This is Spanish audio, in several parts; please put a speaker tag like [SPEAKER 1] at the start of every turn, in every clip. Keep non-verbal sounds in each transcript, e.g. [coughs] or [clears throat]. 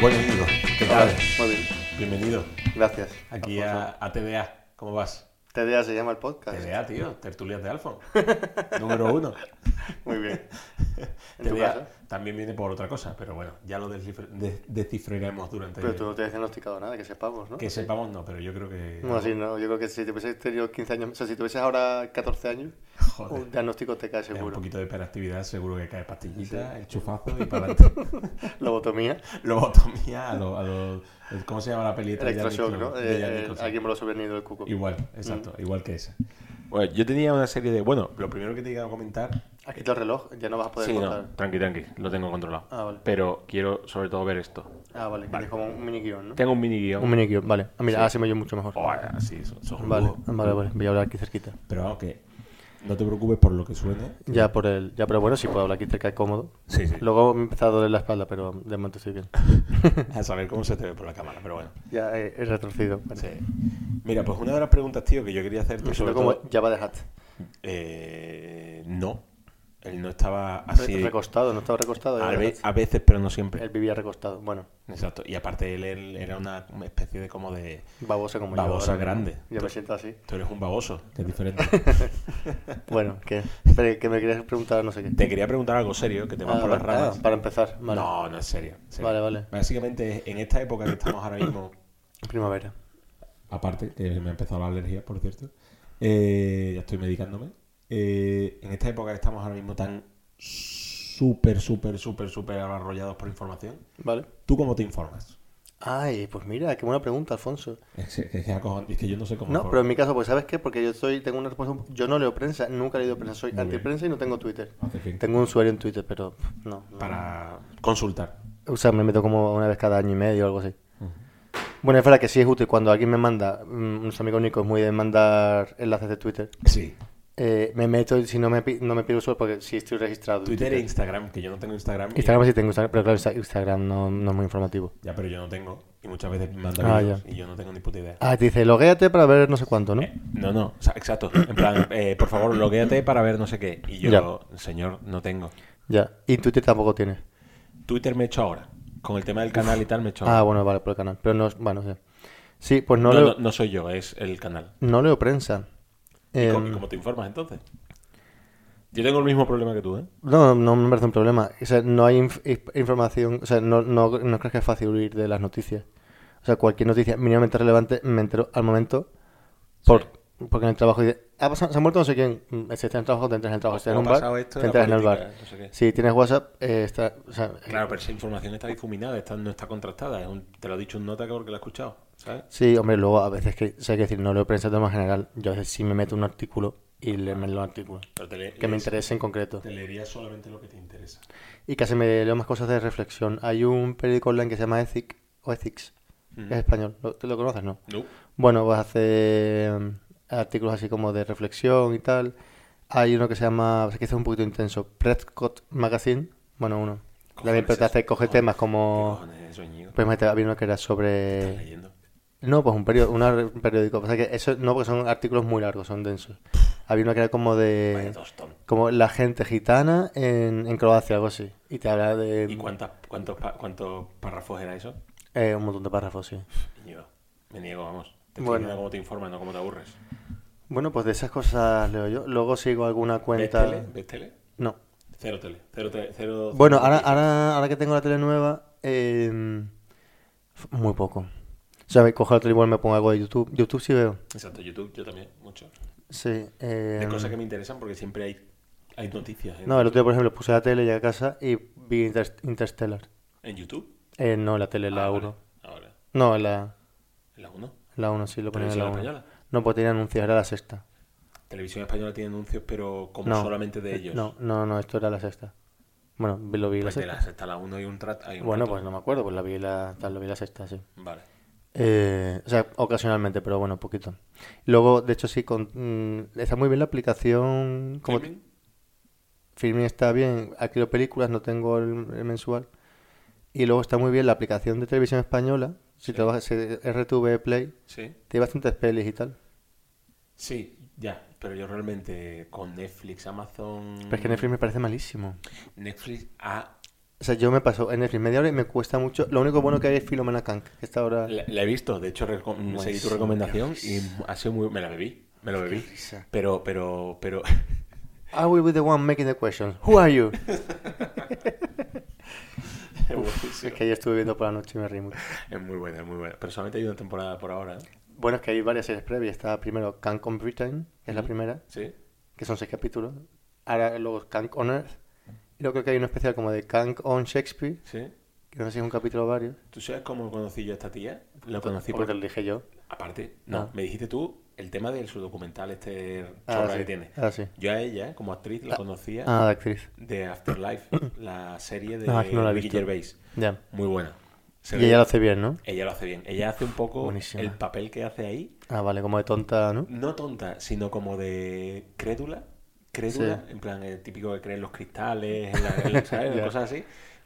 [SPEAKER 1] Bueno, Íñigo, ¿qué
[SPEAKER 2] Hola,
[SPEAKER 1] tal?
[SPEAKER 2] Muy bien,
[SPEAKER 1] Bienvenido
[SPEAKER 2] gracias.
[SPEAKER 1] aquí
[SPEAKER 2] Alfonso.
[SPEAKER 1] a, a TDA. ¿Cómo vas?
[SPEAKER 2] TDA se llama el podcast.
[SPEAKER 1] TDA, tío, tertulias de
[SPEAKER 2] [laughs]
[SPEAKER 1] Alfon. Número uno.
[SPEAKER 2] Muy bien. ¿En tu
[SPEAKER 1] TDA
[SPEAKER 2] caso?
[SPEAKER 1] también viene por otra cosa, pero bueno, ya lo descifre- de- descifraremos durante
[SPEAKER 2] Pero tú no te has diagnosticado nada, que sepamos, ¿no?
[SPEAKER 1] Que sepamos, no, pero yo creo que.
[SPEAKER 2] No, sí, no. Yo creo que si te hubieses tenido 15 años, o sea, si tuvieses ahora 14 años,
[SPEAKER 1] Joder.
[SPEAKER 2] un diagnóstico te cae
[SPEAKER 1] Es un
[SPEAKER 2] seguro.
[SPEAKER 1] poquito de hiperactividad, seguro que cae pastillita, el chufazo y para adelante.
[SPEAKER 2] [laughs]
[SPEAKER 1] [laughs]
[SPEAKER 2] Lobotomía,
[SPEAKER 1] Lobotomía, a lo, a lo- ¿cómo se llama la pelita?
[SPEAKER 2] electroshock, ¿no? Eh, eh, Mm. alguien me lo ha sobrevenido del cuco.
[SPEAKER 1] Igual, exacto, igual que esa. Bueno, yo tenía una serie de. Bueno, lo primero que te iba a comentar.
[SPEAKER 2] Aquí está el reloj, ya no vas a poder
[SPEAKER 3] Sí,
[SPEAKER 2] cortar.
[SPEAKER 3] no, tranqui, tranqui, lo tengo controlado.
[SPEAKER 2] Ah, vale.
[SPEAKER 3] Pero quiero sobre todo ver esto.
[SPEAKER 2] Ah, vale, que es como un mini guión, ¿no?
[SPEAKER 3] Tengo un mini guión.
[SPEAKER 2] Un mini guión, vale. Ah, mira, ahora se me oye mucho mejor.
[SPEAKER 1] Oh, ah, sí, son, son
[SPEAKER 2] Vale,
[SPEAKER 1] jugos.
[SPEAKER 2] vale, vale. Voy a hablar aquí cerquita.
[SPEAKER 1] Pero vamos, que no te preocupes por lo que suene. [laughs]
[SPEAKER 2] Ya por el. Ya, pero bueno, sí puedo hablar aquí cerca, es cómodo.
[SPEAKER 1] Sí, sí.
[SPEAKER 2] Luego me empezó a doler la espalda, pero de momento estoy bien.
[SPEAKER 1] [laughs] A saber cómo se te ve por la cámara, pero bueno.
[SPEAKER 2] ya eh, he, he retorcido. Bueno,
[SPEAKER 1] Sí. Mira, pues una de las preguntas, tío, que yo quería hacerte
[SPEAKER 2] Me
[SPEAKER 1] sobre
[SPEAKER 2] siento como
[SPEAKER 1] todo-
[SPEAKER 2] Java de Hat.
[SPEAKER 1] Eh, no. Él no estaba así.
[SPEAKER 2] Recostado, no estaba recostado.
[SPEAKER 1] A,
[SPEAKER 2] Java de
[SPEAKER 1] ve-
[SPEAKER 2] Hutt.
[SPEAKER 1] a veces, pero no siempre.
[SPEAKER 2] Él vivía recostado. Bueno,
[SPEAKER 1] Exacto. Y aparte él, él era una especie de como de...
[SPEAKER 2] babosa como yo.
[SPEAKER 1] Babosa
[SPEAKER 2] ahora mismo.
[SPEAKER 1] grande.
[SPEAKER 2] Yo me
[SPEAKER 1] [laughs]
[SPEAKER 2] siento así.
[SPEAKER 1] Tú eres un
[SPEAKER 2] [laughs]
[SPEAKER 1] baboso, que es diferente.
[SPEAKER 2] Bueno, ¿qué? Pero que me querías preguntar no sé qué.
[SPEAKER 1] te quería preguntar algo serio, que te vas
[SPEAKER 2] Ah,
[SPEAKER 1] por las
[SPEAKER 2] va-
[SPEAKER 1] ramas.
[SPEAKER 2] ah, para empezar, vale.
[SPEAKER 1] No, no es serio, serio.
[SPEAKER 2] Vale, vale.
[SPEAKER 1] Básicamente, en esta época que estamos ahora mismo...
[SPEAKER 2] Primavera.
[SPEAKER 1] [coughs] Aparte, que me ha empezado la alergia, por cierto. eh, ya estoy medicándome. Eh, en esta época que estamos ahora mismo tan súper, súper, súper, súper arrollados por información,
[SPEAKER 2] Vale.
[SPEAKER 1] ¿tú cómo te informas?
[SPEAKER 2] Ay, pues mira, qué buena pregunta, Alfonso.
[SPEAKER 1] Es, es que acojon- es que yo no sé cómo.
[SPEAKER 2] No,
[SPEAKER 1] por-
[SPEAKER 2] pero en mi caso, pues ¿sabes qué? Porque yo soy, tengo una respuesta... Yo no leo prensa, nunca he leído prensa. Soy antiprensa y no tengo Twitter.
[SPEAKER 1] Hace fin.
[SPEAKER 2] Tengo un usuario en Twitter, pero pff, no. no.
[SPEAKER 1] Para consultar.
[SPEAKER 2] O sea, me meto como una vez cada año y medio o algo así. Bueno, es verdad que sí es útil cuando alguien me manda, mm, unos amigos Nico es muy de mandar enlaces de Twitter.
[SPEAKER 1] Sí.
[SPEAKER 2] Eh, me meto y si no me, pi- no me pido usuario porque sí estoy registrado. en
[SPEAKER 1] Twitter e Instagram, que yo no tengo Instagram. y-
[SPEAKER 2] Instagram sí tengo Instagram, pero claro, Insta- Instagram no, no es muy informativo.
[SPEAKER 1] Ya, pero yo no tengo. Y muchas veces me mandan
[SPEAKER 2] Ah,
[SPEAKER 1] vídeos
[SPEAKER 2] ya.
[SPEAKER 1] y yo no tengo ni puta idea.
[SPEAKER 2] Ah, te dice, loguéate para ver no sé cuánto, ¿no?
[SPEAKER 1] Eh, no, no, o sea, exacto. En plan, eh, por favor, loguéate para ver no sé qué. Y yo, señor, no tengo.
[SPEAKER 2] Ya. Y Twitter tampoco tiene.
[SPEAKER 1] Twitter me he hecho ahora. Con el tema del canal y tal me he hecho ahora.
[SPEAKER 2] Ah, bueno, vale, por el canal. Pero no, es- bueno, sí. Sí, pues no,
[SPEAKER 3] No,
[SPEAKER 2] leo,
[SPEAKER 3] no- no soy yo, es el canal.
[SPEAKER 2] no leo prensa.
[SPEAKER 3] ¿Y
[SPEAKER 2] Em,
[SPEAKER 3] cómo, y cómo te informas entonces? Yo tengo el mismo problema que tú, ¿eh?
[SPEAKER 2] No, no me parece un problema. O sea, no hay inf- inf- información, o sea, no, no, no crees que es fácil huir de las noticias. O sea, cualquier noticia mínimamente relevante me entero al momento por, porque en el trabajo dices, ah, pues se se ha muerto no sé quién. Mm, Si estás en el trabajo, te entras en el trabajo. Si
[SPEAKER 3] O
[SPEAKER 2] estás en
[SPEAKER 3] ha
[SPEAKER 2] un bar,
[SPEAKER 3] pasado esto
[SPEAKER 2] te
[SPEAKER 3] en la
[SPEAKER 2] entras en el bar.
[SPEAKER 3] política, no sé qué.
[SPEAKER 2] si tienes WhatsApp, eh, está, o sea,
[SPEAKER 3] Claro, pero esa información está difuminada, está- no está contrastada. es un- te lo ha dicho un nota que porque lo he escuchado, ¿sabes?
[SPEAKER 2] sí, hombre, luego a veces que, o sea, hay que decir, no leo prensa de más general. Yo a veces sí me meto un artículo y le meto un artículo
[SPEAKER 3] Pero te le-
[SPEAKER 2] que me
[SPEAKER 3] lees-
[SPEAKER 2] interese en concreto.
[SPEAKER 3] Te leerías solamente lo que te interesa.
[SPEAKER 2] Y casi me leo más cosas de reflexión. Hay un periódico online que se llama Ethic o Ethics, que es español. ¿Lo, ¿Te lo conoces, no?
[SPEAKER 3] No.
[SPEAKER 2] Bueno, pues hace mm, artículos así como de reflexión y tal. Hay uno que se llama, o sea, que este es un poquito intenso, Prescott Magazine. Bueno, uno. También pero te hace coger temas
[SPEAKER 3] este? ¿Qué
[SPEAKER 2] como...
[SPEAKER 3] cojones es eso, Íñigo?
[SPEAKER 2] Pues imagínate, había uno que era
[SPEAKER 3] ¿Estás
[SPEAKER 2] sobre...
[SPEAKER 3] leyendo?
[SPEAKER 2] No, pues un periódico, un periódico. Pasa que eso no, porque son artículos muy largos, son densos. Había uno que era como
[SPEAKER 3] Vaya
[SPEAKER 2] de...
[SPEAKER 3] tostón.
[SPEAKER 2] Como la gente gitana en, en Croacia, algo así. Y te habla de...
[SPEAKER 3] ¿Y cuántas, cuántos, pa- cuántos párrafos era eso?
[SPEAKER 2] Eh, un montón de párrafos, sí.
[SPEAKER 3] Íñigo, me niego, vamos. Te estoy
[SPEAKER 2] Bueno.
[SPEAKER 3] diciendo cómo te informas, no cómo te aburres.
[SPEAKER 2] Bueno, pues de esas cosas leo yo. Luego sigo alguna
[SPEAKER 3] ¿Ves
[SPEAKER 2] cuenta.
[SPEAKER 3] tele? ¿Ves tele?
[SPEAKER 2] No.
[SPEAKER 3] Cero tele. Cero tele. Cero
[SPEAKER 2] Bueno, ahora,
[SPEAKER 3] noticias.
[SPEAKER 2] ahora, ahora que tengo la tele nueva, eh, muy poco. O sea, me cojo la tele igual me pongo algo de YouTube. YouTube sí veo.
[SPEAKER 3] Exacto, YouTube, yo también, mucho.
[SPEAKER 2] Sí. eh,
[SPEAKER 3] De cosas que me interesan porque siempre hay, hay noticias en,
[SPEAKER 2] No, el otro día, por ejemplo, puse la tele, llegué a casa y vi Inter- Interstellar.
[SPEAKER 3] en YouTube.
[SPEAKER 2] Eh, no, la tele,
[SPEAKER 3] Ah,
[SPEAKER 2] la 1.
[SPEAKER 3] Ahora,
[SPEAKER 2] No, la,
[SPEAKER 3] en la 1.
[SPEAKER 2] la 1, sí, lo ponía en la
[SPEAKER 3] ¿Televisión
[SPEAKER 2] 1.
[SPEAKER 3] española?
[SPEAKER 2] No, pues tenía anuncios, era la sexta.
[SPEAKER 3] Televisión Española tiene anuncios, pero como
[SPEAKER 2] No. Eh,
[SPEAKER 3] solamente de ellos.
[SPEAKER 2] No, no, no, esto era la sexta. Bueno, lo vi la
[SPEAKER 3] Pues de
[SPEAKER 2] sexta.
[SPEAKER 3] la sexta a la 1 hay un trato.
[SPEAKER 2] pues Bueno, pues no me acuerdo, pues la vi la, tal, la vi la sexta, sí.
[SPEAKER 3] Vale.
[SPEAKER 2] Eh, o sea, ocasionalmente, pero bueno, poquito. Luego, de hecho, sí, con, mm, está muy bien la aplicación. Como
[SPEAKER 1] Filmin.
[SPEAKER 2] Filmin está bien, alquilo películas, no tengo el, el mensual. Y luego está muy bien la aplicación de televisión española. Si eh, trabajas en RTV Play,
[SPEAKER 1] Sí.
[SPEAKER 2] tiene bastantes pelis y tal.
[SPEAKER 1] Sí, ya. Pero yo realmente con Netflix, Amazon.
[SPEAKER 2] Pero es que Netflix me parece malísimo.
[SPEAKER 1] Netflix ah, ha-
[SPEAKER 2] O sea, yo me paso en Netflix media hora y me cuesta mucho. Lo único bueno que hay es Filomena Kang, que está ahora.
[SPEAKER 1] La, la he visto, de hecho, reco- seguí tu
[SPEAKER 2] Ah. Buenísimo,
[SPEAKER 1] recomendación
[SPEAKER 2] qué
[SPEAKER 1] y ha sido muy. Me la bebí. Me lo bebí.
[SPEAKER 2] risa.
[SPEAKER 1] Pero, pero,
[SPEAKER 2] [laughs]
[SPEAKER 1] pero. [laughs]
[SPEAKER 2] I will be Ah, the one making the questions. Who are you? [laughs]
[SPEAKER 1] Buenísimo.
[SPEAKER 2] es que ayer estuve viendo por la noche y me reí mucho.
[SPEAKER 1] Es muy buena, es muy buena. Pero solamente hay una temporada por ahora. ¿eh?
[SPEAKER 2] Bueno, es que hay varias series previas. Está primero Kank on Britain, que es la primera,
[SPEAKER 1] Sí.
[SPEAKER 2] que son seis capítulos. Ahora luego Kank on Earth. Y luego creo que hay uno especial como de Kank on Shakespeare,
[SPEAKER 1] Sí.
[SPEAKER 2] que no sé si es un capítulo o varios.
[SPEAKER 1] ¿Tú sabes cómo conocí yo a esta tía? La conocí
[SPEAKER 2] porque
[SPEAKER 1] por...
[SPEAKER 2] te lo dije yo.
[SPEAKER 1] Aparte, no,
[SPEAKER 2] Ah.
[SPEAKER 1] me dijiste tú el tema de su documental, este
[SPEAKER 2] Ah,
[SPEAKER 1] chorra
[SPEAKER 2] sí.
[SPEAKER 1] que tiene.
[SPEAKER 2] Ah, sí.
[SPEAKER 1] Yo a ella, como actriz, la conocía
[SPEAKER 2] Ah, de actriz.
[SPEAKER 1] de Afterlife, la serie de
[SPEAKER 2] Ah, es que no la he
[SPEAKER 1] Ricky
[SPEAKER 2] visto.
[SPEAKER 1] Gervais.
[SPEAKER 2] Ya.
[SPEAKER 1] Muy buena. Se
[SPEAKER 2] Y
[SPEAKER 1] ve-
[SPEAKER 2] ella lo hace bien, ¿no?
[SPEAKER 1] ella lo hace bien. Ella hace un poco
[SPEAKER 2] Buenísima.
[SPEAKER 1] el papel que hace ahí,
[SPEAKER 2] Ah, vale, como de tonta, ¿no?
[SPEAKER 1] no tonta, sino como de crédula. Crédula, en plan, el típico que cree en los cristales, en la- en
[SPEAKER 2] [laughs]
[SPEAKER 1] la- ¿sabes?
[SPEAKER 2] Ya.
[SPEAKER 1] cosas así.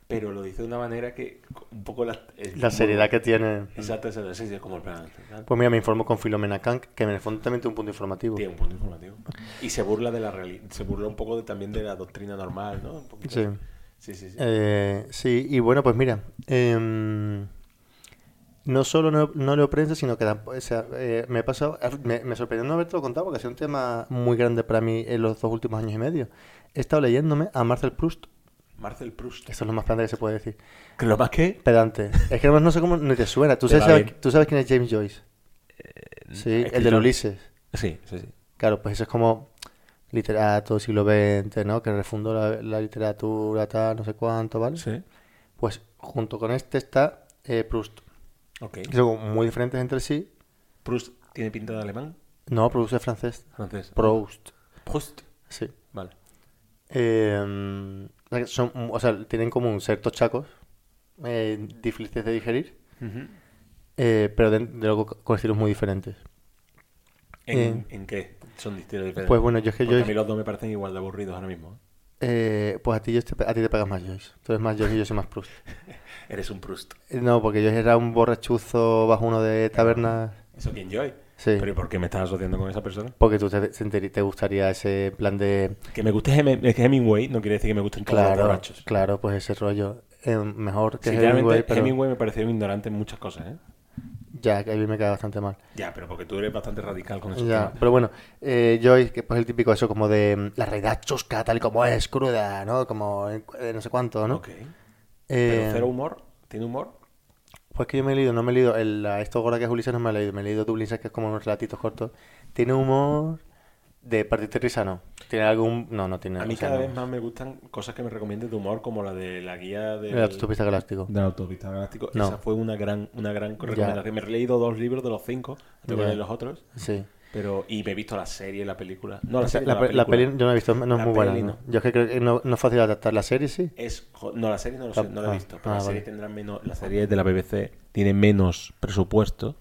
[SPEAKER 1] Pero lo dice de una manera que un poco la, es
[SPEAKER 2] La
[SPEAKER 1] muy-
[SPEAKER 2] seriedad que tiene.
[SPEAKER 1] Exacto, exacto. Sí, sí, es como el plan.
[SPEAKER 2] Pues mira, me informo con Filomena Kank, que en el fondo también tiene un punto informativo.
[SPEAKER 1] Tiene un punto informativo. Y se burla de la realidad. Se burla un poco de- también de la doctrina normal, ¿no? Un poquito.
[SPEAKER 2] Sí.
[SPEAKER 1] Sí, sí, sí.
[SPEAKER 2] Eh, sí, y bueno, pues mira, em, no solo no, no leo prensa, sino que tampoco, o sea, eh, me, he pasado, me, me sorprendió no haberte lo contado porque ha sido un tema muy grande para mí en los dos últimos años y medio. He estado leyéndome a Marcel Proust,
[SPEAKER 1] Marcel Proust.
[SPEAKER 2] eso es lo más grande que se puede decir,
[SPEAKER 1] Lo más que.
[SPEAKER 2] pedante. Es que además no sé cómo ni te suena, tú,
[SPEAKER 1] Te va
[SPEAKER 2] sabes,
[SPEAKER 1] bien. Mm,
[SPEAKER 2] tú sabes quién es James Joyce.
[SPEAKER 1] eh,
[SPEAKER 2] Sí, el del
[SPEAKER 1] escritor.
[SPEAKER 2] Ulises.
[SPEAKER 1] Sí, sí, sí.
[SPEAKER 2] Claro, pues eso es como literato siglo XX, ¿no? Que refundó la, la literatura, tal, no sé cuánto, ¿vale?
[SPEAKER 1] Sí.
[SPEAKER 2] Pues junto con este está eh, Proust.
[SPEAKER 1] Ok.
[SPEAKER 2] que son como muy diferentes entre sí.
[SPEAKER 1] Proust tiene pinta de alemán,
[SPEAKER 2] No, Proust es francés.
[SPEAKER 1] francés.
[SPEAKER 2] Proust,
[SPEAKER 1] Proust.
[SPEAKER 2] sí.
[SPEAKER 1] Vale.
[SPEAKER 2] Eh, o sea, son, o sea, tienen en común ser tochacos, eh, difíciles de digerir, eh, pero de, de luego con estilos muy diferentes.
[SPEAKER 1] ¿En,
[SPEAKER 2] Eh.
[SPEAKER 1] en qué? Son distintos diferentes.
[SPEAKER 2] Pues bueno, yo es que
[SPEAKER 1] Porque
[SPEAKER 2] yo...
[SPEAKER 1] a mí los dos me parecen igual de aburridos ahora mismo.
[SPEAKER 2] eh, pues a ti, yo te, a ti te pagas más Joyce. Tú eres más Joyce y yo soy más Proust.
[SPEAKER 1] ¿eh? [laughs] Eres un Proust.
[SPEAKER 2] Eh, No, porque Joyce era un borrachuzo bajo uno de tabernas.
[SPEAKER 1] Eso que enjoy.
[SPEAKER 2] Sí.
[SPEAKER 1] Pero ¿y por qué me estás asociando con esa persona?
[SPEAKER 2] Porque tú te, te te gustaría ese plan de...
[SPEAKER 1] Que me guste Heming- es que Hemingway no quiere decir que me gusten todos los
[SPEAKER 2] Claro,
[SPEAKER 1] borrachos.
[SPEAKER 2] claro, pues ese rollo. Eh, mejor que
[SPEAKER 1] Sinceramente,
[SPEAKER 2] Hemingway,
[SPEAKER 1] Hemingway,
[SPEAKER 2] pero
[SPEAKER 1] me pareció un ignorante en muchas cosas, ¿eh?
[SPEAKER 2] ya, que a mí me queda bastante mal.
[SPEAKER 1] Ya, pero porque tú eres bastante radical con eso.
[SPEAKER 2] Ya, pero bueno, eh, Joyce, que pues el típico eso como de mm, la realidad chusca, tal y como es, cruda, ¿no? Como eh, no sé cuánto, ¿no?
[SPEAKER 1] Ok.
[SPEAKER 2] Eh,
[SPEAKER 1] Pero cero humor, ¿tiene humor?
[SPEAKER 2] Pues que yo me he leído, no me he leído, el, a esto ahora que es Ulises no me he leído, me he leído Dublin, que es como unos relatitos cortos. Tiene humor de partite risa, no. Tiene algún... No, no tiene...
[SPEAKER 1] A mí
[SPEAKER 2] o sea,
[SPEAKER 1] cada
[SPEAKER 2] no.
[SPEAKER 1] vez más me gustan cosas que me recomiendes de humor, como la de la guía del
[SPEAKER 2] El autostopista galáctico.
[SPEAKER 4] De la autopista galáctico.
[SPEAKER 1] Galáctico.
[SPEAKER 2] No.
[SPEAKER 1] Esa fue una gran, una gran recomendación. Me he leído dos libros de los cinco, tengo que
[SPEAKER 2] Ya.
[SPEAKER 1] leer los otros,
[SPEAKER 2] Sí.
[SPEAKER 1] pero y me he visto la serie, la película. No, la
[SPEAKER 2] O sea,
[SPEAKER 1] serie,
[SPEAKER 2] la,
[SPEAKER 1] no,
[SPEAKER 2] pe- la
[SPEAKER 1] película.
[SPEAKER 2] peli yo no he visto, no es
[SPEAKER 1] La
[SPEAKER 2] muy buena.
[SPEAKER 1] peli
[SPEAKER 2] ¿no?
[SPEAKER 1] no.
[SPEAKER 2] Yo es que creo que no, no es fácil adaptar la serie, sí.
[SPEAKER 1] Es, jo- no, la serie no lo sé, no la
[SPEAKER 2] Ah,
[SPEAKER 1] he visto, pero
[SPEAKER 2] ah,
[SPEAKER 1] la serie
[SPEAKER 2] vale.
[SPEAKER 1] tendrá menos, la serie de la BBC tiene menos presupuesto.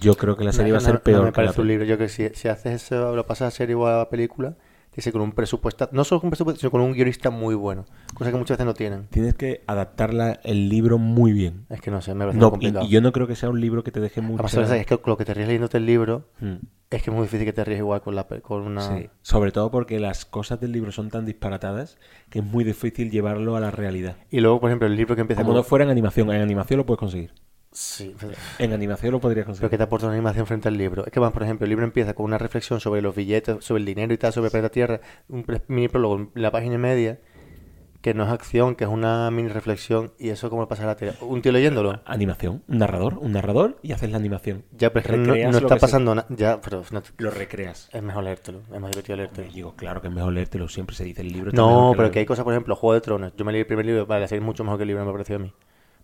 [SPEAKER 1] Yo creo que la serie
[SPEAKER 2] No,
[SPEAKER 1] va a ser
[SPEAKER 2] no- no
[SPEAKER 1] peor
[SPEAKER 2] me
[SPEAKER 1] que la
[SPEAKER 2] parece un
[SPEAKER 1] peli.
[SPEAKER 2] libro. Yo creo que si, si haces eso, lo pasas a serie o a película, dice con un presupuesto, no solo con un presupuesto, sino con un guionista muy bueno. Cosa que muchas veces no tienen.
[SPEAKER 1] Tienes que adaptarla el libro muy bien.
[SPEAKER 2] Es que no sé, me parece
[SPEAKER 1] No, y,
[SPEAKER 2] complicado.
[SPEAKER 1] y yo no creo que sea un libro que te deje mucho.
[SPEAKER 2] Además, ¿sabes? es que lo que te ríes leyéndote el libro
[SPEAKER 1] Mm,
[SPEAKER 2] es que es muy difícil que te ríes igual con, la, pe- con una.
[SPEAKER 1] sí. Sobre todo porque las cosas del libro son tan disparatadas que es muy difícil llevarlo a la realidad.
[SPEAKER 2] Y luego, por ejemplo, el libro que empieza
[SPEAKER 1] Como
[SPEAKER 2] con.
[SPEAKER 1] no fuera en animación, en animación lo puedes conseguir.
[SPEAKER 2] Sí,
[SPEAKER 1] En animación lo podrías
[SPEAKER 2] Pero
[SPEAKER 1] conseguir.
[SPEAKER 2] que te aporta una animación frente al libro. Es que, más, por ejemplo, el libro empieza con una reflexión sobre los billetes, sobre el dinero y tal, sobre el planeta Tierra, un pre- mini prólogo en la página y media, que no es acción, que es una mini reflexión, y eso como pasa a la tele. Un tío leyéndolo.
[SPEAKER 1] Animación, un narrador, un narrador y haces la animación.
[SPEAKER 2] Ya, pero es que no- no,
[SPEAKER 1] Recreas lo
[SPEAKER 2] está
[SPEAKER 1] que se-
[SPEAKER 2] pasando nada. Ya, pero no te-
[SPEAKER 1] Lo recreas.
[SPEAKER 2] es mejor leértelo. Es más divertido leértelo.
[SPEAKER 1] Hombre, digo, claro que es mejor leértelo, siempre se dice el libro. está
[SPEAKER 2] No,
[SPEAKER 1] mejor
[SPEAKER 2] pero
[SPEAKER 1] la-
[SPEAKER 2] que hay cosas, por ejemplo, Juego de Tronos. Yo me leí el primer libro, vale, la serie es mucho mejor que el libro, me pareció a mí.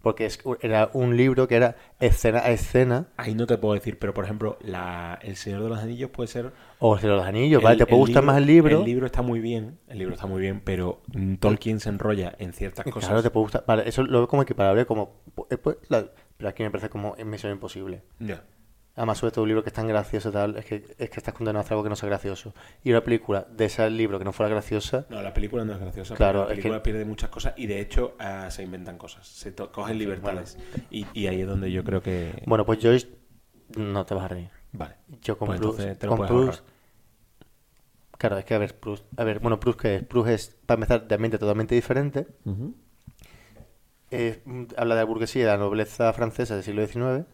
[SPEAKER 2] Porque es- era un libro que era escena a escena,
[SPEAKER 1] Ahí no te puedo decir, pero por ejemplo, la... El Señor de los Anillos puede ser...
[SPEAKER 2] o de los anillos, ¿vale?
[SPEAKER 1] el-
[SPEAKER 2] te puede gustar más el libro.
[SPEAKER 1] El libro está muy bien, el libro está muy bien, pero mm, Tolkien se enrolla en ciertas cosas.
[SPEAKER 2] Claro, te puede gustar. Vale, eso lo veo como equiparable, como eh, pues, la- Pero aquí me parece como misión imposible.
[SPEAKER 1] Ya.
[SPEAKER 2] Además, sobre todo un libro que es tan gracioso y tal, es que, es que estás condenado a hacer algo que no sea gracioso. Y una película de ese libro que no fuera graciosa,
[SPEAKER 1] No, la película no es graciosa.
[SPEAKER 2] Claro,
[SPEAKER 1] Claro, la
[SPEAKER 2] es que-
[SPEAKER 1] película pierde muchas cosas y de hecho ah, se inventan cosas. Se to- cogen libertades. Y, y ahí es donde yo creo que.
[SPEAKER 2] bueno, pues Joyce no te vas a reír.
[SPEAKER 1] vale.
[SPEAKER 2] Yo con
[SPEAKER 1] Pues
[SPEAKER 2] Proust-
[SPEAKER 1] entonces te lo
[SPEAKER 2] con
[SPEAKER 1] puedes
[SPEAKER 2] Proust-
[SPEAKER 1] ahorrar.
[SPEAKER 2] Claro, es que a ver, Proust, a ver, bueno, Proust que es, Proust es, para empezar, de ambiente totalmente diferente. Es- mm, habla de la burguesía y de la nobleza francesa del siglo XIX.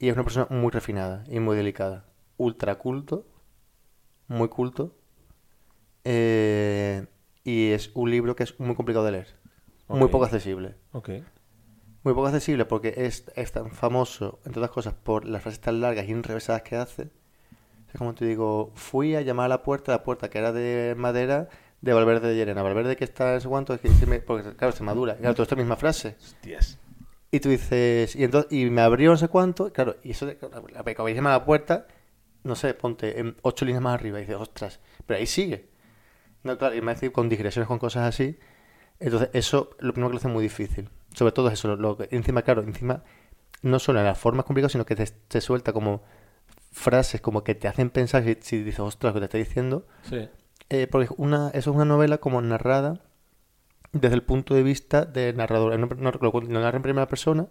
[SPEAKER 2] Y es una persona muy refinada y muy delicada. Ultra culto. Muy culto. eh, y es un libro que es muy complicado de leer. Muy
[SPEAKER 1] Ok.
[SPEAKER 2] poco accesible.
[SPEAKER 1] Ok.
[SPEAKER 2] Muy poco accesible porque es, es tan famoso, entre otras cosas, por las frases tan largas y enrevesadas que hace. Es como te digo, fui a llamar a la puerta, la puerta que era de madera, de Valverde de Llerena. Valverde que está en ese cuanto, es que se me- porque claro, se madura. Claro, toda esta misma frase.
[SPEAKER 1] Hostias.
[SPEAKER 2] Y tú dices, y entonces, y me abrió no sé cuánto, claro, y eso, de- claro, la que habéis llamado a la puerta, no sé, ponte en ocho líneas más arriba, y dices, ostras, pero ahí sigue. No, claro, y me decir con digresiones, con cosas así. Entonces, eso lo primero que lo hace muy difícil. Sobre todo es eso, lo, lo que- encima, claro, encima, no solo en la forma es complicado, sino que te, te suelta como frases como que te hacen pensar si, si dices, ostras, lo que te está diciendo.
[SPEAKER 1] Sí.
[SPEAKER 2] Eh, porque una, eso es una novela como narrada desde el punto de vista del narrador. No, no, lo, lo narra en primera persona,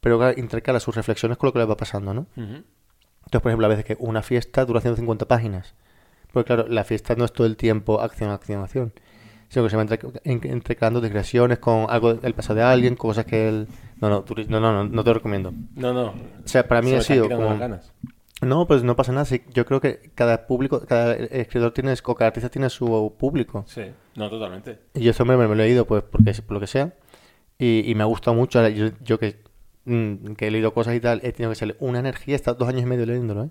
[SPEAKER 2] pero claro, intercala sus reflexiones con lo que le va pasando, ¿no?
[SPEAKER 1] Ujú.
[SPEAKER 2] Entonces, por ejemplo, a veces que una fiesta dura 150 páginas. Porque claro, la fiesta no es todo el tiempo acción, acción, acción. Sino que se va entre- en- intercalando digresiones con algo del pasado de alguien, cosas que él... No, no, tú- no, no, no, no te lo recomiendo.
[SPEAKER 1] No, no.
[SPEAKER 2] O sea, para mí
[SPEAKER 1] Se me
[SPEAKER 2] ha
[SPEAKER 1] están
[SPEAKER 2] sido
[SPEAKER 1] quitando
[SPEAKER 2] como-
[SPEAKER 1] las ganas.
[SPEAKER 2] No, pues no pasa nada. sí, yo creo que cada público, cada escritor tiene, o cada artista tiene su público.
[SPEAKER 1] Sí. No, totalmente.
[SPEAKER 2] Y yo este hombre me lo he leído pues porque por lo que sea. Y, y me ha gustado mucho. Ahora, Yo, yo que, mm, que he leído cosas y tal, he tenido que salir una energía. He estado dos años y medio leyéndolo, ¿eh?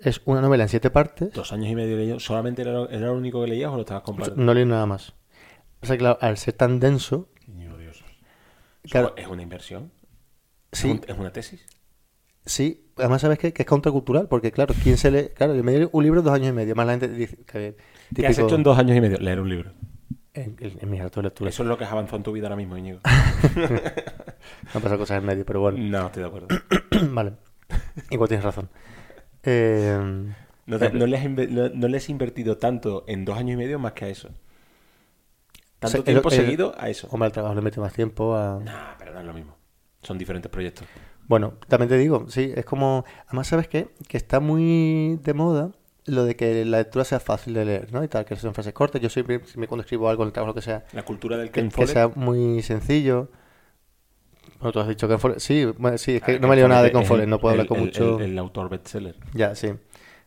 [SPEAKER 2] Es una novela en siete partes.
[SPEAKER 1] Dos años y medio leyendo. ¿Solamente era, era lo único que leías o lo estabas compartiendo?
[SPEAKER 2] No leí nada más. O sea, claro, al ser tan denso,
[SPEAKER 1] Niño Dios.
[SPEAKER 2] Claro.
[SPEAKER 1] ¿Es una inversión? ¿Es
[SPEAKER 2] sí,
[SPEAKER 1] un- ¿Es una tesis?
[SPEAKER 2] sí. Además, ¿sabes qué? Que es contracultural, porque claro, ¿quién se lee? Claro, yo me leí un libro en dos años y medio. Más la gente dice que.
[SPEAKER 1] ¿Qué has
[SPEAKER 2] típico-
[SPEAKER 1] hecho en dos años y medio? Leer un libro.
[SPEAKER 2] En, en- en mis ratos de lectura.
[SPEAKER 1] Eso es lo que has avanzado en tu vida ahora mismo,
[SPEAKER 2] [laughs]
[SPEAKER 1] Íñigo.
[SPEAKER 2] Me han pasado cosas en medio, pero bueno. [clears throat]
[SPEAKER 1] No, estoy de acuerdo.
[SPEAKER 2] vale. Igual tienes razón. Eh,
[SPEAKER 1] No, te- no le has inve- no- no le has invertido tanto en dos años y medio más que a eso.
[SPEAKER 2] O
[SPEAKER 1] Tanto
[SPEAKER 2] sea,
[SPEAKER 1] tiempo
[SPEAKER 2] el- el-
[SPEAKER 1] seguido a eso.
[SPEAKER 2] Hombre, al trabajo le mete más tiempo a...
[SPEAKER 1] Nah, pero no es lo mismo. Son diferentes proyectos.
[SPEAKER 2] Bueno, también te digo, sí, es como... Además, ¿sabes qué? Que está muy de moda lo de que la lectura sea fácil de leer, ¿no? Y tal, que son frases cortas. Yo siempre, siempre cuando escribo algo en el trabajo, lo que sea,
[SPEAKER 1] La cultura del
[SPEAKER 2] que,
[SPEAKER 1] Ken
[SPEAKER 2] que
[SPEAKER 1] Follett.
[SPEAKER 2] sea muy sencillo. Bueno, tú has dicho que Follett- Sí, bueno, sí, es
[SPEAKER 1] Ah,
[SPEAKER 2] que no
[SPEAKER 1] Ken
[SPEAKER 2] me leo nada de
[SPEAKER 1] Follett
[SPEAKER 2] Con
[SPEAKER 1] es
[SPEAKER 2] Follett,
[SPEAKER 1] el-
[SPEAKER 2] no puedo
[SPEAKER 1] el-
[SPEAKER 2] hablar con
[SPEAKER 1] el-
[SPEAKER 2] mucho...
[SPEAKER 1] El, el autor bestseller.
[SPEAKER 2] Ya, sí.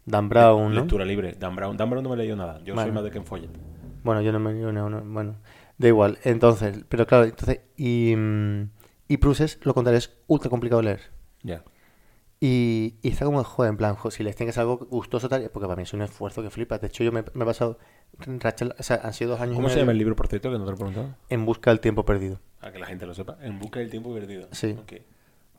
[SPEAKER 2] Dan Brown, ¿no?
[SPEAKER 1] Lectura libre. Dan Brown. Dan Brown no me leyó nada. Yo
[SPEAKER 2] Vale.
[SPEAKER 1] soy más de Ken Follett.
[SPEAKER 2] Bueno, yo no me yo no, no, bueno, da igual. Entonces, pero claro, entonces, y, mm, y Proust es, lo contrario, es ultra complicado de leer.
[SPEAKER 1] Ya.
[SPEAKER 2] Y, y está como, joder, en plan, jo, si les tienes algo gustoso tal, porque para mí es un esfuerzo que flipas. De hecho, yo me, me he pasado, Rachel, o sea, han sido dos años y
[SPEAKER 1] ¿Cómo se
[SPEAKER 2] medio
[SPEAKER 1] llama el libro, por cierto, que no te lo he preguntado?
[SPEAKER 2] en busca del tiempo perdido.
[SPEAKER 1] A que la gente lo sepa. En busca del tiempo perdido.
[SPEAKER 2] Sí.
[SPEAKER 1] Ok.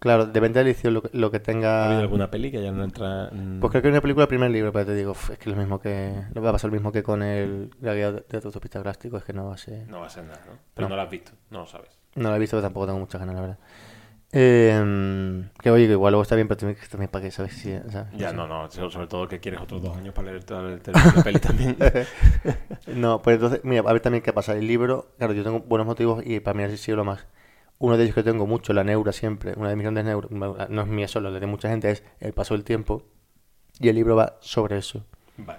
[SPEAKER 2] Claro, depende del edición lo, que- lo que
[SPEAKER 1] ¿Ha habido
[SPEAKER 2] tenga...
[SPEAKER 1] alguna peli que ya no entra? en-
[SPEAKER 2] Pues creo que hay una película del primer libro, pero te digo, "Uf, es que lo mismo que... Lo va a pasar lo mismo que con el, la guía de, de autopista gráfico, es que no va a ser...
[SPEAKER 1] No va a ser nada, ¿no? Pero
[SPEAKER 2] No.
[SPEAKER 1] no, lo has visto. No lo sabes.
[SPEAKER 2] No la he visto, pero tampoco tengo muchas ganas, la verdad. Eh, que oye, que igual luego está bien, pero también, también para que sabes si. ¿sabes?
[SPEAKER 1] Ya,
[SPEAKER 2] sé.
[SPEAKER 1] no, no. so- Sobre todo que quieres otros dos años para leer toda la la peli
[SPEAKER 2] [laughs]
[SPEAKER 1] también.
[SPEAKER 2] No, pues entonces, mira, a ver también qué pasa. El libro, claro, yo tengo buenos motivos y para mí así sido lo más. Uno de ellos que tengo mucho, la neura siempre, una de mis grandes neuras, no es mía solo, la de mucha gente, es el paso del tiempo. Y el libro va sobre eso,
[SPEAKER 1] Vale.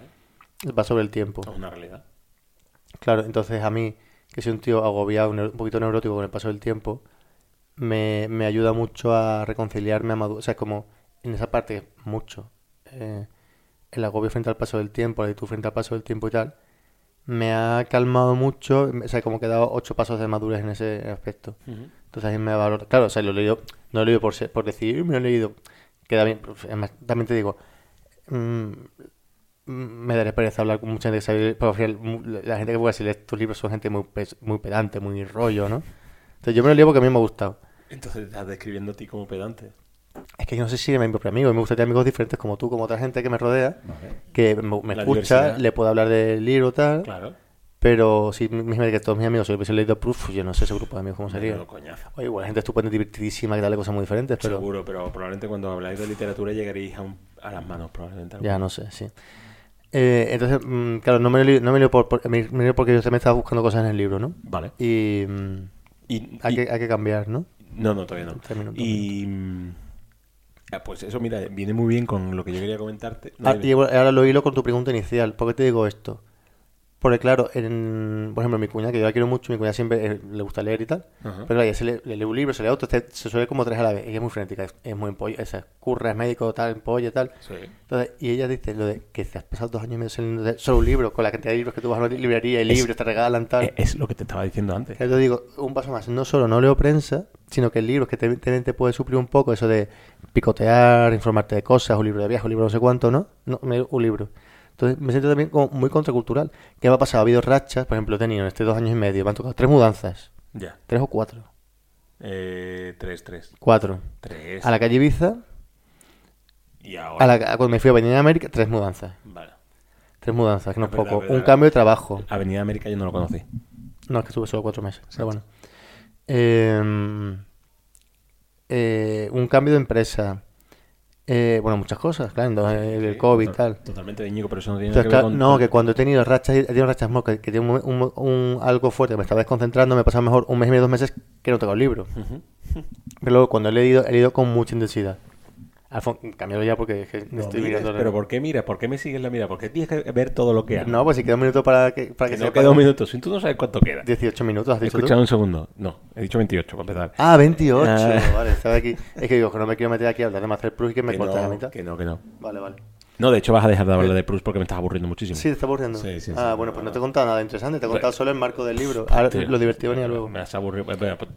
[SPEAKER 1] pues
[SPEAKER 2] va sobre el tiempo.
[SPEAKER 1] Es una realidad.
[SPEAKER 2] Claro, entonces a mí, que soy un tío agobiado, neu- un poquito neurótico con el paso del tiempo, me, me ayuda mucho a reconciliarme, a madurar. O sea, es como en esa parte, mucho. eh, el agobio frente al paso del tiempo, la actitud frente al paso del tiempo y tal, me ha calmado mucho. O sea, como que he dado ocho pasos de madurez en ese aspecto. Entonces ahí me valora. Claro, o sea, lo he leído, no lo he leído por, ser- por decir, me lo he leído. Queda bien. Además, también te digo, mm, mm, me daré pereza hablar con mucha gente que sabe. pero al final, mu- la gente que puede leer tus libros son gente muy, pes- muy pedante, muy rollo, ¿no? Entonces yo me lo leo porque a mí me ha gustado.
[SPEAKER 1] Entonces te estás describiendo a ti como pedante.
[SPEAKER 2] Es que yo no sé si era mi propio amigo, me gustaría amigos diferentes como tú, como otra gente que me rodea,
[SPEAKER 4] Vale.
[SPEAKER 2] que me, me
[SPEAKER 1] La
[SPEAKER 2] escucha,
[SPEAKER 1] diversidad.
[SPEAKER 2] le puedo hablar del libro tal.
[SPEAKER 1] Claro.
[SPEAKER 2] Pero sí, me imagino que todos mis amigos, si hubiese leído Proof, pues yo no sé ese grupo de amigos cómo sería.
[SPEAKER 1] Menudo coñazo.
[SPEAKER 2] Oye, igual la gente estupenda, y divertidísima, que dale cosas muy diferentes, pero
[SPEAKER 1] Seguro, pero probablemente cuando habláis de literatura llegaréis a, un- a las manos, probablemente.
[SPEAKER 2] ya no sé, sí. Eh, entonces, mm, claro, no me lo lío, no me lío por, por- me- me lío porque yo también estaba buscando cosas en el libro, ¿no?
[SPEAKER 1] Vale.
[SPEAKER 2] Y mm,
[SPEAKER 1] Y-
[SPEAKER 2] hay,
[SPEAKER 1] y-
[SPEAKER 2] que, hay que cambiar, ¿no?
[SPEAKER 1] No, no, todavía no.
[SPEAKER 2] Tres minutos,
[SPEAKER 1] y. mm, ah, Pues eso, mira, viene muy bien con lo que yo quería comentarte. No,
[SPEAKER 2] Ah,
[SPEAKER 1] dime.
[SPEAKER 2] y bueno, ahora lo hilo con tu pregunta inicial. ¿Por qué te digo esto? Porque claro, en, por ejemplo, mi cuña, que yo la quiero mucho, mi cuña siempre eh, le gusta leer y tal.
[SPEAKER 1] Ajá.
[SPEAKER 2] Pero claro, ella se lee, le lee un libro, se lee otro, se, se suele como tres a la vez. Ella es muy frenética, es, es muy empolla, es curra, es médico, tal, empolla, tal.
[SPEAKER 1] Sí.
[SPEAKER 2] Entonces, y ella dice lo de que te has pasado dos años y medio saliendo de solo un libro, con la cantidad de libros que tú vas a una librería y libros te regalan, tal.
[SPEAKER 1] Eh, Es lo que te estaba diciendo antes.
[SPEAKER 2] Claro, Yo digo, un paso más, no solo no leo prensa, sino que el libro que te, te, te puede suplir un poco eso de picotear, informarte de cosas, un libro de viaje, un libro no sé cuánto, ¿no? no me- un libro. Entonces me siento también como muy contracultural. ¿Qué me ha pasado? Ha habido rachas, por ejemplo, he tenido en estos dos años y medio, me han tocado tres mudanzas,
[SPEAKER 1] Ya.
[SPEAKER 2] tres o cuatro.
[SPEAKER 1] Eh, tres, tres.
[SPEAKER 2] Cuatro.
[SPEAKER 1] Tres.
[SPEAKER 2] A la calle Ibiza,
[SPEAKER 1] Y ahora.
[SPEAKER 2] a la, ca- cuando me fui a Avenida América, tres mudanzas.
[SPEAKER 1] Vale.
[SPEAKER 2] Tres mudanzas, que no
[SPEAKER 1] Es
[SPEAKER 2] es
[SPEAKER 1] verdad,
[SPEAKER 2] poco.
[SPEAKER 1] es verdad.
[SPEAKER 2] Un cambio de trabajo.
[SPEAKER 1] Avenida América yo no lo conocí.
[SPEAKER 2] No, es que estuve solo cuatro meses, pero bueno. Eh, eh, un cambio de empresa. Eh, bueno, muchas cosas, claro, en dos- el, el COVID y
[SPEAKER 1] Total-
[SPEAKER 2] tal.
[SPEAKER 1] Totalmente de Íñigo, pero eso no tiene
[SPEAKER 2] Entonces,
[SPEAKER 1] nada
[SPEAKER 2] claro,
[SPEAKER 1] que ver con...
[SPEAKER 2] no, que cuando he tenido rachas, he tenido rachas mo- que, que tiene un, un- un- algo fuerte, que me estaba desconcentrando, me pasaba mejor un mes y medio, dos meses que no tocaba el libro.
[SPEAKER 1] Ujú.
[SPEAKER 2] Pero luego cuando he leído, he leído con mucha intensidad. Alfonso, cámbialo ya porque es que
[SPEAKER 1] No
[SPEAKER 2] estoy
[SPEAKER 1] mires,
[SPEAKER 2] mirando.
[SPEAKER 1] pero ¿por qué miras? ¿Por qué me sigues la mirada? ¿Por qué tienes que ver todo lo que hago?
[SPEAKER 2] No, pues si queda un minuto para que, para que,
[SPEAKER 1] que no
[SPEAKER 2] sepa.
[SPEAKER 1] queda un minuto. Si tú no sabes cuánto queda.
[SPEAKER 2] 18 minutos, has dicho tú.
[SPEAKER 1] Escucha un segundo. No, he dicho 28 para empezar.
[SPEAKER 2] Ah, 28.
[SPEAKER 1] Ah.
[SPEAKER 2] Vale, estaba aquí. Es que digo que no me quiero meter aquí a hablar de Master Plus y que me
[SPEAKER 1] que,
[SPEAKER 2] cortas la
[SPEAKER 1] no,
[SPEAKER 2] mitad.
[SPEAKER 1] que no, que no.
[SPEAKER 2] Vale, vale.
[SPEAKER 1] No, de hecho vas a dejar de hablar de Proust porque me estás aburriendo muchísimo.
[SPEAKER 2] Sí, te está aburriendo.
[SPEAKER 4] Sí, sí,
[SPEAKER 2] ah,
[SPEAKER 4] sí.
[SPEAKER 2] bueno, pues no te he contado nada interesante. Te he contado solo el marco del libro. Ahora
[SPEAKER 1] Tío.
[SPEAKER 2] lo divertido venía luego.
[SPEAKER 1] Me has aburrido. Eh, venga, pues,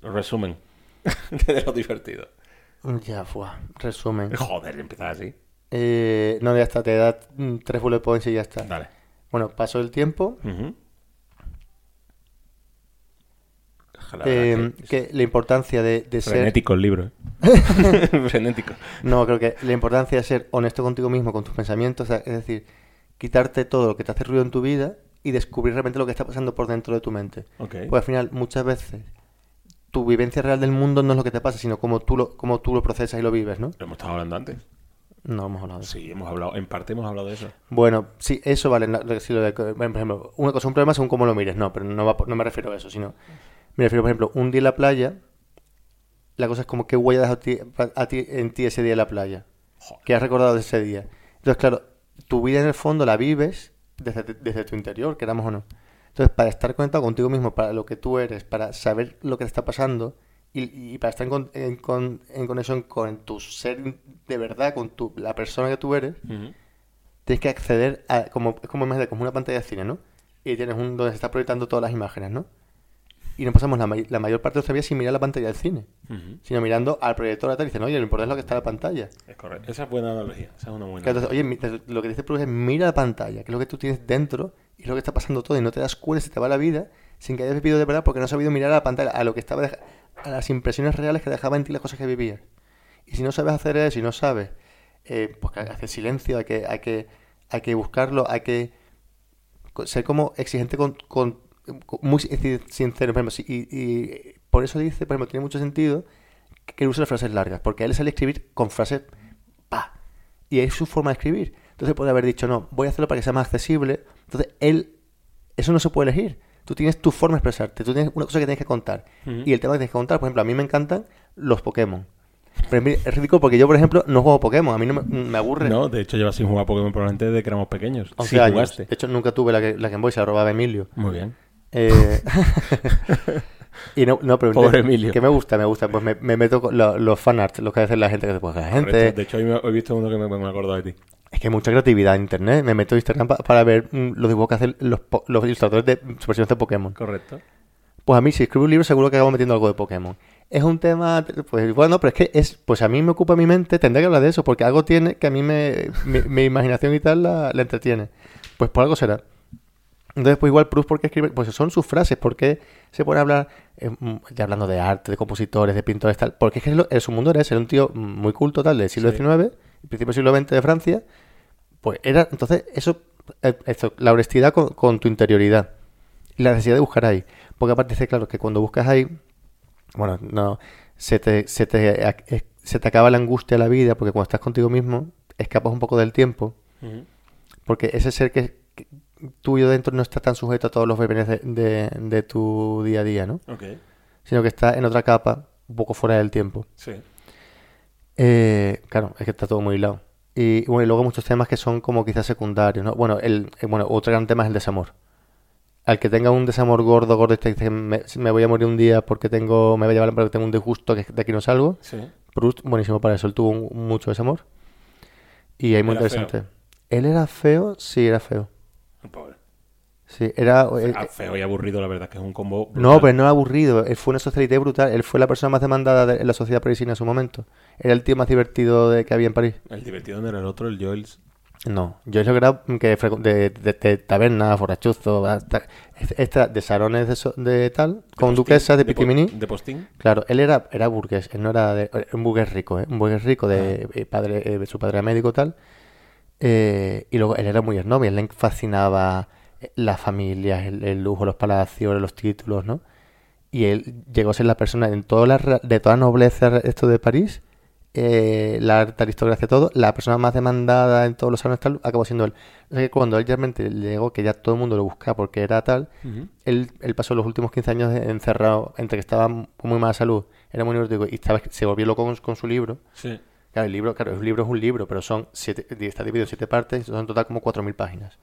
[SPEAKER 1] Resumen [laughs] de lo divertido.
[SPEAKER 2] Ya, fuá. Resumen.
[SPEAKER 1] Joder, empezar así.
[SPEAKER 2] Eh, no, ya está. Te da mm, tres bullet points y ya está.
[SPEAKER 1] Dale.
[SPEAKER 2] Bueno, pasó el tiempo.
[SPEAKER 1] Ujú. Ojalá,
[SPEAKER 2] eh,
[SPEAKER 1] que-
[SPEAKER 2] que la importancia de, de ser
[SPEAKER 1] Frenético el
[SPEAKER 2] [laughs]
[SPEAKER 1] libro. ¿eh? Frenético.
[SPEAKER 2] No, creo que la importancia de ser honesto contigo mismo, con tus pensamientos, o sea, es decir, quitarte todo lo que te hace ruido en tu vida y descubrir realmente lo que está pasando por dentro de tu mente.
[SPEAKER 1] Ok.
[SPEAKER 2] Pues al final, muchas veces, tu vivencia real del mundo no es lo que te pasa, sino cómo tú lo, cómo tú lo procesas y lo vives, ¿no?
[SPEAKER 1] Lo hemos estado hablando antes.
[SPEAKER 2] No hemos hablado de eso.
[SPEAKER 1] Sí, hemos hablado. En parte hemos hablado de eso.
[SPEAKER 2] Bueno, sí, eso vale. la- la- si lo de- bueno, por ejemplo, una cosa, un problema según cómo lo mires. No, pero no, va por- no me refiero a eso, sino. Me refiero, por ejemplo, un día en la playa. La cosa es como qué huella dejas a ti, a ti- en ti ese día en la playa.
[SPEAKER 1] Joder.
[SPEAKER 2] ¿Qué has recordado de ese día? Entonces, claro, tu vida en el fondo la vives desde, desde tu interior, queramos o no. Entonces, para estar conectado contigo mismo, para lo que tú eres, para saber lo que te está pasando y, y para estar en, con- en con- en conexión con tu ser de verdad, con tu, la persona que tú eres,
[SPEAKER 1] Ujú.
[SPEAKER 2] tienes que acceder a como es como imagínate, como una pantalla de cine no y tienes un donde se está proyectando todas las imágenes no y nos pasamos la, may- la mayor parte de nuestra vida sin mirar la pantalla del cine
[SPEAKER 1] Ujú.
[SPEAKER 2] sino mirando al proyector atrás y dicen oye lo importante es lo que está en la pantalla
[SPEAKER 1] Es correcto. Esa es buena analogía. Esa es una buena.
[SPEAKER 2] Claro, entonces, oye mi- entonces, lo que dice Proust es mira la pantalla que es lo que tú tienes dentro y es lo que está pasando todo y no te das cuenta se te va la vida sin que hayas vivido de verdad porque no has sabido mirar a la pantalla a lo que estaba deja- a las impresiones reales que dejaba en ti las cosas que vivías y si no sabes hacer eso, si no sabes, eh, pues que hay que hacer silencio, hay que, hay que, hay que buscarlo, hay que co- ser como exigente con, con- con- muy sin- sincero, por ejemplo, si- y, y por eso dice, por ejemplo, tiene mucho sentido que, que use las frases largas, porque a él le sale escribir con frases pa, y es su forma de escribir. Entonces puede haber dicho, no, voy a hacerlo para que sea más accesible. Entonces él, eso no se puede elegir. Tú tienes tu forma de expresarte, tú tienes una cosa que tienes que contar.
[SPEAKER 1] Ujú.
[SPEAKER 2] Y el tema que tienes que contar, por ejemplo, a mí me encantan los Pokémon. Pero es mi- es ridículo porque yo, por ejemplo, no juego Pokémon, a mí no me, me aburre.
[SPEAKER 1] No, de hecho llevas sin jugar Pokémon probablemente desde que éramos pequeños.
[SPEAKER 2] 11
[SPEAKER 1] Sí
[SPEAKER 2] años.
[SPEAKER 1] jugaste.
[SPEAKER 2] De hecho, nunca tuve la, que- la Game Boy, se la robaba Emilio.
[SPEAKER 1] Muy
[SPEAKER 2] [laughs]
[SPEAKER 1] bien.
[SPEAKER 2] Eh, y no, no, pero
[SPEAKER 1] Pobre Emilio.
[SPEAKER 2] que me gusta, me gusta. Pues me, me meto con lo- los fanarts, los que hace la gente que se pues, la gente.
[SPEAKER 1] Correcto. De hecho, hoy me- hoy he visto uno que me, me he acordado de ti.
[SPEAKER 2] Es que hay mucha creatividad en internet. Me meto a Instagram pa- para ver mm, los dibujos que hacen los, po- los ilustradores de versiones de Pokémon.
[SPEAKER 1] Correcto.
[SPEAKER 2] Pues a mí, si escribo un libro, seguro que acabo metiendo algo de Pokémon. Es un tema, pues bueno, pero es que es, pues a mí me ocupa mi mente, tendré que hablar de eso, porque algo tiene que a mí me, mi, mi imaginación y tal la, la entretiene. Pues por algo será. Entonces, pues igual, Proust, ¿por qué escribe? Pues son sus frases, ¿por qué se pone a hablar, eh, mm, de hablando de arte, de compositores, de pintores, tal? Porque es que lo- eh, su mundo era ese, era un tío mm, muy culto, tal, del siglo
[SPEAKER 1] Sí.
[SPEAKER 2] XIX, principio del siglo XX de Francia, pues era, entonces, eso, eh, esto, la honestidad con, con tu interioridad. la necesidad de buscar ahí. Porque aparte dice, claro, que cuando buscas ahí, bueno, no, se te, se te, ac- es- se te acaba la angustia de la vida, porque cuando estás contigo mismo, escapas un poco del tiempo,
[SPEAKER 1] Ujú.
[SPEAKER 2] porque ese ser que, que tuyo dentro no está tan sujeto a todos los vaivenes de, de- de tu día a día, ¿no?
[SPEAKER 1] Ok,
[SPEAKER 2] Sino que está en otra capa, un poco fuera del tiempo.
[SPEAKER 1] sí.
[SPEAKER 2] Eh, claro, es que está todo muy hilado. Y bueno, y luego muchos temas que son como quizás secundarios, ¿no? Bueno, el, eh, bueno, otro gran tema es el desamor. Al que tenga un desamor gordo, gordo, este que me, me voy a morir un día porque tengo, me voy a llevar porque tengo un disgusto que de aquí no salgo.
[SPEAKER 1] Sí.
[SPEAKER 2] Proust, buenísimo para eso, él tuvo un- mucho desamor. Y ahí muy
[SPEAKER 1] Era
[SPEAKER 2] interesante. ¿Él era feo? Sí, era feo.
[SPEAKER 1] Pobre.
[SPEAKER 2] Sí, era... eh,
[SPEAKER 1] Ah, feo y aburrido, la verdad, que es un combo.
[SPEAKER 2] No,
[SPEAKER 1] brutal.
[SPEAKER 2] pero no era aburrido. Él fue una socialité brutal. Él fue la persona más demandada de en la sociedad parisina en su momento. Era el tío más divertido de, que había en París.
[SPEAKER 1] El divertido no era el otro, el Joels.
[SPEAKER 2] No, yo lo que era que frecu- de, de, de taberna, forrachuzo, hasta- esta, de salones de, so- de tal, con duquesas de,
[SPEAKER 1] po-
[SPEAKER 2] piquiminí.
[SPEAKER 1] De postín.
[SPEAKER 2] Claro, él era, era burgués, él no era de- era un burgués rico, ¿eh? un burgués rico de eh, padre, eh, su padre era médico tal. Eh, y luego él era muy esnobi, él le fascinaba eh, las familias, el, el lujo, los palacios, los títulos, ¿no? Y él llegó a ser la persona en toda la, ra- de toda nobleza esto de París, eh, la alta aristocracia, todo, la persona más demandada en todos los años tal, acabó siendo él. O sea que cuando él realmente llegó, que ya todo el mundo lo buscaba porque era tal, él, él pasó los últimos 15 años encerrado, entre que estaba m- con muy mala salud, era muy neurótico y estaba, se volvió loco con, con su libro.
[SPEAKER 1] Sí.
[SPEAKER 2] Claro, el libro, claro, el libro es un libro, pero son siete, di- está dividido en siete partes, son en total como 4.000 páginas.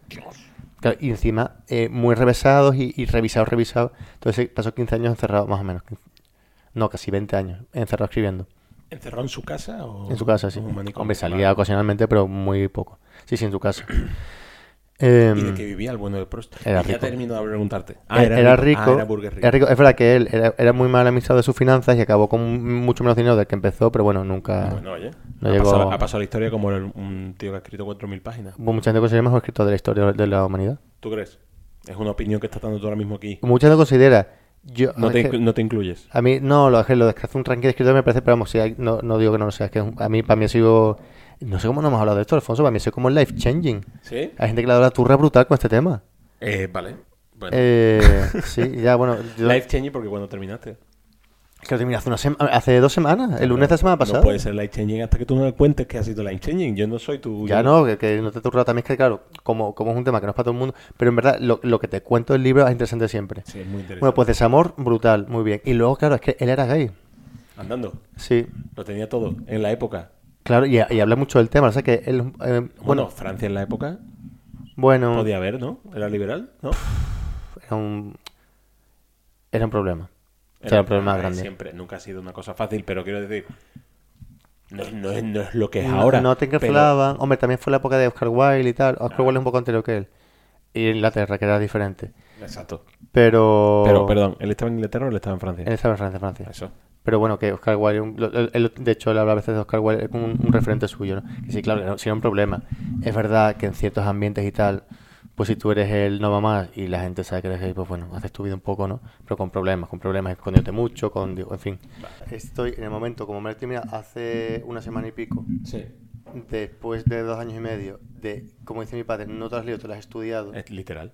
[SPEAKER 2] Claro, y encima eh, muy revesados y, y revisados, revisados. Entonces eh, pasó 15 años encerrado, más o menos. No, casi 20 años encerrado escribiendo.
[SPEAKER 1] ¿Encerrado en su casa o
[SPEAKER 2] En su casa, sí.
[SPEAKER 1] o en un manicomio?
[SPEAKER 2] Hombre, salía ocasionalmente, pero muy poco. Sí, sí, en su casa. Em,
[SPEAKER 1] ¿Y de qué vivía el bueno de Prost?
[SPEAKER 2] Era
[SPEAKER 1] Y ya
[SPEAKER 2] rico.
[SPEAKER 1] termino de preguntarte.
[SPEAKER 2] Él era, rico,
[SPEAKER 1] Ah, era burger rico.
[SPEAKER 2] era rico. Es verdad que él era, era muy mal administrado de sus finanzas y acabó con mucho menos dinero del que empezó, pero bueno, nunca.
[SPEAKER 1] Ah, Bueno, oye.
[SPEAKER 2] No
[SPEAKER 1] ha,
[SPEAKER 2] llegó-
[SPEAKER 1] pasado, ha pasado la historia como el- un tío que ha escrito 4.000 páginas.
[SPEAKER 2] Hubo Mucha gente considera el mejor escritor de la historia de la humanidad.
[SPEAKER 1] ¿Tú crees? Es una opinión que estás dando tú ahora mismo aquí.
[SPEAKER 2] Mucha gente considera. Yo,
[SPEAKER 1] No
[SPEAKER 2] es
[SPEAKER 1] te,
[SPEAKER 2] que
[SPEAKER 1] inclu- no te incluyes.
[SPEAKER 2] a mí, no, lo, es que lo de que hace un ranking de escritor me parece, pero vamos, sí, hay- no, no digo que no lo sea. Es que es un- a mí, para mí, ha sido. No sé cómo no hemos hablado de esto, Alfonso. Para mí, ha sido como life changing.
[SPEAKER 1] ¿Sí?
[SPEAKER 2] Hay gente que le da la turra brutal con este tema.
[SPEAKER 1] Eh, vale. Bueno.
[SPEAKER 2] Eh, sí, ya, bueno. yo-
[SPEAKER 1] Life changing porque cuando terminaste.
[SPEAKER 2] es que lo terminé hace, una sema- hace dos semanas, el lunes de la semana pasada.
[SPEAKER 1] No puede ser life changing hasta que tú no me cuentes que ha sido life changing. Yo no soy tu.
[SPEAKER 2] Ya
[SPEAKER 1] yo-
[SPEAKER 2] no, que, que no te turra también es que, claro, como, como es un tema que no es para todo el mundo, pero en verdad lo, lo que te cuento del libro es interesante siempre.
[SPEAKER 1] Sí, es muy interesante.
[SPEAKER 2] Bueno, pues desamor, brutal, muy bien. Y luego, claro, es que él era gay. pues-
[SPEAKER 1] Andando.
[SPEAKER 2] Sí,
[SPEAKER 1] Lo tenía todo. En la época.
[SPEAKER 2] claro, y, y habla mucho del tema, o sea que él... eh,
[SPEAKER 1] Bueno,
[SPEAKER 2] bueno,
[SPEAKER 1] Francia en la época
[SPEAKER 2] bueno,
[SPEAKER 1] podía haber, ¿no? Era liberal, ¿no?
[SPEAKER 2] era un... Era un problema. Era, un problema
[SPEAKER 1] eh,
[SPEAKER 2] grande.
[SPEAKER 1] Siempre, nunca ha sido una cosa fácil, pero quiero decir, no, es- no es, no es lo que es
[SPEAKER 2] No-
[SPEAKER 1] ahora.
[SPEAKER 2] No te
[SPEAKER 1] pero-
[SPEAKER 2] encarcelaban. Hombre, también fue la época de Oscar Wilde y tal. Oscar Wilde es un poco anterior que él. Y Inglaterra, que era diferente.
[SPEAKER 1] Exacto.
[SPEAKER 2] Pero...
[SPEAKER 1] Pero, perdón, ¿él estaba en Inglaterra o él estaba en Francia?
[SPEAKER 2] Él estaba en Francia, Francia.
[SPEAKER 1] Eso.
[SPEAKER 2] Pero bueno, que Oscar Wilde, un- lo- él- él, de hecho, él habla a veces de Oscar Wilde como un, un referente suyo, ¿no? Que sí, claro, que no, sí era un problema. Es verdad que en ciertos ambientes y tal, pues si tú eres el no mamá y la gente sabe que eres gay, pues bueno, haces tu vida un poco, ¿no? Pero con problemas, con problemas, escondiéndote mucho, con, digo, en fin. Estoy en el momento, como me he terminado hace una semana y pico,
[SPEAKER 4] Sí.
[SPEAKER 2] después de dos años y medio, de, como dice mi padre, no te las leído, te las has estudiado.
[SPEAKER 1] Es literal.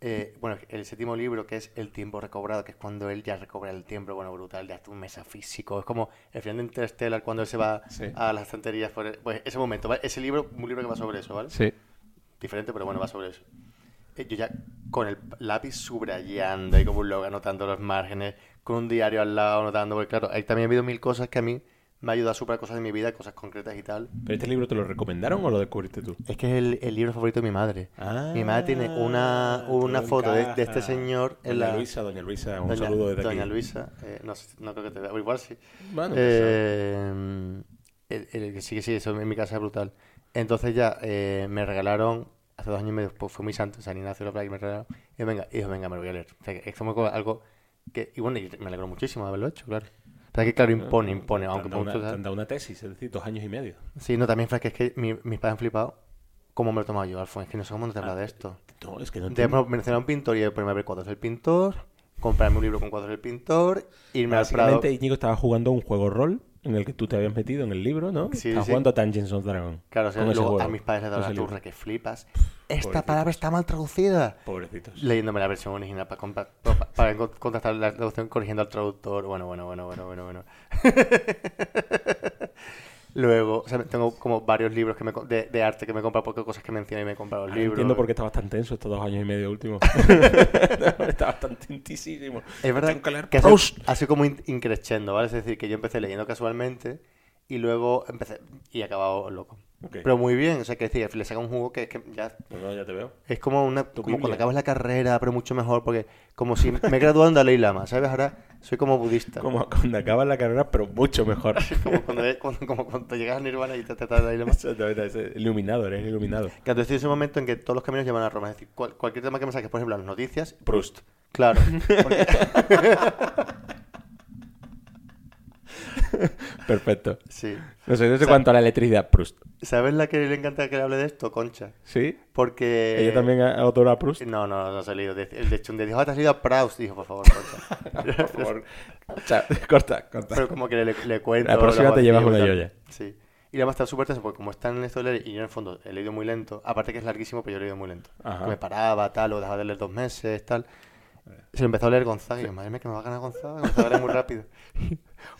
[SPEAKER 2] Eh, bueno, el séptimo libro, que es El tiempo recobrado, que es cuando él ya recobra el tiempo, bueno, brutal, ya hace un metafísico. Es como el final de Interstellar cuando él se va
[SPEAKER 1] [laughs] Sí.
[SPEAKER 2] a las estanterías. Por el- pues ese momento, ¿vale? Ese libro, un libro que va sobre eso, ¿vale?
[SPEAKER 1] Sí.
[SPEAKER 2] Diferente, pero bueno, va sobre eso. Eh, yo ya con el lápiz subrayando y como un loco anotando los márgenes, con un diario al lado anotando, porque claro, ahí también ha habido mil cosas que a mí me ha ayudado a superar cosas de mi vida, cosas concretas y tal.
[SPEAKER 1] ¿Pero este libro te lo recomendaron o lo descubriste tú?
[SPEAKER 2] Es que es el, el libro favorito de mi madre.
[SPEAKER 1] Ah,
[SPEAKER 2] mi madre tiene una,
[SPEAKER 1] todo
[SPEAKER 2] una foto de, de
[SPEAKER 1] encaja.
[SPEAKER 2] este señor en
[SPEAKER 1] Doña
[SPEAKER 2] la...
[SPEAKER 1] Pues Luisa, Doña Luisa, un saludo desde
[SPEAKER 2] Doña
[SPEAKER 1] aquí.
[SPEAKER 2] Luisa, eh, no, sé, no creo que te vea, o igual sí.
[SPEAKER 1] Bueno, pues,
[SPEAKER 2] Eh, el- el- sí, que sí, eso en mi casa es brutal. Entonces ya eh, me regalaron, hace dos años y medio, pues fue muy santo, San Ignacio de la Playa, y me regalaron, y yo, venga, y yo, venga, me lo voy a leer. O sea, que es como co- algo que, y bueno, y me alegro muchísimo de haberlo hecho, claro. Pero es que claro, impone, impone,
[SPEAKER 1] Te han
[SPEAKER 2] aunque
[SPEAKER 1] dado
[SPEAKER 2] por
[SPEAKER 1] una,
[SPEAKER 2] mucho-
[SPEAKER 1] te han dado una tesis, es decir, dos años y medio.
[SPEAKER 2] Sí, no, también, Frank, es que mi- mis padres han flipado cómo me lo he tomado yo, Alfonso. Es que no sé cómo no te
[SPEAKER 1] Ah,
[SPEAKER 2] habla de esto.
[SPEAKER 1] No, es que no
[SPEAKER 2] De bueno, mencionar a un pintor y de ponerme a ver cuadros del pintor, comprarme un libro con cuadros del pintor, irme al Prado.
[SPEAKER 1] Básicamente, Íñigo estaba jugando un juego rol en el que tú te habías metido en el libro, ¿no?
[SPEAKER 2] Sí,
[SPEAKER 1] Estás
[SPEAKER 2] sí.
[SPEAKER 1] jugando a Dungeons of Dragon.
[SPEAKER 2] Claro, o sea,
[SPEAKER 1] con ese
[SPEAKER 2] luego a
[SPEAKER 1] juego,
[SPEAKER 2] mis padres les
[SPEAKER 1] con
[SPEAKER 2] daba la
[SPEAKER 1] ese libro.
[SPEAKER 2] turra que flipas.
[SPEAKER 1] Pobrecito.
[SPEAKER 2] Esta palabra está mal traducida.
[SPEAKER 1] Pobrecitos.
[SPEAKER 2] Leyéndome la versión original para, compa- pa- para encon- contrastar la traducción, corrigiendo al traductor. Bueno, bueno, bueno, bueno, bueno, bueno. [laughs] Luego, o sea, tengo como varios libros que me co- de, de arte que me he comprado porque cosas que mencioné y me he comprado los
[SPEAKER 1] Ahora
[SPEAKER 2] libros.
[SPEAKER 1] Ah, Entiendo por qué estabas tan tenso estos dos años y medio
[SPEAKER 2] [laughs]
[SPEAKER 1] últimos. [laughs] estabas tan tentísimo.
[SPEAKER 2] Es verdad
[SPEAKER 1] Tengo que leer
[SPEAKER 2] que ha sido,
[SPEAKER 1] Proust.
[SPEAKER 2] ha sido como in- increciendo, ¿vale? Es decir, que yo empecé leyendo casualmente y luego empecé y he acabado loco.
[SPEAKER 1] Ok.
[SPEAKER 2] Pero muy bien, o sea, que es decir, le saca un jugo que es que ya
[SPEAKER 1] No, no, ya te veo.
[SPEAKER 2] es como una
[SPEAKER 1] Tu
[SPEAKER 2] como cuando
[SPEAKER 1] Biblia.
[SPEAKER 2] acabas la carrera, pero mucho mejor porque como si me he graduado en Dalai Lama, ¿sabes? Ahora soy como budista.
[SPEAKER 1] Como cuando acabas la carrera, pero mucho mejor.
[SPEAKER 2] [laughs] Como cuando, eres- cuando- como cuando llegas a Nirvana y te tratas de Dalai Lama.
[SPEAKER 1] Exactamente, ese iluminado, eres iluminado.
[SPEAKER 2] Que entonces estoy en ese momento en que todos los caminos llevan a Roma. Es decir, cual- cualquier tema que me saques, por ejemplo, las noticias,
[SPEAKER 1] Proust. [laughs]
[SPEAKER 2] claro.
[SPEAKER 1] Perfecto.
[SPEAKER 2] Sí.
[SPEAKER 1] No sé, no sé
[SPEAKER 2] O sea-
[SPEAKER 1] cuánto a la electricidad, Proust.
[SPEAKER 2] ¿Sabes la que le encanta que le hable de esto? Concha.
[SPEAKER 1] ¿Sí?
[SPEAKER 2] Porque...
[SPEAKER 1] Ella también ha- autora a
[SPEAKER 2] [laughs]
[SPEAKER 1] Proust.
[SPEAKER 2] No, no, no se ha leído. De- El de hecho, un día dijo, ah, te has leído a Proust. Dijo, por favor, corta.
[SPEAKER 1] Por favor. Chao, corta, corta.
[SPEAKER 2] [laughs] Pero como que le, le cuento.
[SPEAKER 1] La próxima
[SPEAKER 2] lo
[SPEAKER 1] te llevas
[SPEAKER 2] vacío y
[SPEAKER 1] una
[SPEAKER 2] tal.
[SPEAKER 1] joya.
[SPEAKER 2] Sí. Y además está súper tenso porque como están en esto de leer, y yo en el fondo he leído muy lento, aparte que es larguísimo, pero yo he leído muy lento.
[SPEAKER 1] Ajá.
[SPEAKER 2] Que me paraba, tal, o dejaba de leer dos meses, tal. Se lo empezó a leer Gonzaga y yo, madre mía, que me va a ganar Gonzaga, que Gonzaga era muy
[SPEAKER 1] [laughs]
[SPEAKER 2] rápido.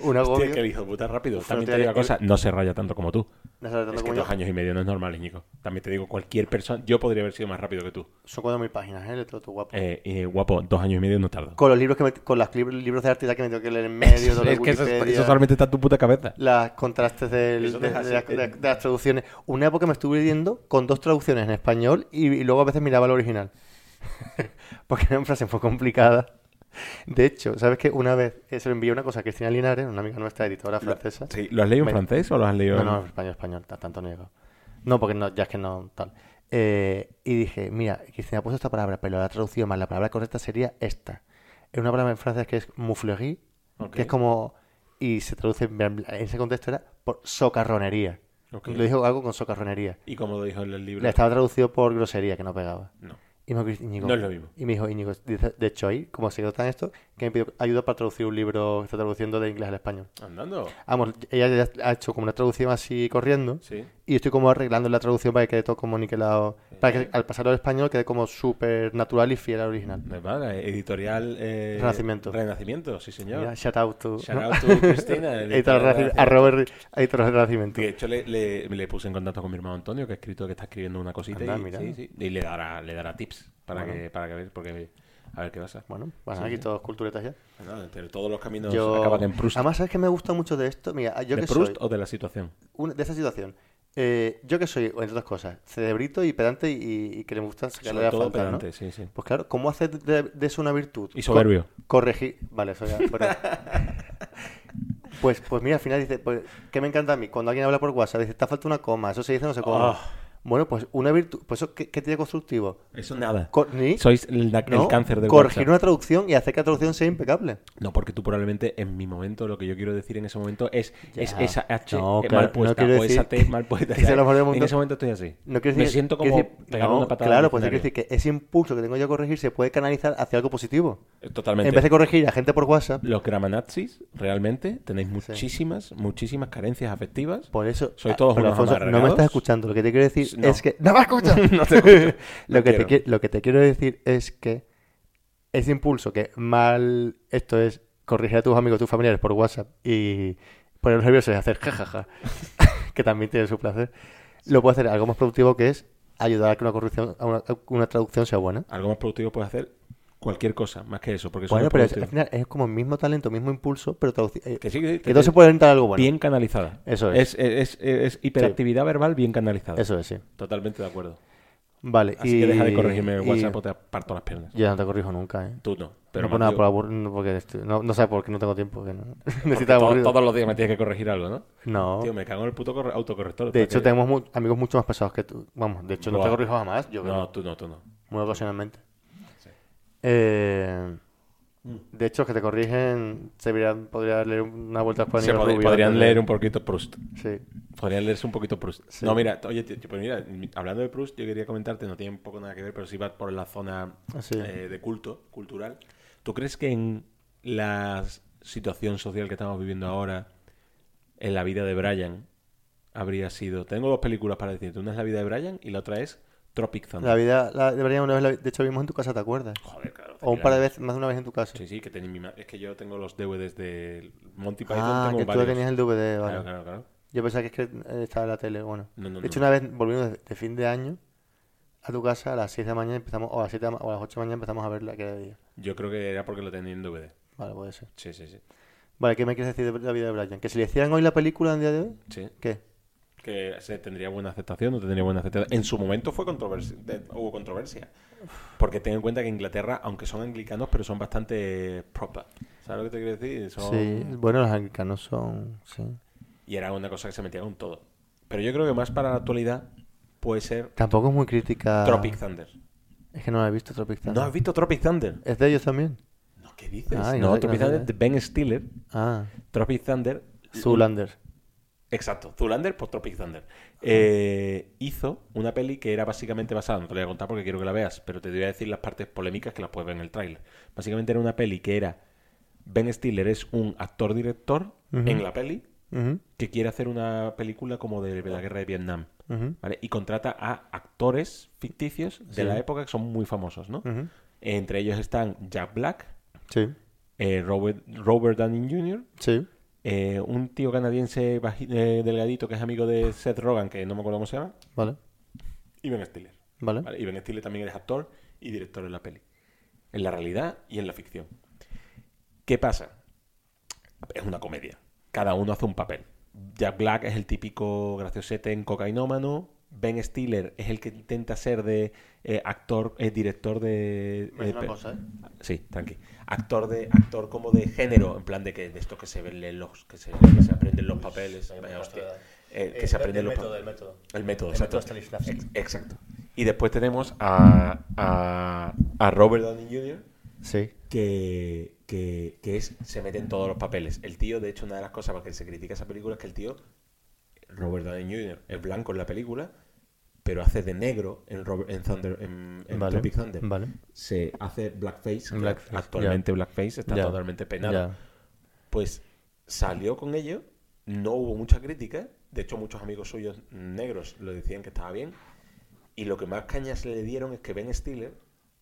[SPEAKER 2] Un
[SPEAKER 1] Hostia,
[SPEAKER 2] agobio.
[SPEAKER 1] que el hijo de puta es rápido.
[SPEAKER 2] Uf,
[SPEAKER 1] También
[SPEAKER 2] no
[SPEAKER 1] te
[SPEAKER 2] te-
[SPEAKER 1] digo una cosa, no se raya tanto como tú.
[SPEAKER 2] No sabe tanto
[SPEAKER 1] Es que
[SPEAKER 2] como
[SPEAKER 1] dos
[SPEAKER 2] yo.
[SPEAKER 1] años y medio no es normal, Nico. También te digo, cualquier persona... Yo podría haber sido más rápido que tú.
[SPEAKER 2] Son cuatro mil páginas, ¿eh? Le todo guapo.
[SPEAKER 1] Eh, eh, guapo, dos años y medio no tardo.
[SPEAKER 2] Con los libros que me- con los libros libros de arte y tal que me tengo que leer en medio, todo lo
[SPEAKER 1] [laughs]
[SPEAKER 2] de
[SPEAKER 1] es que eso, eso
[SPEAKER 2] Wikipedia.
[SPEAKER 1] solamente está en tu puta cabeza.
[SPEAKER 2] las contrastes del-
[SPEAKER 1] Eso
[SPEAKER 2] de,
[SPEAKER 1] deja
[SPEAKER 2] de
[SPEAKER 1] así,
[SPEAKER 2] las-
[SPEAKER 1] eh.
[SPEAKER 2] de- de las traducciones. Una época me estuve leyendo con dos traducciones en español y, y luego a veces miraba el original. [laughs] Porque era una frase muy complicada. De hecho, ¿sabes qué? Una vez eh, se lo envié una cosa a Cristina Linares, una amiga nuestra, editora francesa.
[SPEAKER 1] Sí, ¿Lo has leído en
[SPEAKER 2] Me-
[SPEAKER 1] francés o lo has leído
[SPEAKER 2] No,
[SPEAKER 1] en-
[SPEAKER 2] no, español, español, ta- tanto no he llegado. No, porque no, ya es que no, tal. Eh, y dije, mira, Cristina ha puesto esta palabra, pero la ha traducido mal. La palabra correcta sería esta. Es una palabra en francés que es mouflerie,
[SPEAKER 1] Ok.
[SPEAKER 2] que es como. Y se traduce en en ese contexto era por socarronería.
[SPEAKER 1] Ok.
[SPEAKER 2] Lo dijo algo con socarronería.
[SPEAKER 1] ¿Y cómo lo dijo en el libro?
[SPEAKER 2] Le estaba traducido por grosería, que no pegaba.
[SPEAKER 1] No.
[SPEAKER 2] Y me, dijo, Íñigo-
[SPEAKER 1] No es lo mismo.
[SPEAKER 2] Y me dijo, Íñigo, dice- de hecho, ahí, como se quedó tan esto, que me pidió ayuda para traducir un libro que está traduciendo de inglés al español.
[SPEAKER 1] ¿Andando?
[SPEAKER 2] Vamos, ella ya ha hecho como una traducción así corriendo.
[SPEAKER 1] Sí.
[SPEAKER 2] Y estoy como arreglando la traducción para que quede todo como niquelado. Para que al pasarlo al español quede como súper natural y fiel al original.
[SPEAKER 1] Me va, editorial... eh,
[SPEAKER 2] Renacimiento.
[SPEAKER 1] Renacimiento, sí señor.
[SPEAKER 2] Mira, shout out to.
[SPEAKER 1] Shout out to
[SPEAKER 2] [laughs]
[SPEAKER 1] Cristina, el
[SPEAKER 2] Editor
[SPEAKER 1] editor
[SPEAKER 2] Renacimiento.
[SPEAKER 1] de
[SPEAKER 2] Arroba re- editor Renacimiento.
[SPEAKER 1] De hecho, le, le- me le puse en contacto con mi hermano Antonio, que ha escrito que está escribiendo una cosita
[SPEAKER 2] Anda,
[SPEAKER 1] y,
[SPEAKER 2] mira.
[SPEAKER 1] sí, sí, y le dará, le dará tips para
[SPEAKER 2] Bueno.
[SPEAKER 1] que, para que ver, porque a ver qué pasa.
[SPEAKER 2] Bueno, bueno,
[SPEAKER 1] Sí,
[SPEAKER 2] aquí
[SPEAKER 1] sí.
[SPEAKER 2] todos culturetas ya.
[SPEAKER 1] Nada, pero todos los caminos
[SPEAKER 2] Yo...
[SPEAKER 1] acaban en Proust.
[SPEAKER 2] Además, ¿sabes qué me gusta mucho de esto? Mira, yo
[SPEAKER 1] ¿De
[SPEAKER 2] que
[SPEAKER 1] Proust
[SPEAKER 2] soy.
[SPEAKER 1] o de la situación?
[SPEAKER 2] un- de esta situación. eh, yo que soy, entre otras cosas, cerebrito y pedante y, y que le gusta sacarle
[SPEAKER 1] Sobre
[SPEAKER 2] la
[SPEAKER 1] todo
[SPEAKER 2] falta, ¿no?
[SPEAKER 1] pedante, sí, sí.
[SPEAKER 2] Pues claro, ¿cómo hacer de, de eso una virtud?
[SPEAKER 1] Y soberbio.
[SPEAKER 2] Co- corregir. Vale, eso ya.
[SPEAKER 1] [laughs]
[SPEAKER 2] bueno. pues, pues mira, al final dice, pues, que me encanta a mí, cuando alguien habla por WhatsApp, dice, te falta una coma, eso se dice no sé cómo.
[SPEAKER 1] Ah.
[SPEAKER 2] Bueno, pues una virtud, pues eso, ¿qué, qué tiene constructivo?
[SPEAKER 1] Eso nada.
[SPEAKER 2] Co- ni-
[SPEAKER 1] Sois el, da- el
[SPEAKER 2] ¿no?
[SPEAKER 1] cáncer del
[SPEAKER 2] Corregir
[SPEAKER 1] WhatsApp.
[SPEAKER 2] una traducción y hacer que la traducción sea impecable.
[SPEAKER 1] No, porque tú probablemente en mi momento lo que yo quiero decir en ese momento es,
[SPEAKER 2] Ya.
[SPEAKER 1] es esa H
[SPEAKER 2] No,
[SPEAKER 1] eh,
[SPEAKER 2] claro,
[SPEAKER 1] mal
[SPEAKER 2] no
[SPEAKER 1] puesta
[SPEAKER 2] quiero
[SPEAKER 1] o esa
[SPEAKER 2] decir
[SPEAKER 1] T
[SPEAKER 2] [laughs] que-
[SPEAKER 1] mal puesta.
[SPEAKER 2] que sea lo mejor del
[SPEAKER 1] en
[SPEAKER 2] mundo.
[SPEAKER 1] ese momento estoy así.
[SPEAKER 2] No quiero
[SPEAKER 1] Me
[SPEAKER 2] decir-
[SPEAKER 1] siento
[SPEAKER 2] quiero
[SPEAKER 1] como
[SPEAKER 2] decir-
[SPEAKER 1] pegar
[SPEAKER 2] no,
[SPEAKER 1] una patada.
[SPEAKER 2] Claro,
[SPEAKER 1] al
[SPEAKER 2] pues hay que decir
[SPEAKER 1] diccionario.
[SPEAKER 2] que ese impulso que tengo yo a corregir se puede canalizar hacia algo positivo.
[SPEAKER 1] Totalmente.
[SPEAKER 2] En vez de corregir a gente por WhatsApp,
[SPEAKER 1] Los gramanazis, realmente, tenéis muchísimas, muchísimas carencias afectivas.
[SPEAKER 2] por eso.
[SPEAKER 1] Sois todos
[SPEAKER 2] Ah, pero
[SPEAKER 1] unos
[SPEAKER 2] Alfonso, No me
[SPEAKER 1] amargados.
[SPEAKER 2] estás escuchando. Lo que te quiero decir
[SPEAKER 1] No.
[SPEAKER 2] es que. [laughs] ¡No me escuchas!
[SPEAKER 1] [laughs] No te escucho.
[SPEAKER 2] lo,
[SPEAKER 1] No
[SPEAKER 2] que te,
[SPEAKER 1] quiero.
[SPEAKER 2] qui- lo que te quiero decir es que ese impulso que mal. Esto es corregir a tus amigos, tus familiares por WhatsApp y ponerlos nerviosos y hacer jajaja, [laughs] que también tiene su placer, lo puede hacer algo más productivo que es ayudar a que una, corrección- a una, a que una traducción sea buena.
[SPEAKER 1] Algo más productivo puedes hacer cualquier cosa, más que eso, porque eso no
[SPEAKER 2] Bueno,
[SPEAKER 1] es
[SPEAKER 2] pero es-
[SPEAKER 1] productivo.
[SPEAKER 2] al final es como el mismo talento, mismo impulso, pero traducir. eh,
[SPEAKER 1] Que sí, que sí, que
[SPEAKER 2] que todo
[SPEAKER 1] sí.
[SPEAKER 2] se puede entrar algo bueno.
[SPEAKER 1] Bien canalizada.
[SPEAKER 2] Eso es.
[SPEAKER 1] Es, es- es- es hiperactividad verbal bien canalizada.
[SPEAKER 2] Eso es, sí.
[SPEAKER 1] Totalmente de acuerdo.
[SPEAKER 2] Vale.
[SPEAKER 1] Así que
[SPEAKER 2] y-
[SPEAKER 1] deja de corregirme en
[SPEAKER 2] y-
[SPEAKER 1] WhatsApp o te parto las piernas.
[SPEAKER 2] Yo no te corrijo nunca, ¿eh?
[SPEAKER 1] Tú no. Pero
[SPEAKER 2] Pero no por
[SPEAKER 1] más
[SPEAKER 2] nada,
[SPEAKER 1] yo,
[SPEAKER 2] por abur- no, porque estoy- no, no sé por qué no tengo tiempo. Que no. [laughs]
[SPEAKER 1] porque
[SPEAKER 2] Necesita
[SPEAKER 1] to-
[SPEAKER 2] pues aburrido.
[SPEAKER 1] todos los días me tienes que corregir algo, ¿no?
[SPEAKER 2] No.
[SPEAKER 1] Tío, me cago en el puto corre- autocorrector.
[SPEAKER 2] de
[SPEAKER 1] Para
[SPEAKER 2] hecho,
[SPEAKER 1] que-
[SPEAKER 2] tenemos mu- amigos mucho más pesados que tú. Vamos, de hecho, no te
[SPEAKER 1] Buah.
[SPEAKER 2] corrijo jamás. Yo creo,
[SPEAKER 1] No, tú no, tú no.
[SPEAKER 2] muy ocasionalmente. Eh,
[SPEAKER 1] Mm.
[SPEAKER 2] de hecho, los que te corrigen se verían- podrían leer una vuelta por
[SPEAKER 1] Se
[SPEAKER 2] Aníbal
[SPEAKER 1] pod-
[SPEAKER 2] Rubio
[SPEAKER 1] podrían
[SPEAKER 2] antes de-
[SPEAKER 1] leer un poquito Proust.
[SPEAKER 2] Sí.
[SPEAKER 1] Podrían leerse un poquito Proust. No, mira, t- oye, t- pues mira, m- hablando de Proust, yo quería comentarte, no tiene un poco nada que ver, pero sí va por la zona
[SPEAKER 2] Ah, sí.
[SPEAKER 1] eh, de culto, cultural. ¿Tú crees que en la situación social que estamos viviendo ahora en la vida de Brian habría sido. Tengo dos películas para decirte. Una es La vida de Brian y la otra es Tropic Thunder.
[SPEAKER 2] La vida la, de Brian una vez, la- de hecho, la vimos en tu casa, ¿te acuerdas?
[SPEAKER 1] Joder, claro.
[SPEAKER 2] O un par de veces, más de una vez en tu casa.
[SPEAKER 1] Sí, sí, que tenía mi ma- Es que yo tengo los DVDs de Monty Python.
[SPEAKER 2] ah,
[SPEAKER 1] tengo
[SPEAKER 2] que tú
[SPEAKER 1] varios.
[SPEAKER 2] tenías el DVD, vale.
[SPEAKER 1] Claro, claro, claro.
[SPEAKER 2] Yo pensaba que, es que eh, estaba en la tele, bueno.
[SPEAKER 1] No, no,
[SPEAKER 2] de hecho,
[SPEAKER 1] no.
[SPEAKER 2] una vez volvimos de, de fin de año a tu casa a las 6 de la mañana empezamos, o a las, 7 de la ma- o a las 8 de la mañana empezamos a verla aquel día.
[SPEAKER 1] Yo creo que era porque lo tenía en DVD.
[SPEAKER 2] Vale, puede ser.
[SPEAKER 1] Sí, sí, sí.
[SPEAKER 2] Vale, ¿qué me quieres decir de la vida de Brian? ¿Que si le hicieran hoy la película en día de hoy?
[SPEAKER 1] Sí.
[SPEAKER 2] ¿Qué?
[SPEAKER 1] que se tendría buena aceptación, no tendría buena aceptación. En su momento fue controversia, hubo controversia. Porque ten en cuenta que Inglaterra, aunque son anglicanos, pero son bastante proper. ¿Sabes lo que te quiero decir? Son-
[SPEAKER 2] Sí, bueno, los anglicanos son... Sí.
[SPEAKER 1] Y era una cosa que se metía con todo. Pero yo creo que más para la actualidad puede ser
[SPEAKER 2] Tampoco es muy crítica...
[SPEAKER 1] Tropic Thunder.
[SPEAKER 2] Es que no la he visto, Tropic Thunder.
[SPEAKER 1] ¿No has visto Tropic Thunder?
[SPEAKER 2] ¿Es de ellos también?
[SPEAKER 1] No, ¿qué dices?
[SPEAKER 2] Ay,
[SPEAKER 1] no,
[SPEAKER 2] no sé,
[SPEAKER 1] Tropic
[SPEAKER 2] no sé.
[SPEAKER 1] Thunder de Ben Stiller.
[SPEAKER 2] Ah,
[SPEAKER 1] Tropic Thunder.
[SPEAKER 2] Zoolander.
[SPEAKER 1] Exacto, Zulander por Tropic Thunder. Eh, hizo una peli que era básicamente basada, no te la voy a contar porque quiero que la veas, pero te voy a decir las partes polémicas que las puedes ver en el tráiler. Básicamente era una peli que era Ben Stiller es un actor-director
[SPEAKER 2] Ujú.
[SPEAKER 1] en la peli
[SPEAKER 2] Ujú,
[SPEAKER 1] que quiere hacer una película como de la guerra de Vietnam,
[SPEAKER 2] ujú,
[SPEAKER 1] ¿vale? Y contrata a actores ficticios de
[SPEAKER 2] Sí. Mm.
[SPEAKER 1] la época que son muy famosos, ¿no?
[SPEAKER 2] ujú.
[SPEAKER 1] Entre ellos están Jack Black,
[SPEAKER 2] Sí,
[SPEAKER 1] eh, Robert, Robert Downey Jr.,
[SPEAKER 2] sí.
[SPEAKER 1] eh, un tío canadiense baji- eh, delgadito que es amigo de Seth Rogen, que no me acuerdo cómo se llama,
[SPEAKER 2] Vale,
[SPEAKER 1] y Ben Stiller.
[SPEAKER 2] vale.
[SPEAKER 1] ¿vale? Y Ben Stiller también es actor y director en la peli. En la realidad y en la ficción. ¿Qué pasa? Es una comedia. Cada uno hace un papel. Jack Black es el típico graciosete en cocainómano. Ben Stiller es el que intenta ser de eh, actor, eh, director de...
[SPEAKER 2] Es
[SPEAKER 1] de-
[SPEAKER 2] una cosa, ¿eh?
[SPEAKER 1] Sí, tranqui. Actor de actor como de género, en plan de que de estos que se ven los que se, que se aprenden los papeles, vaya hostia. Eh, que se aprenden los papeles. El
[SPEAKER 2] método.
[SPEAKER 1] método,
[SPEAKER 2] el método
[SPEAKER 1] exacto.
[SPEAKER 2] Stanislavski.
[SPEAKER 1] Ex- Exacto. Y después tenemos a, a, a Robert Downey Jr.
[SPEAKER 2] Sí.
[SPEAKER 1] que, que, que es se mete en todos los papeles. El tío, de hecho, una de las cosas para que se critica esa película es que el tío Robert Downey Jr. es blanco en la película, pero hace de negro en Robert- en Thunder en, en
[SPEAKER 2] Vale.
[SPEAKER 1] Tropic Thunder
[SPEAKER 2] Vale.
[SPEAKER 1] se hace blackface, que
[SPEAKER 2] Blackface,
[SPEAKER 1] actualmente blackface está
[SPEAKER 2] Ya.
[SPEAKER 1] totalmente penado.
[SPEAKER 2] Ya.
[SPEAKER 1] Pues salió con ello, no hubo mucha crítica, de hecho muchos amigos suyos negros le decían que estaba bien, y lo que más cañas le dieron es que Ben Stiller,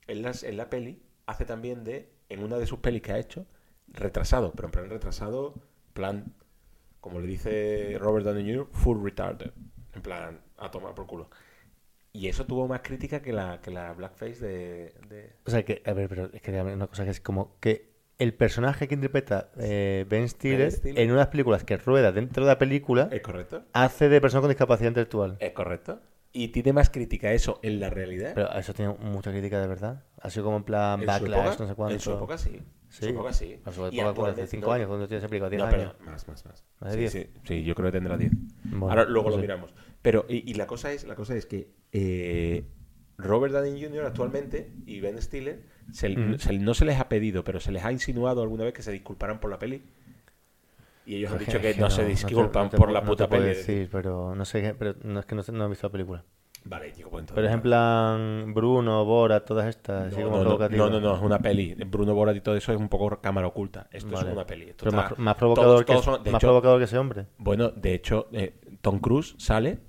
[SPEAKER 1] en, las, en la peli, hace también de, en una de sus pelis que ha hecho, retrasado, pero en plan retrasado, plan, como le dice Robert Downey Jr., full retarded, en plan, a tomar por culo. Y eso tuvo más crítica que la, que la blackface de- de,
[SPEAKER 2] O sea que, a ver, pero es que hay una cosa que es como que el personaje que interpreta eh, Ben Stiller
[SPEAKER 1] Stiller. Eh.
[SPEAKER 2] en unas películas que rueda dentro de la película
[SPEAKER 1] ¿Es correcto?
[SPEAKER 2] hace de persona con discapacidad intelectual.
[SPEAKER 1] Es correcto. Y tiene más crítica eso en la realidad.
[SPEAKER 2] Pero a eso tiene mucha crítica de verdad. Ha sido como en plan
[SPEAKER 1] en su
[SPEAKER 2] backlash,
[SPEAKER 1] época,
[SPEAKER 2] no sé cuánto.
[SPEAKER 1] En su época sí. En su época sí.
[SPEAKER 2] En su
[SPEAKER 1] Y
[SPEAKER 2] época, cuando hace
[SPEAKER 1] actualmente-
[SPEAKER 2] 5
[SPEAKER 1] no,
[SPEAKER 2] años, cuando tienes aplicado 10
[SPEAKER 1] No,
[SPEAKER 2] años.
[SPEAKER 1] pero más, más, más.
[SPEAKER 2] ¿Más
[SPEAKER 1] sí,
[SPEAKER 2] de
[SPEAKER 1] Sí, sí, yo creo que tendrá 10.
[SPEAKER 2] Bueno,
[SPEAKER 1] Ahora luego lo
[SPEAKER 2] no sé.
[SPEAKER 1] miramos. Pero, y, y la cosa es, la cosa es que eh, Robert Downey Jr. actualmente y Ben Stiller se-
[SPEAKER 2] Mm.
[SPEAKER 1] se- no se les ha pedido, pero se les ha insinuado alguna vez que se disculparan por la peli. Y ellos han
[SPEAKER 2] Pero Pues
[SPEAKER 1] dicho
[SPEAKER 2] es
[SPEAKER 1] que,
[SPEAKER 2] es
[SPEAKER 1] no, se
[SPEAKER 2] te-
[SPEAKER 1] disculpan
[SPEAKER 2] no te
[SPEAKER 1] por
[SPEAKER 2] pu-
[SPEAKER 1] la
[SPEAKER 2] no
[SPEAKER 1] puta
[SPEAKER 2] te puedo
[SPEAKER 1] peli.
[SPEAKER 2] decir, pero no sé, qué- pero no es que no, sé- no he visto la película.
[SPEAKER 1] Vale, digo, pues entonces.
[SPEAKER 2] Pero es en plan Bruno, Bora, todas estas, así
[SPEAKER 1] No, no,
[SPEAKER 2] como
[SPEAKER 1] no,
[SPEAKER 2] provocativas.
[SPEAKER 1] no, no, no, es una peli. Bruno Borat y todo eso es un poco cámara oculta. Esto
[SPEAKER 2] Vale.
[SPEAKER 1] es una peli. Esto
[SPEAKER 2] Pero
[SPEAKER 1] está-
[SPEAKER 2] más, más
[SPEAKER 1] todos-
[SPEAKER 2] provocador,
[SPEAKER 1] todos
[SPEAKER 2] que,
[SPEAKER 1] son- de
[SPEAKER 2] más
[SPEAKER 1] hecho,
[SPEAKER 2] provocador que ese hombre.
[SPEAKER 1] Bueno, de hecho, eh, Tom Cruise sale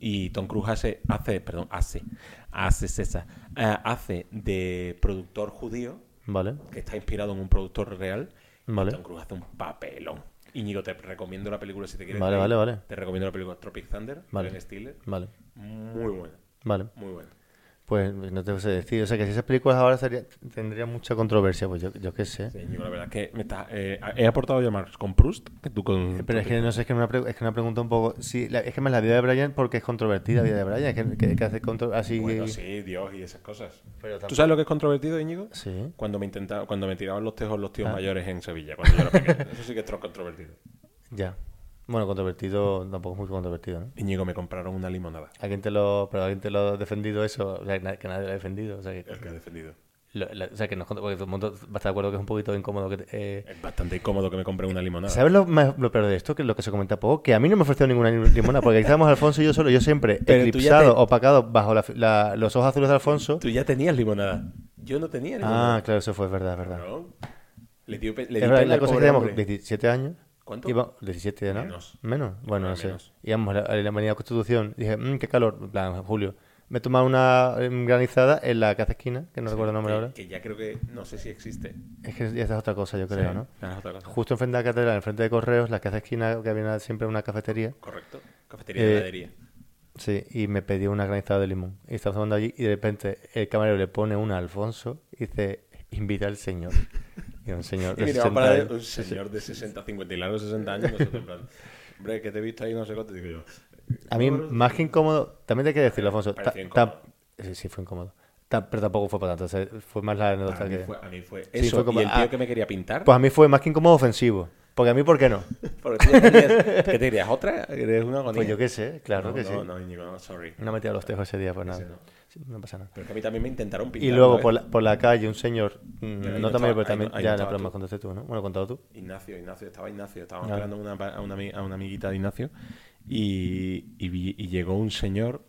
[SPEAKER 1] y Tom Cruise hace, hace perdón, hace, hace César, eh, hace de productor judío,
[SPEAKER 2] Vale,
[SPEAKER 1] que está inspirado en un productor real. y
[SPEAKER 2] Vale.
[SPEAKER 1] Tom Cruise hace un papelón. Íñigo, te recomiendo la película si te quieres.
[SPEAKER 2] Vale,
[SPEAKER 1] reír.
[SPEAKER 2] vale, vale.
[SPEAKER 1] Te recomiendo la película Tropic Thunder,
[SPEAKER 2] Vale.
[SPEAKER 1] de Ben Stiller.
[SPEAKER 2] vale,
[SPEAKER 1] Muy buena,
[SPEAKER 2] vale.
[SPEAKER 1] muy buena.
[SPEAKER 2] Pues no te sé decir. O sea, que si esas películas ahora sería- tendrían mucha controversia, pues yo, yo qué sé.
[SPEAKER 1] Sí, Íñigo, la verdad es que me está, eh, he aportado ya más con Proust que tú con.
[SPEAKER 2] Eh, Pero es que no sé, es que una, pre- es que una pregunta un poco... Sí, la- es que más la vida de Brian porque es controvertida la vida de Brian. Es que, que, que hace contro- así...
[SPEAKER 1] Bueno, sí, Dios y esas cosas.
[SPEAKER 2] Pero
[SPEAKER 1] ¿Tú sabes lo que es controvertido, Íñigo?
[SPEAKER 2] Sí.
[SPEAKER 1] Cuando me intentaba, cuando me tiraban los tejos los tíos mayores en Sevilla, cuando yo era [laughs] pequeño. Eso sí que es tro- controvertido.
[SPEAKER 2] Ya. Bueno, controvertido tampoco es muy controvertido, ¿no?
[SPEAKER 1] Íñigo, me compraron una limonada.
[SPEAKER 2] ¿Alguien te lo, pero alguien te lo ha defendido eso? O sea, na- que nadie lo ha defendido. O sea, que,
[SPEAKER 1] El que ha defendido.
[SPEAKER 2] lo- la- o sea, que no es contra- porque todo el mundo va a estar de acuerdo que es un poquito incómodo. Que, te- eh,
[SPEAKER 1] Es bastante incómodo que me compré una limonada.
[SPEAKER 2] ¿Sabes lo, más- lo peor de esto? Que lo que se comenta poco, que a mí no me ofreció ninguna lim- limonada, porque aquí estábamos Alfonso y yo solo, yo siempre
[SPEAKER 1] [laughs] Pero tú ya
[SPEAKER 2] eclipsado,
[SPEAKER 1] te-
[SPEAKER 2] opacado bajo la fi- la- los ojos azules de Alfonso.
[SPEAKER 1] Tú ya tenías limonada. Yo no tenía
[SPEAKER 2] Ah,
[SPEAKER 1] limonada.
[SPEAKER 2] claro, eso fue, es verdad, es verdad.
[SPEAKER 1] Claro. Le dio pe- le
[SPEAKER 2] Es
[SPEAKER 1] di
[SPEAKER 2] verdad,
[SPEAKER 1] pena
[SPEAKER 2] la
[SPEAKER 1] al
[SPEAKER 2] cosa es
[SPEAKER 1] pobre
[SPEAKER 2] que teníamos
[SPEAKER 1] hombre.
[SPEAKER 2] 17 años,
[SPEAKER 1] ¿Cuánto?
[SPEAKER 2] Iba, 17, ¿no?
[SPEAKER 1] Menos.
[SPEAKER 2] Bueno, no
[SPEAKER 1] Menos.
[SPEAKER 2] sé. Íbamos a la, a la Avenida Constitución. Dije, mmm, qué calor. En plan, Julio. Me he tomado una em, granizada en la casa esquina, que no recuerdo el nombre
[SPEAKER 1] que,
[SPEAKER 2] ahora.
[SPEAKER 1] que ya creo que no sé si existe.
[SPEAKER 2] Es que esa es otra cosa, yo creo,
[SPEAKER 1] Sí,
[SPEAKER 2] ¿no?
[SPEAKER 1] claro, es otra cosa.
[SPEAKER 2] Justo enfrente de la catedral, enfrente de correos, la casa esquina, que había siempre una cafetería.
[SPEAKER 1] Correcto. Cafetería y
[SPEAKER 2] Eh,
[SPEAKER 1] heladería.
[SPEAKER 2] Sí, y me pedí una granizada de limón. Y estamos tomando allí y de repente el camarero le pone una a Alfonso y dice, invita al señor. Y era un señor
[SPEAKER 1] [laughs] Y
[SPEAKER 2] de
[SPEAKER 1] mira,
[SPEAKER 2] 60
[SPEAKER 1] para
[SPEAKER 2] años.
[SPEAKER 1] un señor de 60, 50 y largo 60 años, nosotros en plan, hombre, que te he visto ahí, no sé cuánto, digo yo.
[SPEAKER 2] A mí, más que incómodo, también te que decirlo, Alfonso. ta-
[SPEAKER 1] Parecía
[SPEAKER 2] ta- sí, sí, fue incómodo. Ta- pero tampoco fue para tanto. o sea, fue más la
[SPEAKER 1] A
[SPEAKER 2] anécdota
[SPEAKER 1] mí
[SPEAKER 2] que...
[SPEAKER 1] fue, a mí fue eso
[SPEAKER 2] Sí, fue como,
[SPEAKER 1] y el tío
[SPEAKER 2] ah,
[SPEAKER 1] que me quería pintar.
[SPEAKER 2] Pues a mí fue más que incómodo ofensivo. Porque a mí, ¿por qué
[SPEAKER 1] [laughs]
[SPEAKER 2] no?
[SPEAKER 1] Porque tú ya tenías- ¿Qué te dirías? ¿Otra? ¿Eres una agonía?
[SPEAKER 2] Pues yo qué sé, claro
[SPEAKER 1] no,
[SPEAKER 2] que
[SPEAKER 1] no,
[SPEAKER 2] sí. No,
[SPEAKER 1] No, Íñigo, no, sorry.
[SPEAKER 2] me tiré a los tejos ese día, pues nada.
[SPEAKER 1] Ese no.
[SPEAKER 2] Sí, no pasa nada.
[SPEAKER 1] Pero es que a mí también me intentaron ¿eh? pintar.
[SPEAKER 2] Y luego
[SPEAKER 1] una
[SPEAKER 2] por
[SPEAKER 1] vez.
[SPEAKER 2] la, por la calle un señor, mm,
[SPEAKER 1] Pero ahí
[SPEAKER 2] no
[SPEAKER 1] no
[SPEAKER 2] tan mayor,
[SPEAKER 1] estaba-
[SPEAKER 2] pero también,
[SPEAKER 1] ahí no- ahí no
[SPEAKER 2] ya no,
[SPEAKER 1] estaba
[SPEAKER 2] pero me
[SPEAKER 1] tú.
[SPEAKER 2] contaste tú, ¿no? Bueno, contado tú.
[SPEAKER 1] Ignacio, Ignacio, estaba Ignacio, estábamos
[SPEAKER 2] Ah.
[SPEAKER 1] hablando una, pa- a, una, ami- a una amiguita de Ignacio y, y vi- y llegó un señor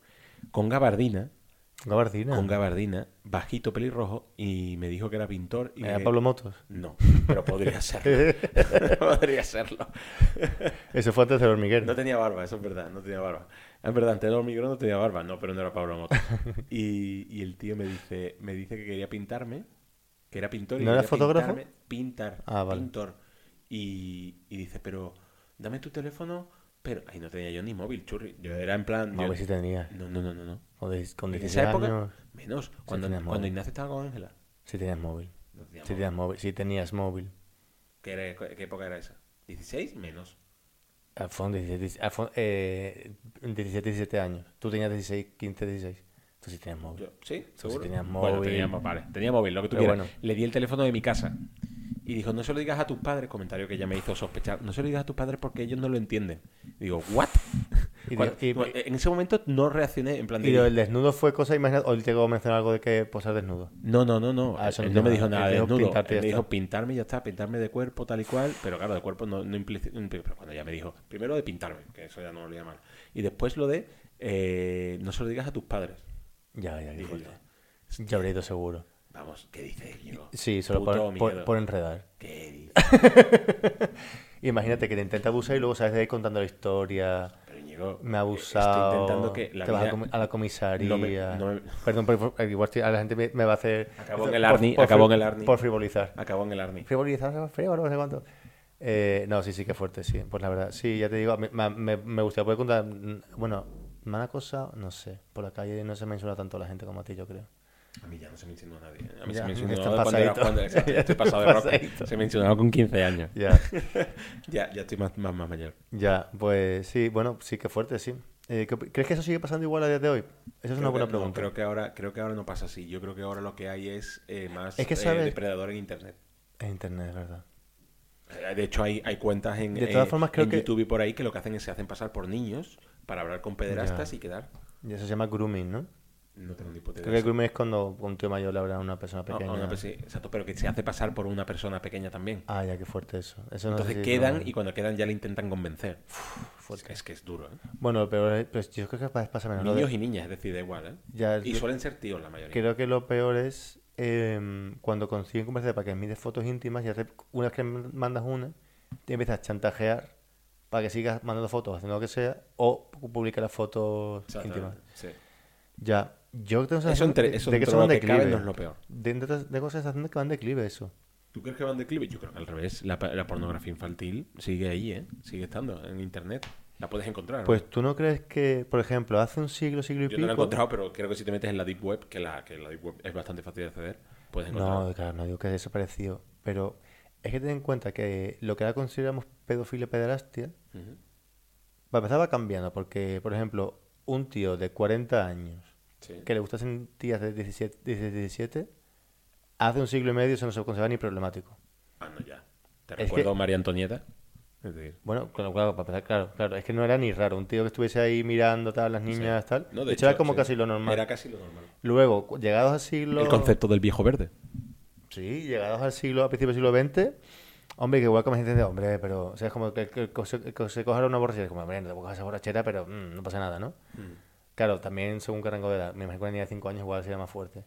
[SPEAKER 1] con gabardina,
[SPEAKER 2] Gabardina.
[SPEAKER 1] con gabardina, bajito, pelirrojo, y me dijo que era pintor. Y
[SPEAKER 2] Era
[SPEAKER 1] que-
[SPEAKER 2] Pablo Motos.
[SPEAKER 1] No, pero
[SPEAKER 2] [laughs]
[SPEAKER 1] podría serlo. [laughs] podría serlo.
[SPEAKER 2] Ese fue antes del hormiguero.
[SPEAKER 1] No tenía barba, eso es verdad, no tenía barba. Es verdad, antes del hormiguero no tenía barba, no, pero no era Pablo
[SPEAKER 2] [laughs]
[SPEAKER 1] Motos. Y, y el tío me dice, me dice que quería pintarme, que era pintor. Y
[SPEAKER 2] ¿No era
[SPEAKER 1] quería
[SPEAKER 2] fotógrafo?
[SPEAKER 1] pintarme- pintar,
[SPEAKER 2] Ah, vale.
[SPEAKER 1] pintor. Y, y dice, pero dame tu teléfono, pero... Ahí no tenía yo ni móvil, churri. Yo era en plan...
[SPEAKER 2] No,
[SPEAKER 1] yo-
[SPEAKER 2] a ver si tenía.
[SPEAKER 1] no, no, no, no, no.
[SPEAKER 2] Con de- con
[SPEAKER 1] En
[SPEAKER 2] 16
[SPEAKER 1] esa época,
[SPEAKER 2] años.
[SPEAKER 1] menos. Cuando,
[SPEAKER 2] tenías
[SPEAKER 1] cuando
[SPEAKER 2] móvil.
[SPEAKER 1] Ignacio estaba con Ángela.
[SPEAKER 2] Si tenías móvil.
[SPEAKER 1] No tenía móvil.
[SPEAKER 2] Si tenías móvil. Si tenías móvil.
[SPEAKER 1] ¿Qué, era- qué época era esa? ¿16? Menos.
[SPEAKER 2] Alfon, 17, 17, Alfon- ah, eh, 17, 17 años. Tú tenías 16, 15, 16. Tú sí tenías móvil.
[SPEAKER 1] Yo- sí,
[SPEAKER 2] Tú sí
[SPEAKER 1] seguro.
[SPEAKER 2] tenías
[SPEAKER 1] Bueno,
[SPEAKER 2] móvil.
[SPEAKER 1] teníamos, vale, tenía móvil, lo que tú
[SPEAKER 2] Pero
[SPEAKER 1] quieras.
[SPEAKER 2] bueno.
[SPEAKER 1] Le di el teléfono de mi casa. Y dijo, no se lo digas a tus padres, comentario que ya me hizo sospechar. No se lo digas a tus padres porque ellos no lo entienden. Y digo, ¿what? [laughs]
[SPEAKER 2] Y
[SPEAKER 1] Cuando-
[SPEAKER 2] di- y-
[SPEAKER 1] bueno, en ese momento no reaccioné en plan de...
[SPEAKER 2] Y lo del desnudo fue cosa, imagínate, hoy te a mencionar algo de que posar desnudo.
[SPEAKER 1] No, no, no, no.
[SPEAKER 2] Ah, eso
[SPEAKER 1] Él no
[SPEAKER 2] no
[SPEAKER 1] me
[SPEAKER 2] tiene
[SPEAKER 1] dijo
[SPEAKER 2] nada.
[SPEAKER 1] nada de
[SPEAKER 2] Él dijo
[SPEAKER 1] desnudo.
[SPEAKER 2] pintarte y
[SPEAKER 1] Él
[SPEAKER 2] ya
[SPEAKER 1] me dijo
[SPEAKER 2] está.
[SPEAKER 1] pintarme y ya está, pintarme de cuerpo tal y cual, pero claro, de cuerpo no, no implica... Pero cuando ya me dijo, primero de pintarme, que eso ya no lo leía mal. Y después lo de, eh, no se lo digas a tus padres.
[SPEAKER 2] Ya, ya,
[SPEAKER 1] Digo
[SPEAKER 2] digo
[SPEAKER 1] yo.
[SPEAKER 2] ya. Ya habría ido seguro.
[SPEAKER 1] Vamos, ¿qué dices, Íñigo?
[SPEAKER 2] Sí, solo
[SPEAKER 1] Puto
[SPEAKER 2] por, por-
[SPEAKER 1] miedo.
[SPEAKER 2] por enredar.
[SPEAKER 1] ¿Qué dices?
[SPEAKER 2] Imagínate que te intenta abusar y luego sabes de ahí contando la historia.
[SPEAKER 1] Pero Íñigo,
[SPEAKER 2] [laughs] Me
[SPEAKER 1] eh,
[SPEAKER 2] ha abusado.
[SPEAKER 1] Estoy intentando que la
[SPEAKER 2] te vas a,
[SPEAKER 1] vida-
[SPEAKER 2] comi- a la comisaría.
[SPEAKER 1] No me- no me-
[SPEAKER 2] Perdón, pero por- igual estoy- a la gente me, me va a hacer.
[SPEAKER 1] Acabó en el
[SPEAKER 2] por-
[SPEAKER 1] Arni,
[SPEAKER 2] por
[SPEAKER 1] acabó
[SPEAKER 2] fri-
[SPEAKER 1] en el Arni.
[SPEAKER 2] Por frivolizar.
[SPEAKER 1] Acabó en el Arni.
[SPEAKER 2] Frivolizar, no sé frívolo, no sé cuánto. Eh, no, sí, sí, que fuerte, sí. Pues la verdad, sí, ya te digo, a mí- me, me, me gustaría poder contar. mm, Bueno, mala cosa, no sé. Por la calle no se me insulta tanto la gente como a ti, yo creo.
[SPEAKER 1] A mí ya no se me insinuó nadie. ¿eh? A mí
[SPEAKER 2] Ya,
[SPEAKER 1] se me
[SPEAKER 2] estás
[SPEAKER 1] insinuó cuando era
[SPEAKER 2] pasadito.
[SPEAKER 1] cuando
[SPEAKER 2] Ya [laughs]
[SPEAKER 1] exacto, estoy
[SPEAKER 2] estás
[SPEAKER 1] pasado de rosca.
[SPEAKER 2] pasadito.
[SPEAKER 1] Se me insinuó con 15 años. [laughs]
[SPEAKER 2] Ya,
[SPEAKER 1] ya, ya estoy más, más, más mayor.
[SPEAKER 2] ya, pues sí, bueno, sí, que fuerte, sí. Eh, ¿qué opi- ¿Crees que eso sigue pasando igual a día de hoy? Esa es
[SPEAKER 1] Creo
[SPEAKER 2] una buena
[SPEAKER 1] que- no,
[SPEAKER 2] pregunta.
[SPEAKER 1] creo, que ahora, creo que ahora no pasa así. Yo creo que ahora lo que hay es eh, más
[SPEAKER 2] Es que,
[SPEAKER 1] eh,
[SPEAKER 2] ¿sabes?
[SPEAKER 1] depredador en Internet.
[SPEAKER 2] En internet, es verdad.
[SPEAKER 1] Eh, De hecho, hay, hay cuentas en,
[SPEAKER 2] De todas
[SPEAKER 1] eh,
[SPEAKER 2] formas, creo
[SPEAKER 1] en
[SPEAKER 2] que-
[SPEAKER 1] YouTube y por ahí que lo que hacen es se hacen pasar por niños para hablar con pederastas
[SPEAKER 2] Ya.
[SPEAKER 1] y quedar.
[SPEAKER 2] Y eso se llama grooming, ¿no?
[SPEAKER 1] No tengo ni puta idea.
[SPEAKER 2] Creo que grooming es cuando un tío mayor le habla a una persona
[SPEAKER 1] No,
[SPEAKER 2] pequeña.
[SPEAKER 1] a una pe- sí, exacto, pero que se hace pasar por una persona pequeña también.
[SPEAKER 2] Ah, ya, qué fuerte eso. Eso no sé
[SPEAKER 1] Entonces
[SPEAKER 2] si es
[SPEAKER 1] quedan
[SPEAKER 2] grooming.
[SPEAKER 1] y cuando quedan ya le intentan convencer. Es que es duro, ¿eh?
[SPEAKER 2] Bueno, pero eh, pues yo creo que pa- pasa menos. Lo de-
[SPEAKER 1] Niños y niñas, es decir, da igual, ¿eh?
[SPEAKER 2] Ya,
[SPEAKER 1] y
[SPEAKER 2] yo-
[SPEAKER 1] suelen ser tíos la mayoría.
[SPEAKER 2] Creo que lo peor es eh, cuando consiguen conversar para que mides fotos íntimas y hace- una vez que mandas una, te empiezas a chantajear para que sigas mandando fotos, haciendo lo que sea, o publica las fotos íntimas.
[SPEAKER 1] Exactamente, sí.
[SPEAKER 2] Ya, yo tengo esa
[SPEAKER 1] Eso
[SPEAKER 2] sensación
[SPEAKER 1] entre-
[SPEAKER 2] de-
[SPEAKER 1] eso
[SPEAKER 2] de que
[SPEAKER 1] entre
[SPEAKER 2] eso va en
[SPEAKER 1] lo que cabe
[SPEAKER 2] declive.
[SPEAKER 1] no es lo peor.
[SPEAKER 2] De, de, de cosas haciendo que van en declive eso.
[SPEAKER 1] ¿Tú crees que van de clive? Yo creo que al revés. La, pa- la pornografía infantil sigue ahí, ¿eh? Sigue estando en internet. La puedes encontrar. ¿no?
[SPEAKER 2] Pues tú no crees que, por ejemplo, hace un siglo, siglo
[SPEAKER 1] Yo
[SPEAKER 2] y pico...
[SPEAKER 1] no la he encontrado, pero creo que si te metes en la Deep Web, que la, que la Deep Web es bastante fácil de acceder, puedes encontrar.
[SPEAKER 2] No, claro, no digo que haya desaparecido, pero es que ten en cuenta que lo que ahora consideramos pedofilia y pederastia,
[SPEAKER 1] Ujú.
[SPEAKER 2] para empezar va cambiando, porque, por ejemplo, un tío de 40 años
[SPEAKER 1] Sí.
[SPEAKER 2] que le gustasen tías de 17, 16, 17, hace un siglo y medio eso no se consideraba ni problemático.
[SPEAKER 1] Ah, no, ya. Te
[SPEAKER 2] Es
[SPEAKER 1] recuerdo
[SPEAKER 2] que-
[SPEAKER 1] María Antonieta. Es decir,
[SPEAKER 2] Bueno, claro, claro, para empezar, claro, claro, es que no era ni raro, un tío que estuviese ahí mirando tal, las niñas, tal,
[SPEAKER 1] no,
[SPEAKER 2] de, hecho, era como
[SPEAKER 1] sí.
[SPEAKER 2] casi lo normal.
[SPEAKER 1] Era casi lo normal.
[SPEAKER 2] Luego, cu- llegados al siglo...
[SPEAKER 1] El concepto del viejo verde.
[SPEAKER 2] Sí, llegados al siglo, a principios del siglo XX, hombre, que igual como gente de hombre, pero, o sea, es como que, que- que se, que se coja una borrachera, es como, hombre, no te cojas esa borrachera, pero
[SPEAKER 1] Mm.
[SPEAKER 2] mm, no pasa nada, ¿no? Claro, también según qué rango de edad, me imagino que una niña de 5 años igual sería más fuerte.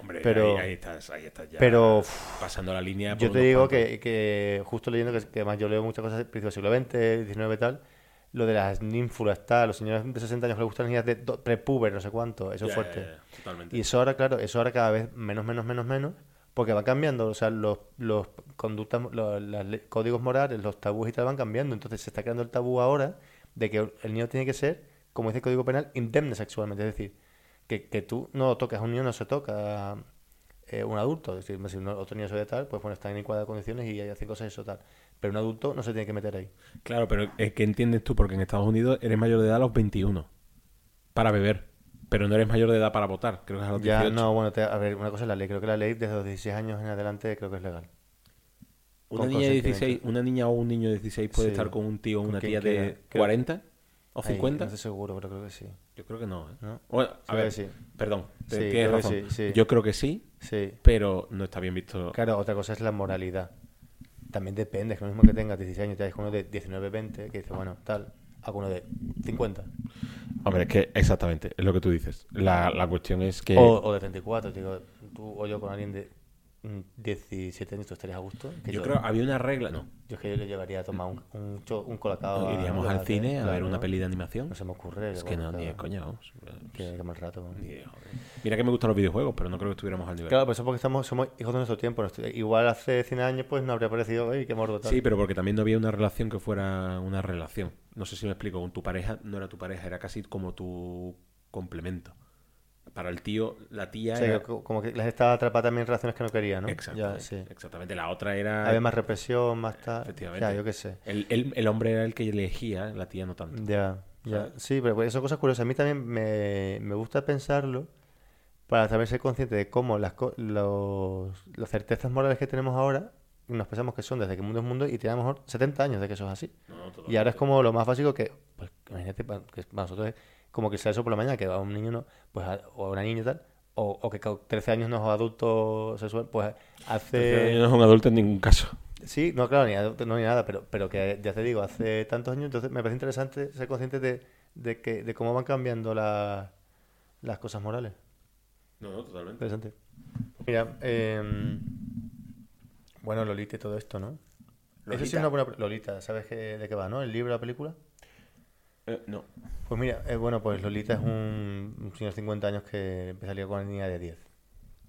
[SPEAKER 1] Hombre,
[SPEAKER 2] Pero-
[SPEAKER 1] ahí, ahí estás, ahí estás ya
[SPEAKER 2] pero, uff,
[SPEAKER 1] pasando la línea. por
[SPEAKER 2] Yo te
[SPEAKER 1] unos
[SPEAKER 2] digo
[SPEAKER 1] cuantos.
[SPEAKER 2] que, que justo leyendo que, que además yo leo muchas cosas del principio del siglo XX, XIX y tal, lo de las ninfulas, tal, los señores de 60 años que les gustan las niñas de do- prepuber, no sé cuánto, eso
[SPEAKER 1] Ya,
[SPEAKER 2] es fuerte.
[SPEAKER 1] ya, ya, totalmente.
[SPEAKER 2] Y eso ahora, claro, eso ahora cada vez menos, menos, menos, menos, porque va cambiando, o sea, los, los conductas, los, las le- códigos morales, los tabús y tal van cambiando, entonces se está creando el tabú ahora de que el niño tiene que ser, como dice el Código Penal, indemne sexualmente, es decir, que, que tú no tocas a un niño, no se toca eh, un adulto, es decir, si un- otro niño se ve tal, pues bueno, están en igualdad de condiciones y hacen cosas eso tal, pero un adulto no se tiene que meter ahí.
[SPEAKER 1] Claro, pero es que entiendes tú, porque en Estados Unidos eres mayor de edad a los 21 para beber, pero no eres mayor de edad para votar, creo que es a los
[SPEAKER 2] Ya,
[SPEAKER 1] 18.
[SPEAKER 2] no, bueno, te- a ver, una cosa es la ley, creo que la ley desde los 16 años en adelante creo que es legal.
[SPEAKER 1] Una
[SPEAKER 2] con
[SPEAKER 1] niña, de
[SPEAKER 2] consentimiento.
[SPEAKER 1] 16, una niña o un niño de 16 puede
[SPEAKER 2] Sí.
[SPEAKER 1] estar con un tío o
[SPEAKER 2] Con
[SPEAKER 1] una
[SPEAKER 2] quien
[SPEAKER 1] tía de
[SPEAKER 2] quiera. Creo-
[SPEAKER 1] 40 o
[SPEAKER 2] Ahí,
[SPEAKER 1] 50.
[SPEAKER 2] no estoy seguro, pero creo que sí.
[SPEAKER 1] Yo creo que no. ¿eh?
[SPEAKER 2] ¿No?
[SPEAKER 1] Bueno, a
[SPEAKER 2] Creo
[SPEAKER 1] ver,
[SPEAKER 2] que sí.
[SPEAKER 1] perdón, te- tienes
[SPEAKER 2] Sí, creo que
[SPEAKER 1] razón.
[SPEAKER 2] sí, sí.
[SPEAKER 1] Yo creo que sí,
[SPEAKER 2] Sí.
[SPEAKER 1] pero no está bien visto.
[SPEAKER 2] Claro, otra cosa es la moralidad. También depende, es que lo mismo que tengas 16 años, ya es uno de 19, 20, que dice, bueno, tal, alguno de 50.
[SPEAKER 1] Hombre, es que exactamente, es lo que tú dices. La, la cuestión es que...
[SPEAKER 2] O, o de 34, digo, tú o yo con alguien de mm, 17 años, ¿tú estarías a gusto? Que
[SPEAKER 1] yo creo, había una regla, no.
[SPEAKER 2] yo es que yo le llevaría a tomar un, un, cho- un colacao. a-
[SPEAKER 1] Iríamos al
[SPEAKER 2] claro,
[SPEAKER 1] cine a ver
[SPEAKER 2] claro,
[SPEAKER 1] una
[SPEAKER 2] ¿no?
[SPEAKER 1] peli de animación.
[SPEAKER 2] No se me ocurre.
[SPEAKER 1] Es
[SPEAKER 2] yo,
[SPEAKER 1] que
[SPEAKER 2] bueno,
[SPEAKER 1] no, ni de
[SPEAKER 2] claro,
[SPEAKER 1] coña, vamos.
[SPEAKER 2] Que, que mal rato. ¿no?
[SPEAKER 1] Ni de joder. Mira que me gustan los videojuegos, pero no creo que estuviéramos al nivel.
[SPEAKER 2] Claro, pero eso es porque estamos, somos hijos de nuestro tiempo. nuestro- Igual hace 100 años, pues no habría parecido, ¡ay, qué mordo! Tal.
[SPEAKER 1] Sí, pues, pero porque también no había una relación que fuera una relación. No sé si me explico, con tu pareja no era tu pareja, era casi como tu complemento. Para el tío, la tía
[SPEAKER 2] O sea,
[SPEAKER 1] era...
[SPEAKER 2] que co- como que las estaba atrapada también en relaciones que no quería, ¿no?
[SPEAKER 1] Exactamente,
[SPEAKER 2] Ya, sí.
[SPEAKER 1] exactamente. La otra era...
[SPEAKER 2] Había más represión, más tal.
[SPEAKER 1] Efectivamente.
[SPEAKER 2] Ya, yo qué sé.
[SPEAKER 1] El, el- el hombre era el que elegía, la tía no tanto.
[SPEAKER 2] Ya, ya. Sí, pero pues, son cosas curiosas. A mí también me, me gusta pensarlo para también ser consciente de cómo las, co- los, las certezas morales que tenemos ahora nos pensamos que son desde que el mundo es mundo y tenemos a lo mejor 70 años de que eso es así.
[SPEAKER 1] No, no,
[SPEAKER 2] Y ahora es como lo más básico que, pues, imagínate, pa- que para nosotros es como que sea eso por la mañana, que a un niño no, pues, a- o a una niña y tal, o, o que con 13 años no es adulto sexual, pues hace...
[SPEAKER 1] no es un adulto en ningún caso.
[SPEAKER 2] Sí, no, claro, ni, adulto, no, ni nada, pero, pero que ya te digo, hace tantos años, entonces me parece interesante ser consciente de, de, que, de cómo van cambiando la- las cosas morales.
[SPEAKER 1] No, no, totalmente.
[SPEAKER 2] Interesante. Mira, eh, bueno, Lolita y todo esto, ¿no? Eso sí es
[SPEAKER 1] Lolita.
[SPEAKER 2] una buena... pre- Lolita, ¿sabes qué- de qué va, no? ¿El libro, la película?
[SPEAKER 1] Eh, no.
[SPEAKER 2] Pues mira, eh, bueno, pues Lolita es un, un señor de 50 años que salió con una niña de 10.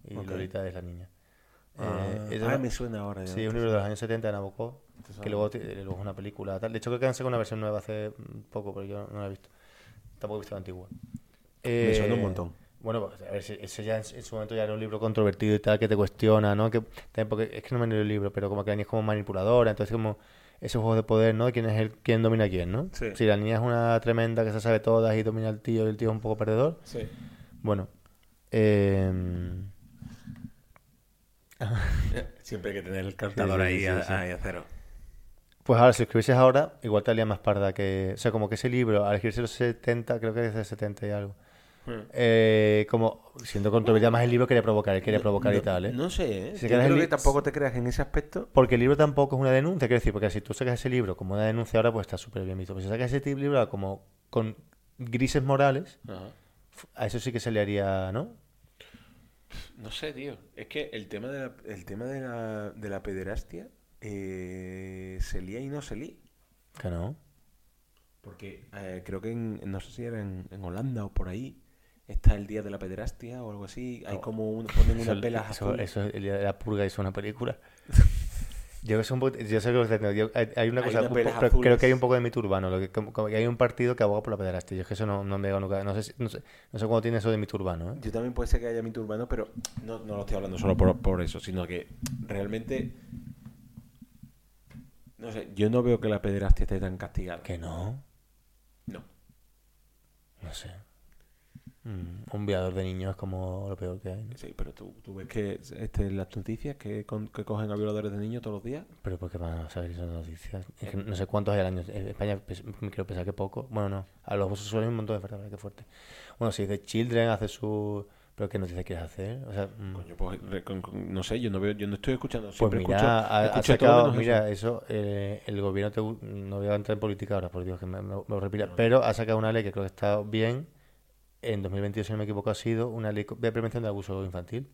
[SPEAKER 2] Y
[SPEAKER 1] Ok.
[SPEAKER 2] Lolita es la niña. Eh,
[SPEAKER 1] Ah,
[SPEAKER 2] ella-
[SPEAKER 1] ah, me suena ahora. ya.
[SPEAKER 2] Sí, es un libro de los años 70 de Nabokov, que luego, ti- eh, luego es una película. Tal. De hecho, creo que han sacado una versión nueva hace mm, poco, pero yo no la he visto. Tampoco he visto la antigua.
[SPEAKER 1] Me suena un
[SPEAKER 2] Eh,
[SPEAKER 1] montón.
[SPEAKER 2] Bueno, pues, a ver, si- eso ya en, en su momento ya era un libro controvertido y tal, que te cuestiona, ¿no? Que, también porque es que no me leo el libro, pero como que la niña es como manipuladora, entonces como esos juegos de poder, ¿no? ¿Quién es el quién domina a quién, no?
[SPEAKER 1] Sí.
[SPEAKER 2] Si la niña es una tremenda que se sabe todas y domina al tío y el tío es un poco perdedor,
[SPEAKER 1] Sí.
[SPEAKER 2] bueno. em,
[SPEAKER 1] Eh, Siempre hay que tener el cartador
[SPEAKER 2] sí,
[SPEAKER 1] ahí,
[SPEAKER 2] sí,
[SPEAKER 1] a,
[SPEAKER 2] sí.
[SPEAKER 1] ahí a cero.
[SPEAKER 2] Pues ahora, si lo escribieses ahora, igual te haría más parda que... O sea, como que ese libro, al escribirse los 70, creo que desde 70 y algo. eh, como, siendo controvertida más el libro, quería provocar, él quería provocar y
[SPEAKER 1] No-
[SPEAKER 2] tal, ¿eh?
[SPEAKER 1] No sé, ¿eh?
[SPEAKER 2] Si
[SPEAKER 1] Yo
[SPEAKER 2] creas
[SPEAKER 1] creo
[SPEAKER 2] el
[SPEAKER 1] que
[SPEAKER 2] li-
[SPEAKER 1] tampoco te creas en ese aspecto.
[SPEAKER 2] Porque el libro tampoco es una denuncia, quiero decir, porque si tú sacas ese libro como una denuncia ahora, pues está súper bien visto. Pero si sacas ese tipo de libro como con grises morales, f- a eso sí que se le haría, ¿no?
[SPEAKER 1] No sé, tío. Es que el tema de la, el tema de la, de la pederastia eh, se lía y no se lía.
[SPEAKER 2] Que no.
[SPEAKER 1] Porque eh, creo que en, no sé si era en, en Holanda o por ahí está el día de la pederastia o algo así. Hay como un-
[SPEAKER 2] [laughs]
[SPEAKER 1] ponen unas velas
[SPEAKER 2] Oh. eso,
[SPEAKER 1] azules.
[SPEAKER 2] eso es el día de la purga hizo una película. yo, que soy un poco- yo sé que os entiendo, yo- eh, hay, hay una
[SPEAKER 1] Hay
[SPEAKER 2] cosa,
[SPEAKER 1] unas
[SPEAKER 2] un po-
[SPEAKER 1] velas
[SPEAKER 2] pero creo
[SPEAKER 1] azules.
[SPEAKER 2] que hay un poco de mito urbano, lo que, como- como que hay un partido que aboga por la pederastia. Yo es que eso no, no me llega nunca. No sé, si- no sé, no sé cuándo tiene eso de mito urbano. ¿eh?
[SPEAKER 1] Yo también puede ser que haya mito urbano, pero no, no lo estoy hablando solo por, por eso, sino que realmente. No sé, yo no veo que la pederastia esté tan castigada.
[SPEAKER 2] Que no,
[SPEAKER 1] No.
[SPEAKER 2] no sé. Mm, un violador de niños es como lo peor que hay. ¿no?
[SPEAKER 1] Sí, pero tú, tú ves que este, las noticias que, con- que cogen a violadores de niños todos los días.
[SPEAKER 2] Pero porque van a salir esas noticias. Es que no sé cuántos hay al año. En España pues, me quiero pensar que poco. Bueno, no. A los abusos sexuales hay un montón de verdad, qué fuerte. Bueno, si dice Children hace su... ¿Pero qué noticias quieres hacer? O sea, mm,
[SPEAKER 1] Coño, pues, re- con- con- no sé, yo no veo, yo no estoy escuchando.
[SPEAKER 2] pues
[SPEAKER 1] Siempre
[SPEAKER 2] mira,
[SPEAKER 1] escucho,
[SPEAKER 2] ha, ha
[SPEAKER 1] escucho todo
[SPEAKER 2] sacado-
[SPEAKER 1] menos eso.
[SPEAKER 2] mira, eso, eh, el gobierno te gu- no voy a entrar en política ahora, por Dios, que me, me- me repila, pero ha sacado una ley que creo que está bien, en 2022, si no me equivoco, ha sido una ley co- de prevención de abuso infantil,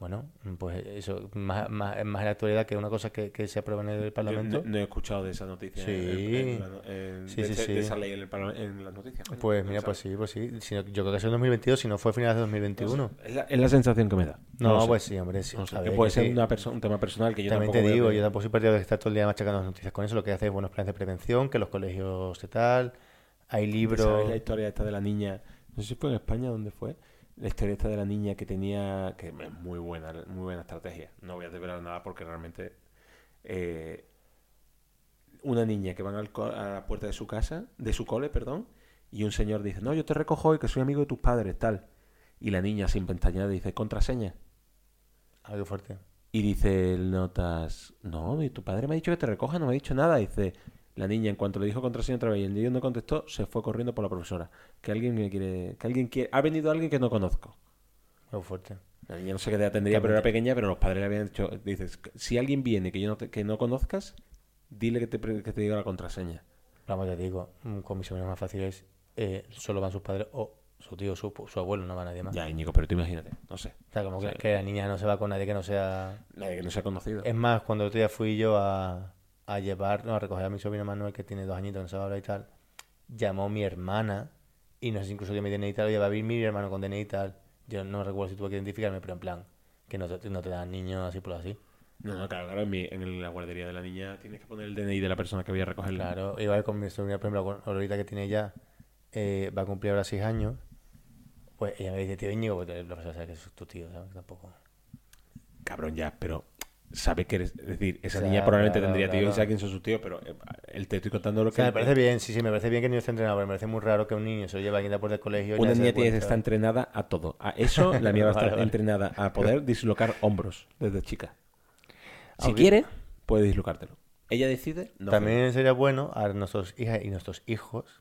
[SPEAKER 2] Bueno, pues eso, más, más, más en la actualidad que una cosa que, que se aprueba en el
[SPEAKER 1] Yo
[SPEAKER 2] Parlamento.
[SPEAKER 1] no, no he escuchado de esa noticia.
[SPEAKER 2] Sí.
[SPEAKER 1] en- en la no- en-
[SPEAKER 2] Sí,
[SPEAKER 1] de,
[SPEAKER 2] sí,
[SPEAKER 1] ese-
[SPEAKER 2] sí.
[SPEAKER 1] de esa ley en, el parla- en las noticias. coño.
[SPEAKER 2] Pues
[SPEAKER 1] No
[SPEAKER 2] mira,
[SPEAKER 1] sabes.
[SPEAKER 2] pues sí, pues sí. Si no- yo creo que es en 2022, si no fue a finales de 2021.
[SPEAKER 1] Es la, es la sensación que me da.
[SPEAKER 2] No,
[SPEAKER 1] lo sé.
[SPEAKER 2] pues sí, hombre. Sí.
[SPEAKER 1] No sé,
[SPEAKER 2] A
[SPEAKER 1] que
[SPEAKER 2] ver,
[SPEAKER 1] puede
[SPEAKER 2] que
[SPEAKER 1] ser
[SPEAKER 2] sí.
[SPEAKER 1] una perso- un tema personal que yo
[SPEAKER 2] También
[SPEAKER 1] tampoco
[SPEAKER 2] te
[SPEAKER 1] veo
[SPEAKER 2] digo,
[SPEAKER 1] que-
[SPEAKER 2] yo tampoco soy partidario de estar todo el día machacando las noticias con eso. Lo que hace es buenos planes de prevención, que los colegios de tal, hay
[SPEAKER 1] ¿Sabes
[SPEAKER 2] libros.
[SPEAKER 1] la historia esta de la niña? No sé si fue en España donde fue. La historia esta de la niña que tenía. que es muy buena, muy buena estrategia. No voy a desvelar nada porque realmente. eh, una niña que van al co- a la puerta de su casa, de su cole, perdón, y un señor dice, no, yo te recojo hoy que soy amigo de tus padres, tal. Y la niña sin pestañear dice, contraseña.
[SPEAKER 2] Algo fuerte.
[SPEAKER 1] Y dice el notas, no, mi- tu padre me ha dicho que te recoja, no me ha dicho nada. Dice la niña, en cuanto le dijo contraseña otra vez y el niño no contestó, se fue corriendo por la profesora. Que alguien me quiere, que alguien quiere, ha venido alguien que no conozco.
[SPEAKER 2] Algo fuerte.
[SPEAKER 1] La niña no sé qué edad tendría, pero era pequeña, pero los padres le habían dicho, dices, si alguien viene que yo no, te- que no conozcas, dile que te, pre- que te diga la contraseña.
[SPEAKER 2] Vamos, ya te digo, mm, con mis sobrinos más fácil es eh, solo van sus padres o su tío, su, su abuelo, no va nadie más.
[SPEAKER 1] Ya, Íñigo, pero tú imagínate, no sé.
[SPEAKER 2] O sea, como que, que la niña no se va con nadie que no sea...
[SPEAKER 1] Nadie que no se ha conocido.
[SPEAKER 2] Es más, cuando el otro día fui yo a, a llevar, no, a recoger a mi sobrino Manuel, que tiene dos añitos, no sabe hablar y tal, llamó mi hermana, y no sé si incluso que mi DNI y tal, oye, va a venir mi hermano con DNI y tal. Yo no recuerdo si tuve que identificarme, pero en plan, que no te, no te dan niños así por así.
[SPEAKER 1] No, no, claro, claro, en, mi- en la guardería de la niña tienes que poner el DNI de la persona que voy a recogerla.
[SPEAKER 2] Claro, igual con mi sobrina, por ejemplo, con Aurorita que tiene ya, eh, va a cumplir ahora seis años. Pues ella me dice, tío Íñigo, porque el profesor sabe que es tu tío, ¿sabes? Tampoco.
[SPEAKER 1] cabrón ya, pero sabe que eres, es decir, esa
[SPEAKER 2] Claro,
[SPEAKER 1] niña probablemente
[SPEAKER 2] claro,
[SPEAKER 1] tendría tío
[SPEAKER 2] claro.
[SPEAKER 1] y sabe quién son sus tíos, pero eh, él te estoy contando lo
[SPEAKER 2] O
[SPEAKER 1] que
[SPEAKER 2] sea, me parece bien, sí, sí, me parece bien que niños estén entrenados, pero me parece muy raro que un niño se lo lleve aquí por el colegio. y
[SPEAKER 1] una
[SPEAKER 2] ya se
[SPEAKER 1] niña
[SPEAKER 2] dé
[SPEAKER 1] tiene-
[SPEAKER 2] cuenta.
[SPEAKER 1] está entrenada a todo. A eso la
[SPEAKER 2] [laughs]
[SPEAKER 1] mía va a estar
[SPEAKER 2] Vale, vale.
[SPEAKER 1] entrenada a
[SPEAKER 2] [laughs]
[SPEAKER 1] poder dislocar hombros desde chica. Si
[SPEAKER 2] Aunque-
[SPEAKER 1] quiere, puede dislocártelo. Ella decide, no.
[SPEAKER 2] También sería bueno a nuestros hijas y nuestros hijos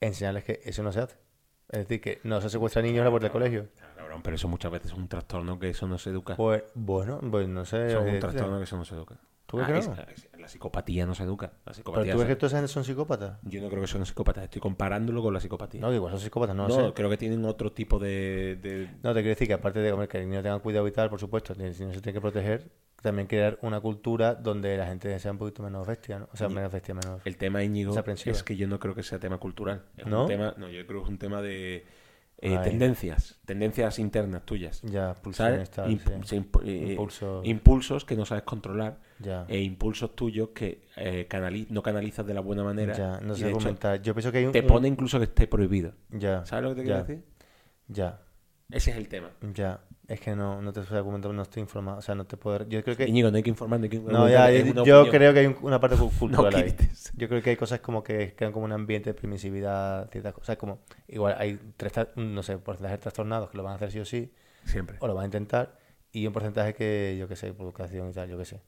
[SPEAKER 2] enseñarles que eso no se hace. Es decir, que no se secuestra niños en la puerta del colegio.
[SPEAKER 1] pero- Cabrón, pero eso muchas veces es un trastorno que eso no se educa.
[SPEAKER 2] Pues bueno, pues no sé.
[SPEAKER 1] Eso es un
[SPEAKER 2] eh,
[SPEAKER 1] trastorno que eso no se educa. Ah,
[SPEAKER 2] ¿Tú crees que
[SPEAKER 1] es-
[SPEAKER 2] no?
[SPEAKER 1] es- la psicopatía no se educa. La
[SPEAKER 2] Pero
[SPEAKER 1] psicopatía
[SPEAKER 2] tú ves
[SPEAKER 1] se-
[SPEAKER 2] que todos son psicópatas.
[SPEAKER 1] Yo no creo que sean psicópatas, estoy comparándolo con la psicopatía.
[SPEAKER 2] No, que igual son psicópatas, no,
[SPEAKER 1] No,
[SPEAKER 2] lo sé.
[SPEAKER 1] creo que tienen otro tipo de- de,
[SPEAKER 2] No, te quiero decir que aparte de hombre, que el niño tenga cuidado y tal, por supuesto, el niño se tiene que proteger, también crear una cultura donde la gente sea un poquito menos bestia, ¿no? O sea, menos bestia, menos...
[SPEAKER 1] El tema Íñigo
[SPEAKER 2] Es aprensivo.
[SPEAKER 1] es que yo no creo que sea tema cultural. Es
[SPEAKER 2] ¿No?
[SPEAKER 1] Un tema, no, yo creo que es un tema de eh,
[SPEAKER 2] Ay.
[SPEAKER 1] tendencias, tendencias internas tuyas.
[SPEAKER 2] Ya,
[SPEAKER 1] ¿Sabes?
[SPEAKER 2] pulsiones, tal,
[SPEAKER 1] Impu-
[SPEAKER 2] sí.
[SPEAKER 1] sí, impu- eh,
[SPEAKER 2] Impulsos.
[SPEAKER 1] impulsos que no sabes controlar
[SPEAKER 2] Ya.
[SPEAKER 1] e impulsos tuyos que eh, canali- no canalizas de la buena manera.
[SPEAKER 2] Ya, no
[SPEAKER 1] y
[SPEAKER 2] sé
[SPEAKER 1] de hecho
[SPEAKER 2] comentar. Yo pienso que hay un...
[SPEAKER 1] Te pone incluso que esté prohibido.
[SPEAKER 2] Ya.
[SPEAKER 1] ¿Sabes lo que te
[SPEAKER 2] ya,
[SPEAKER 1] quiero decir?
[SPEAKER 2] Ya,
[SPEAKER 1] Ese es el tema.
[SPEAKER 2] ya. Es que no, no te estoy argumentando, no estoy informado. O sea, no te puedo... Yo creo que...
[SPEAKER 1] Íñigo, no hay que informar, no hay que
[SPEAKER 2] No, ya,
[SPEAKER 1] es
[SPEAKER 2] yo,
[SPEAKER 1] una
[SPEAKER 2] yo
[SPEAKER 1] opinión.
[SPEAKER 2] creo que hay un- una parte
[SPEAKER 1] [laughs]
[SPEAKER 2] cu- cultural ahí.
[SPEAKER 1] grites.
[SPEAKER 2] Yo creo que hay cosas como que crean como un ambiente de permisividad, ciertas cosas, como igual hay tres, tra- no sé, porcentajes trastornados que lo van a hacer sí o sí,
[SPEAKER 1] Siempre.
[SPEAKER 2] o lo van a intentar, y un porcentaje que, yo qué sé, por educación y tal, yo qué sé.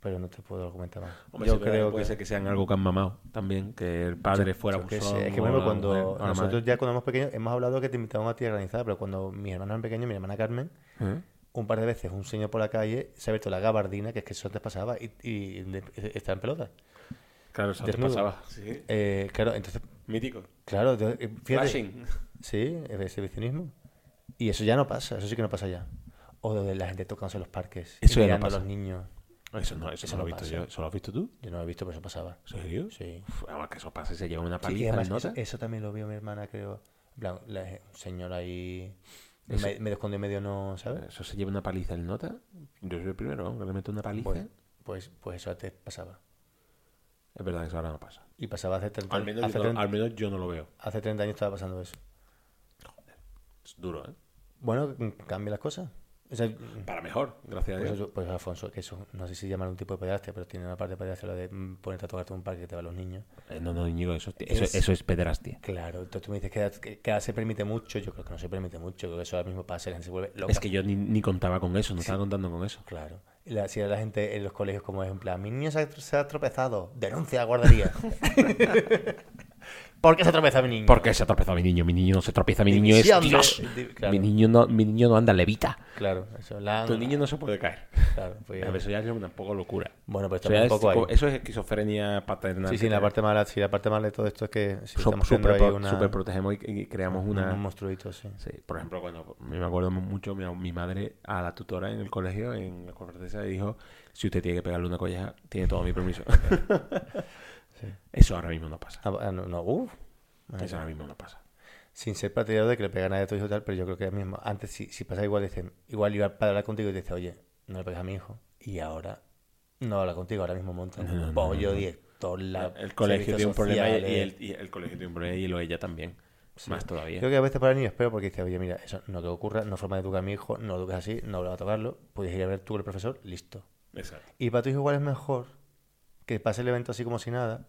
[SPEAKER 2] Pero no te puedo argumentar más.
[SPEAKER 1] Hombre,
[SPEAKER 2] yo
[SPEAKER 1] sí, pero
[SPEAKER 2] creo
[SPEAKER 1] puede
[SPEAKER 2] que...
[SPEAKER 1] ser que sean algo que han mamado también, que el padre fuera
[SPEAKER 2] yo qué sé,
[SPEAKER 1] abusón
[SPEAKER 2] es que,
[SPEAKER 1] o
[SPEAKER 2] por ejemplo,
[SPEAKER 1] la
[SPEAKER 2] cuando
[SPEAKER 1] mujer, o la madre.
[SPEAKER 2] nosotros ya cuando éramos pequeños hemos hablado que te invitaban a ti a organizar, pero cuando mis hermanos eran pequeños, mi hermana Carmen,
[SPEAKER 1] ¿Eh?
[SPEAKER 2] un par de veces un señor por la calle se ha abierto la gabardina, que es que eso antes pasaba, y, y de- está en pelotas.
[SPEAKER 1] Claro, eso
[SPEAKER 2] Desnudo.
[SPEAKER 1] pasaba. Sí.
[SPEAKER 2] Eh, claro, entonces,
[SPEAKER 1] Mítico.
[SPEAKER 2] claro, yo- eh, fíjate.
[SPEAKER 1] Flashing.
[SPEAKER 2] Sí, el exhibicionismo. Y eso ya no pasa, eso sí que no pasa ya. O donde la gente tocándose en los parques, y
[SPEAKER 1] Eso ya no
[SPEAKER 2] mirando
[SPEAKER 1] pasa.
[SPEAKER 2] a los niños.
[SPEAKER 1] Eso no, eso,
[SPEAKER 2] Eso
[SPEAKER 1] no lo
[SPEAKER 2] no
[SPEAKER 1] he visto
[SPEAKER 2] pasa.
[SPEAKER 1] yo. ¿Eso lo has visto tú?
[SPEAKER 2] Yo no lo he visto, pero eso pasaba.
[SPEAKER 1] ¿En serio?
[SPEAKER 2] Sí.
[SPEAKER 1] Uf, además que eso pasa y se lleva una
[SPEAKER 2] Sí, y
[SPEAKER 1] paliza
[SPEAKER 2] además
[SPEAKER 1] en nota.
[SPEAKER 2] eso, eso también lo vio mi hermana, creo. En plan, la, un señor ahí me- medio escondido y medio no, ¿sabes?
[SPEAKER 1] Eso se lleva una paliza en nota. Yo soy el primero, vamos, que le meto una paliza.
[SPEAKER 2] Pues, pues, pues eso antes pasaba.
[SPEAKER 1] Es verdad que eso ahora no pasa.
[SPEAKER 2] Y pasaba hace 30
[SPEAKER 1] Al menos,
[SPEAKER 2] hace
[SPEAKER 1] yo, no,
[SPEAKER 2] 30
[SPEAKER 1] al menos yo no lo veo.
[SPEAKER 2] hace 30 años estaba pasando eso.
[SPEAKER 1] Es duro, ¿eh?
[SPEAKER 2] Bueno, mm, cambian las cosas. O sea,
[SPEAKER 1] Para mejor, gracias a
[SPEAKER 2] pues,
[SPEAKER 1] Dios.
[SPEAKER 2] eso- pues, Alfonso, que eso no sé si llaman un tipo de pederastia, pero tiene una parte de pederastia, lo de mm, ponerte a tocarte un parque que te va a los niños.
[SPEAKER 1] Eh, no, no, Íñigo, eso eso,
[SPEAKER 2] Es-
[SPEAKER 1] eso es pederastia.
[SPEAKER 2] Claro, entonces tú me dices que, que, que ahora se permite mucho. Yo creo que no se permite mucho. Creo que eso ahora mismo pasa, la gente se vuelve loca.
[SPEAKER 1] Es que yo ni, ni contaba con eso, no estaba contando con eso.
[SPEAKER 2] Claro. Y La, si a la gente en
[SPEAKER 5] [laughs]
[SPEAKER 2] los colegios como es en plan, mi niño se ha, se ha tropezado, denuncia a la guardería.
[SPEAKER 5] ¿Por qué se tropezó mi niño?
[SPEAKER 1] ¿Por qué se ha tropezado mi niño? Mi niño no se tropieza, mi niño es
[SPEAKER 5] División de-
[SPEAKER 1] Dios.
[SPEAKER 5] di- claro.
[SPEAKER 1] Mi, niño no, mi niño no anda levita.
[SPEAKER 5] Claro, eso. La...
[SPEAKER 1] Tu niño no se puede caer.
[SPEAKER 5] Claro, pues-
[SPEAKER 1] A ver, eso ya es una poco locura.
[SPEAKER 5] Bueno, pues
[SPEAKER 1] Eso, ya
[SPEAKER 5] también
[SPEAKER 1] es,
[SPEAKER 5] un poco ahí.
[SPEAKER 1] eso es esquizofrenia paternal.
[SPEAKER 5] Sí, sí, la parte mala, sí, la parte mala de todo esto es que sí,
[SPEAKER 1] super,
[SPEAKER 5] estamos haciendo ahí una,
[SPEAKER 1] protegemos y, y creamos una...
[SPEAKER 5] un monstruito, sí.
[SPEAKER 1] Sí, por ejemplo, cuando me acuerdo mucho, mi, mi madre a la tutora en el colegio, en la conferencia, le dijo, si usted tiene que pegarle una colleja, tiene todo
[SPEAKER 5] [laughs]
[SPEAKER 1] mi permiso. Eso ahora mismo no pasa.
[SPEAKER 5] Ah, ah, no, no, uf. Ah,
[SPEAKER 1] Eso ahora mismo no pasa.
[SPEAKER 5] Sin ser partidario de que le pegan a esto y tal, pero yo creo que ahora mismo, antes si, si pasa igual, dicen, igual iba para hablar contigo y te dice, oye, no le pegas a mi hijo. Y ahora no habla contigo, ahora mismo monta un pollo, director, la.
[SPEAKER 1] El colegio tiene un
[SPEAKER 5] servicios
[SPEAKER 1] problema y, y
[SPEAKER 5] sociales.
[SPEAKER 1] el, y el colegio tiene un problema y lo ella también. Más todavía.
[SPEAKER 5] Creo que a veces para niños espero porque dice, oye, mira, eso no que ocurra, no es forma de educar a mi hijo, no lo eduques así, no lo va a tocarlo, puedes ir a ver tú con el profesor, listo.
[SPEAKER 1] Exacto.
[SPEAKER 5] Y para tu hijo igual es mejor que pase el evento así como si nada,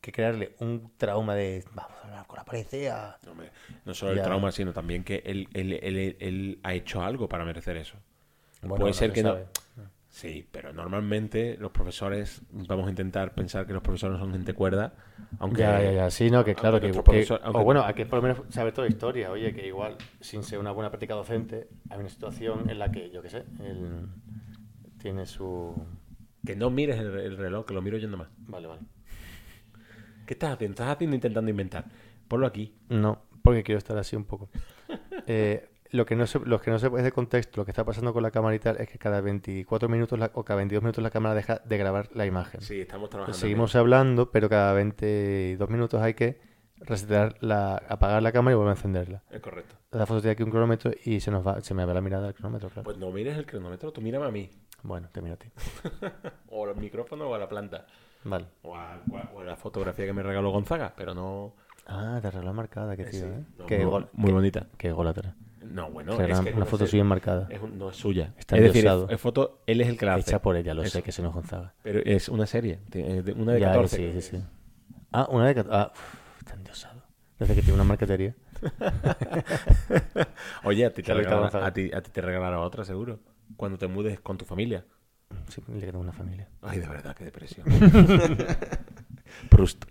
[SPEAKER 5] que crearle un trauma de vamos a hablar con la policía.
[SPEAKER 1] No, me- no solo el
[SPEAKER 5] Ya.
[SPEAKER 1] trauma, sino también que él, él- él- él- él ha hecho algo para merecer eso.
[SPEAKER 5] Bueno,
[SPEAKER 1] Puede
[SPEAKER 5] no
[SPEAKER 1] ser
[SPEAKER 5] se
[SPEAKER 1] que
[SPEAKER 5] sabe.
[SPEAKER 1] no. Sí, pero normalmente los profesores, vamos a intentar pensar que los profesores son gente cuerda, aunque...
[SPEAKER 2] Ya, ya, ya. Sí, no, que claro que.
[SPEAKER 1] Aunque nuestro
[SPEAKER 2] que-
[SPEAKER 1] profesor- aunque-
[SPEAKER 2] O bueno, hay que por lo menos saber toda la historia. Oye, que igual, sin ser una buena práctica docente, hay una situación en la que, yo qué sé, él tiene su.
[SPEAKER 1] Que no mires el, el reloj, que lo miro yo nada más.
[SPEAKER 2] Vale, vale.
[SPEAKER 1] ¿Qué estás haciendo? Estás haciendo intentando inventar. Ponlo aquí.
[SPEAKER 5] No,
[SPEAKER 2] Porque quiero estar así un [laughs] poco. Eh, lo que no se, lo que no se es de contexto, lo que está pasando con la cámara y tal, es que cada 24 minutos la- o cada 22 minutos la cámara deja de grabar la imagen.
[SPEAKER 1] Sí, estamos trabajando.
[SPEAKER 2] Pues seguimos hablando, pero cada 22 minutos hay que resetear la, apagar la cámara y volver a encenderla.
[SPEAKER 1] Es correcto.
[SPEAKER 2] La foto tiene aquí un cronómetro y se nos va, se me va la mirada del cronómetro, claro.
[SPEAKER 1] Pues no mires el cronómetro, tú mírame a mí. [laughs]
[SPEAKER 2] Bueno, te miro a ti.
[SPEAKER 1] O al micrófono o a la planta.
[SPEAKER 2] Vale.
[SPEAKER 1] O a, o a- o a la fotografía que me regaló Gonzaga, pero no...
[SPEAKER 2] Ah, te arregló marcada, qué
[SPEAKER 1] eh,
[SPEAKER 2] tío,
[SPEAKER 1] sí.
[SPEAKER 2] ¿eh?
[SPEAKER 1] No,
[SPEAKER 2] qué,
[SPEAKER 1] muy,
[SPEAKER 2] gol,
[SPEAKER 1] muy bonita.
[SPEAKER 2] qué golatra.
[SPEAKER 1] No, bueno,
[SPEAKER 2] Te
[SPEAKER 1] es
[SPEAKER 2] arreglan
[SPEAKER 1] que
[SPEAKER 2] una
[SPEAKER 1] no
[SPEAKER 2] foto
[SPEAKER 1] sé,
[SPEAKER 2] suya enmarcada.
[SPEAKER 1] es un- no es suya.
[SPEAKER 2] Está
[SPEAKER 1] es decir,
[SPEAKER 2] endiosado.
[SPEAKER 1] es, es foto, él es el que la hace.
[SPEAKER 2] Hecha por ella, lo
[SPEAKER 1] Eso.
[SPEAKER 2] sé, que se nos Gonzaga.
[SPEAKER 1] Pero es una serie, tiene- de- una de
[SPEAKER 2] Ya,
[SPEAKER 1] 14.
[SPEAKER 2] sí, sí, sí. Ah, una de 14. Ah, uf, está endiosado. Desde que tiene
[SPEAKER 1] [laughs]
[SPEAKER 2] una marquetería.
[SPEAKER 1] Oye, a ti, te
[SPEAKER 2] Claro, está
[SPEAKER 1] regalaron,
[SPEAKER 2] Gonzaga.
[SPEAKER 1] a, ti, a ti te regalaron otra, seguro. Cuando te mudes con tu familia.
[SPEAKER 2] Sí, le queda una familia.
[SPEAKER 1] Ay, de verdad, qué
[SPEAKER 2] [laughs]
[SPEAKER 1] depresión. Proust.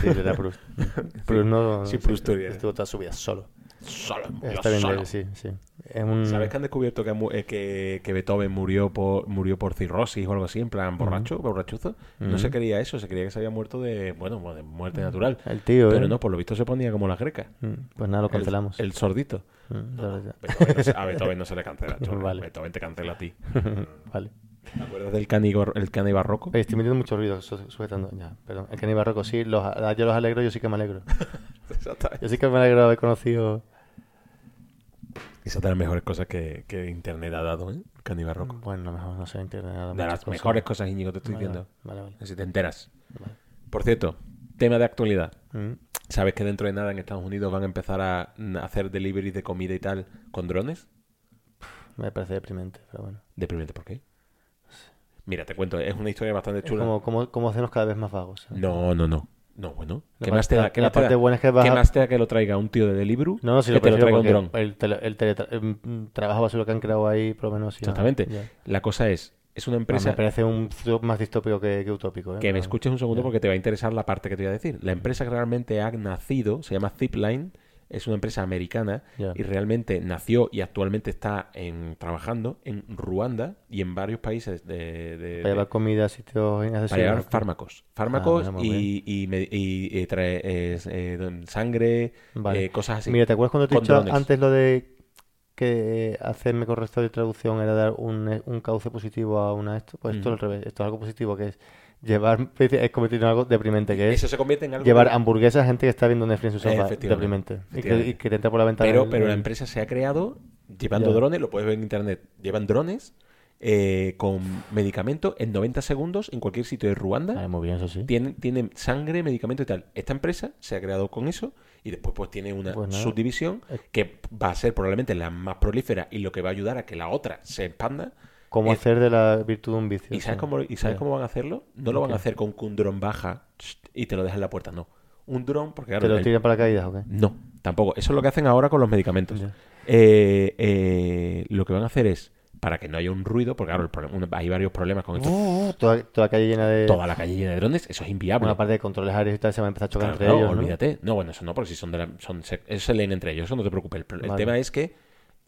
[SPEAKER 2] Sí, le
[SPEAKER 1] [laughs]
[SPEAKER 2] da Proust. Mm. Proust no.
[SPEAKER 1] sí, Proust tuviera.
[SPEAKER 2] Estuvo toda su vida solo.
[SPEAKER 1] Solo, murió
[SPEAKER 2] Está bien,
[SPEAKER 1] solo.
[SPEAKER 2] de- sí, Mm. sí. Es un...
[SPEAKER 1] ¿Sabes que han descubierto que, mu- eh, que, que Beethoven murió por, murió por cirrosis o algo así, en plan
[SPEAKER 2] Mm.
[SPEAKER 1] borracho, borrachuzo? No se creía eso, se creía que se había muerto de, bueno, de muerte natural.
[SPEAKER 2] Mm. El tío,
[SPEAKER 1] Pero
[SPEAKER 2] ¿eh?
[SPEAKER 1] no, por lo visto se ponía como las grecas.
[SPEAKER 2] Mm, Pues nada, lo
[SPEAKER 1] El-
[SPEAKER 2] cancelamos.
[SPEAKER 1] El, sordito.
[SPEAKER 2] Mm, la verdad.
[SPEAKER 1] Beethoven no se- a Beethoven no se le [laughs] cancela, chorro.
[SPEAKER 2] Vale.
[SPEAKER 1] Beethoven te cancela a ti.
[SPEAKER 2] [laughs] vale.
[SPEAKER 1] ¿Te acuerdas del canigor, el cani barroco?
[SPEAKER 2] Oye, estoy metiendo mucho ruido su- sujetando. Ya, perdón. El Kenny Barroco, sí, los, ah, yo los alegro, yo sí que me alegro. Yo sí que me alegro de haber conocido.
[SPEAKER 1] Esa es de las mejores cosas que, que Internet ha dado, ¿eh? El cani barroco.
[SPEAKER 2] Bueno, mejor no se entiende nada.
[SPEAKER 1] De
[SPEAKER 2] muchas
[SPEAKER 1] las
[SPEAKER 2] cosas.
[SPEAKER 1] mejores cosas, Íñigo, te estoy
[SPEAKER 2] Vale,
[SPEAKER 1] diciendo.
[SPEAKER 2] Vale, vale.
[SPEAKER 1] Si te enteras.
[SPEAKER 2] vale.
[SPEAKER 1] Por cierto, tema de actualidad.
[SPEAKER 2] Mm,
[SPEAKER 1] ¿Sabes que dentro de nada en Estados Unidos van a empezar a mm, hacer deliveries de comida y tal con drones?
[SPEAKER 2] me parece deprimente, pero bueno.
[SPEAKER 1] Deprimente, ¿por qué? Mira, te cuento, es una historia bastante
[SPEAKER 2] Es
[SPEAKER 1] chula.
[SPEAKER 2] como, como, como hacernos cada vez más vagos. ¿sabes?
[SPEAKER 1] No, no, no. No, bueno.
[SPEAKER 2] La
[SPEAKER 1] ¿Qué más te
[SPEAKER 2] parte-
[SPEAKER 1] da? ¿Qué
[SPEAKER 2] la
[SPEAKER 1] más te da?
[SPEAKER 2] parte buena es que vas
[SPEAKER 1] ¿Qué
[SPEAKER 2] a-
[SPEAKER 1] más te da que lo traiga un tío de Deliveroo?
[SPEAKER 2] No, no, si
[SPEAKER 1] Mm. que
[SPEAKER 2] lo
[SPEAKER 1] te lo traiga
[SPEAKER 2] prefiero
[SPEAKER 1] un dron.
[SPEAKER 2] porque el, tele- el, teletra- el mm, trabajo basura que han creado ahí, por lo menos. ya-
[SPEAKER 1] Exactamente.
[SPEAKER 2] ya. Ah,
[SPEAKER 1] La cosa es, es una
[SPEAKER 2] Bueno,
[SPEAKER 1] empresa...
[SPEAKER 2] me parece un futuro más distópico que, que utópico. ¿eh?
[SPEAKER 1] Que me
[SPEAKER 2] Pero-
[SPEAKER 1] escuches un segundo porque te va a interesar la parte que te voy a decir. La empresa que realmente ha nacido se llama Zipline, es una empresa americana
[SPEAKER 2] Ya.
[SPEAKER 1] y realmente nació y actualmente está en, trabajando en Ruanda y en varios países de, de-
[SPEAKER 2] Para llevar
[SPEAKER 1] de-
[SPEAKER 2] comida a sitios inaccesibles.
[SPEAKER 1] para llevar
[SPEAKER 2] ¿no?
[SPEAKER 1] fármacos. Fármacos
[SPEAKER 2] Ah, muy
[SPEAKER 1] y, y me- y, eh, trae, eh, eh, don- sangre,
[SPEAKER 2] Vale.
[SPEAKER 1] eh, cosas así.
[SPEAKER 2] Mira, ¿te acuerdas cuando te he
[SPEAKER 1] Con
[SPEAKER 2] dicho
[SPEAKER 1] drones.
[SPEAKER 2] antes lo de que hacerme corrector de traducción era dar un, un cauce positivo a una esto? Pues esto es
[SPEAKER 1] Mm.
[SPEAKER 2] al revés. Esto es algo positivo que es llevar. Es convertirlo en algo deprimente que es.
[SPEAKER 1] Eso se convierte en algo...
[SPEAKER 2] Llevar hamburguesas a gente que está viendo Netflix en su
[SPEAKER 1] Eh,
[SPEAKER 2] sofá.
[SPEAKER 1] efectivamente,
[SPEAKER 2] Deprimente. Y que,
[SPEAKER 1] efectivamente.
[SPEAKER 2] y que te entra por la ventana.
[SPEAKER 1] Pero,
[SPEAKER 2] el-
[SPEAKER 1] pero la
[SPEAKER 2] el-
[SPEAKER 1] empresa se ha creado llevando
[SPEAKER 2] Ya.
[SPEAKER 1] drones, lo puedes ver en internet. Llevan drones eh, con medicamento en 90 segundos en cualquier sitio de Ruanda.
[SPEAKER 2] Vale, Ah, muy bien, eso sí.
[SPEAKER 1] Tienen, tienen sangre, medicamento y tal. Esta empresa se ha creado con eso y después pues tiene una
[SPEAKER 2] Pues nada.
[SPEAKER 1] subdivisión que va a ser probablemente la más prolífera y lo que va a ayudar a que la otra se expanda.
[SPEAKER 2] ¿Cómo
[SPEAKER 1] es-
[SPEAKER 2] hacer de la virtud un vicio?
[SPEAKER 1] ¿Y sabes,
[SPEAKER 2] sí. Eh,
[SPEAKER 1] cómo, ¿Y sabes
[SPEAKER 2] Ya.
[SPEAKER 1] cómo van a hacerlo? No lo van a hacer con que un dron baja y te lo deja en la puerta, no. Un dron, porque claro,
[SPEAKER 2] ¿Te lo
[SPEAKER 1] el-
[SPEAKER 2] tiran para caídas o qué?
[SPEAKER 1] no, tampoco. Eso es lo que hacen ahora con los medicamentos.
[SPEAKER 2] Ya.
[SPEAKER 1] Eh, eh, lo que van a hacer es para que no haya un ruido, porque claro, el problema- hay varios problemas con esto.
[SPEAKER 2] Toda, toda calle llena de.
[SPEAKER 1] Toda la calle llena de drones, eso es inviable.
[SPEAKER 2] Oh. Una parte de controles aéreos y tal se va a empezar a chocar
[SPEAKER 1] Claro,
[SPEAKER 2] entre
[SPEAKER 1] claro,
[SPEAKER 2] ellos. ¿no?
[SPEAKER 1] olvídate. ¿no? bueno, eso no, porque si son de la, son, se, eso se leen entre ellos, eso no te preocupes. El, pro- el
[SPEAKER 2] Vale.
[SPEAKER 1] tema es que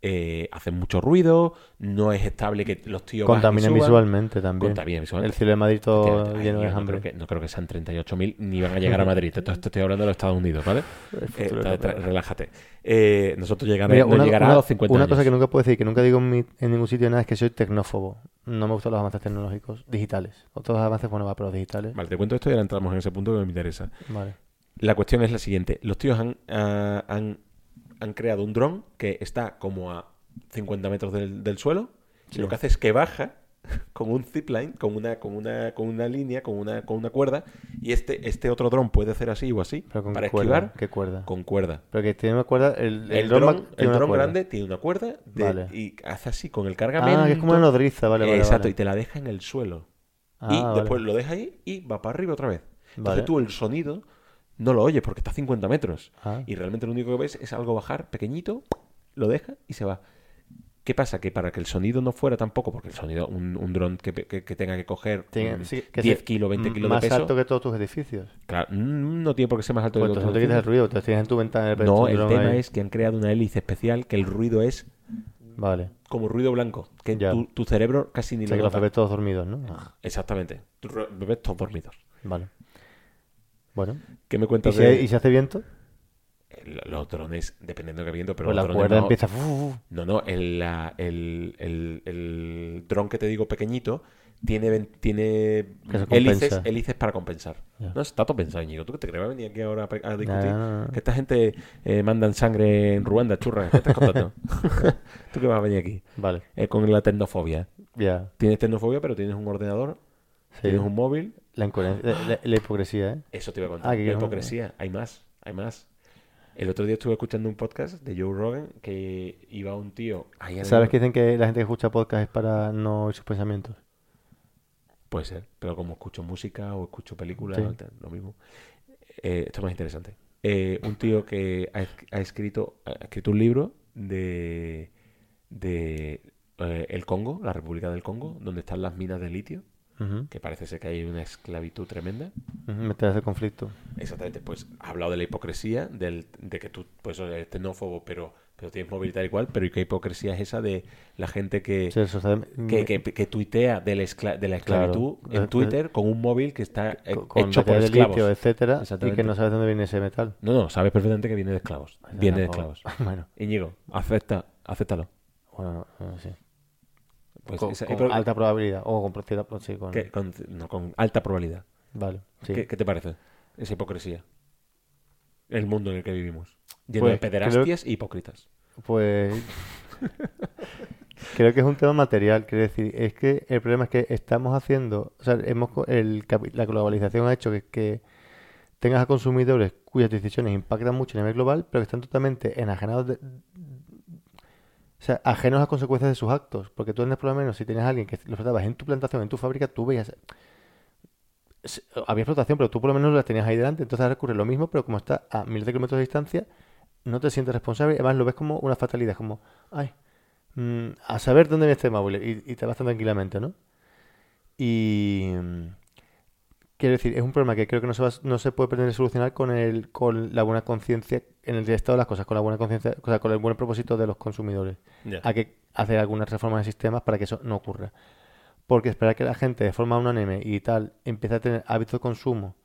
[SPEAKER 1] eh, hacen mucho ruido, no es estable que los tíos. bajen y
[SPEAKER 2] Contaminan
[SPEAKER 1] suban.
[SPEAKER 2] visualmente también.
[SPEAKER 1] Contamina visualmente.
[SPEAKER 2] El cielo de Madrid todo
[SPEAKER 1] Efectivamente. Ay,
[SPEAKER 2] lleno de
[SPEAKER 1] yo no, creo
[SPEAKER 2] hambre.
[SPEAKER 1] que, no creo que sean 38.000 ni van a
[SPEAKER 2] [laughs]
[SPEAKER 1] llegar a Madrid. Te, te estoy hablando de los Estados Unidos, ¿vale? Eh,
[SPEAKER 2] futuro
[SPEAKER 1] tra-
[SPEAKER 2] europeo.
[SPEAKER 1] tra- relájate. Eh, nosotros llegaremos,
[SPEAKER 2] Mira,
[SPEAKER 1] nos llegará a los 50
[SPEAKER 2] una
[SPEAKER 1] años.
[SPEAKER 2] cosa que nunca puedo decir, que nunca digo en, mi- en ningún sitio nada, es que soy tecnófobo. No me gustan los avances tecnológicos digitales. Otros avances, bueno, va, pero los digitales.
[SPEAKER 1] Vale, te cuento esto y ahora entramos en ese punto que me interesa.
[SPEAKER 2] Vale.
[SPEAKER 1] La cuestión es la siguiente. Los tíos han, ah, han, han creado un dron que está como a 50 metros del, del suelo y lo que hace es que baja [laughs] con un zipline, con una, con una, con una línea, con una, con una cuerda y este, este otro dron puede hacer así o así
[SPEAKER 2] Pero con
[SPEAKER 1] para
[SPEAKER 2] cuerda.
[SPEAKER 1] esquivar
[SPEAKER 2] ¿Qué cuerda?
[SPEAKER 1] con cuerda.
[SPEAKER 2] Pero que tiene una cuerda. El, el
[SPEAKER 1] El,
[SPEAKER 2] dron va-
[SPEAKER 1] dron,
[SPEAKER 2] tiene
[SPEAKER 1] el
[SPEAKER 2] una
[SPEAKER 1] dron
[SPEAKER 2] cuerda.
[SPEAKER 1] grande tiene una cuerda de-
[SPEAKER 2] Vale.
[SPEAKER 1] y hace así con el cargamento.
[SPEAKER 2] Ah, que es como una nodriza, vale,
[SPEAKER 1] Eh,
[SPEAKER 2] vale.
[SPEAKER 1] Exacto,
[SPEAKER 2] vale.
[SPEAKER 1] y te la deja en el suelo.
[SPEAKER 2] Ah,
[SPEAKER 1] y
[SPEAKER 2] vale.
[SPEAKER 1] después lo deja ahí y va para arriba otra vez. Entonces
[SPEAKER 2] Vale.
[SPEAKER 1] tú el sonido no lo oyes porque está a 50 metros.
[SPEAKER 2] Ah.
[SPEAKER 1] Y realmente lo único que ves es algo bajar pequeñito, lo deja y se va. ¿Qué pasa? Que para que el sonido no fuera tampoco, porque el sonido, un, un dron que, pe- que- que tenga que coger
[SPEAKER 2] Tiene-
[SPEAKER 1] mm,
[SPEAKER 2] sí, que
[SPEAKER 1] 10
[SPEAKER 2] sea
[SPEAKER 1] kilos, 20 kilos
[SPEAKER 2] Más
[SPEAKER 1] de peso,
[SPEAKER 2] alto que todos tus edificios.
[SPEAKER 1] claro, mm, no tiene por qué ser más alto
[SPEAKER 2] Pues
[SPEAKER 1] que
[SPEAKER 2] entonces no
[SPEAKER 1] otros
[SPEAKER 2] te quitas el
[SPEAKER 1] edificios.
[SPEAKER 2] ruido, entonces tienes en tu ventana el
[SPEAKER 1] No,
[SPEAKER 2] tu
[SPEAKER 1] el
[SPEAKER 2] dron
[SPEAKER 1] tema
[SPEAKER 2] ahí.
[SPEAKER 1] es que han creado una hélice especial que el ruido es
[SPEAKER 2] Vale.
[SPEAKER 1] como ruido blanco, que
[SPEAKER 2] Ya.
[SPEAKER 1] tu, tu cerebro casi ni
[SPEAKER 2] O sea, que
[SPEAKER 1] lo
[SPEAKER 2] los
[SPEAKER 1] nota.
[SPEAKER 2] bebés todos dormidos, ¿no? Ah,
[SPEAKER 1] Exactamente. Tú re- bebés todos dormidos.
[SPEAKER 2] Vale. Bueno.
[SPEAKER 1] ¿Qué me
[SPEAKER 2] ¿Y
[SPEAKER 1] cuentas
[SPEAKER 2] si,
[SPEAKER 1] de
[SPEAKER 2] y si hace viento?
[SPEAKER 1] el- los drones? Dependiendo de qué viento, pero
[SPEAKER 2] pues
[SPEAKER 1] los
[SPEAKER 2] la
[SPEAKER 1] drones
[SPEAKER 2] cuerda
[SPEAKER 1] no-
[SPEAKER 2] empieza. fu- fu-
[SPEAKER 1] No, no, el, la- el, el, el dron que te digo pequeñito tiene, ven- tiene
[SPEAKER 2] Que se
[SPEAKER 1] hélices,
[SPEAKER 2] compensa.
[SPEAKER 1] hélices para compensar.
[SPEAKER 2] Ya.
[SPEAKER 1] No, está todo pensado, Íñigo. ¿Tú qué te crees? ¿Va a venir aquí ahora a, pe- a discutir?
[SPEAKER 2] no, no.
[SPEAKER 1] Que esta gente eh, mandan sangre en Ruanda, churra. ¿Qué estás
[SPEAKER 2] [laughs]
[SPEAKER 1] contando? [laughs] ¿Tú qué vas a venir aquí?
[SPEAKER 2] Vale.
[SPEAKER 1] Eh, con la tecnofobia.
[SPEAKER 2] Ya.
[SPEAKER 1] Tienes tecnofobia, pero tienes un ordenador,
[SPEAKER 2] Sí.
[SPEAKER 1] tienes un móvil. [laughs]
[SPEAKER 2] La, incoherencia, la- la- la hipocresía, ¿eh?
[SPEAKER 1] Eso te iba a contar.
[SPEAKER 2] Ah, que
[SPEAKER 1] la
[SPEAKER 2] no.
[SPEAKER 1] hipocresía. Hay más, hay más. El otro día estuve escuchando un podcast de Joe Rogan que iba un tío... ahí en el-
[SPEAKER 2] ¿Sabes que dicen que la gente que escucha podcast es para no oír sus pensamientos?
[SPEAKER 1] Puede ser, pero como escucho música o escucho películas,
[SPEAKER 2] Sí.
[SPEAKER 1] o tal, lo mismo. Eh, esto es más interesante. Eh, un tío que ha, es- ha escrito, ha escrito un libro de, de eh, el Congo, la República del Congo, donde están las minas de litio,
[SPEAKER 2] Ujú.
[SPEAKER 1] que parece ser que hay una esclavitud tremenda.
[SPEAKER 2] Ujú, Meterse en conflicto.
[SPEAKER 1] Exactamente, pues ha hablado de la hipocresía, del, de que tú pues eres tecnófobo, pero, pero tienes móvil y tal y cual, pero ¿y qué hipocresía es esa de la gente que,
[SPEAKER 2] Sí, eso, o sea,
[SPEAKER 1] que,
[SPEAKER 2] me-
[SPEAKER 1] que, que tuitea de la, escla- de la
[SPEAKER 2] Claro.
[SPEAKER 1] esclavitud
[SPEAKER 2] Eh,
[SPEAKER 1] en Twitter con un móvil que está eh,
[SPEAKER 2] co- con
[SPEAKER 1] hecho por
[SPEAKER 2] material de
[SPEAKER 1] esclavos.
[SPEAKER 2] litio, etcétera, y
[SPEAKER 1] Exactamente.
[SPEAKER 2] que no sabes dónde viene ese metal.
[SPEAKER 1] No, no, sabes perfectamente que viene de esclavos. Viene de
[SPEAKER 2] Tampoco- [laughs]
[SPEAKER 1] esclavos.
[SPEAKER 2] Bueno,
[SPEAKER 1] Íñigo, acepta, acéptalo.
[SPEAKER 2] bueno, no, no sé.
[SPEAKER 1] Pues
[SPEAKER 2] con,
[SPEAKER 1] esa-
[SPEAKER 2] con
[SPEAKER 1] eh, pero-
[SPEAKER 2] alta probabilidad. O con propiedad, pues sí, con-
[SPEAKER 1] que- con, no, con alta probabilidad.
[SPEAKER 2] Vale, sí.
[SPEAKER 1] ¿Qué, qué te parece? Esa hipocresía. El mundo en el que vivimos. Lleno
[SPEAKER 2] Pues,
[SPEAKER 1] de pederastias e hipócritas.
[SPEAKER 2] Pues. creo que es un tema material, quiero decir. Es que el problema es que estamos haciendo. O sea, hemos, co- el, capi- la globalización ha hecho que, que tengas a consumidores cuyas decisiones impactan mucho a nivel global, pero que están totalmente enajenados de. O sea, ajenos a consecuencias de sus actos. Porque tú antes, por lo menos, si tenías a alguien que lo tratabas en tu plantación, en tu fábrica, tú veías. se- Había explotación, pero tú por lo menos las tenías ahí delante. Entonces ahora ocurre lo mismo, pero como está a miles de kilómetros de distancia, no te sientes responsable, además lo ves como una fatalidad, es como, ay, mm, a saber dónde viene este móvil y, y te vas tan tranquilamente, ¿no? Y mm, quiero decir, es un problema que creo que no se, va- no se puede pretender solucionar con, el, con la buena conciencia en el estado de las cosas, con la buena conciencia, o sea, con el buen propósito de los consumidores. Hay que hacer algunas reformas de sistemas para que eso no ocurra. Porque esperar que la gente de forma unánime y tal empiece a tener hábitos de consumo,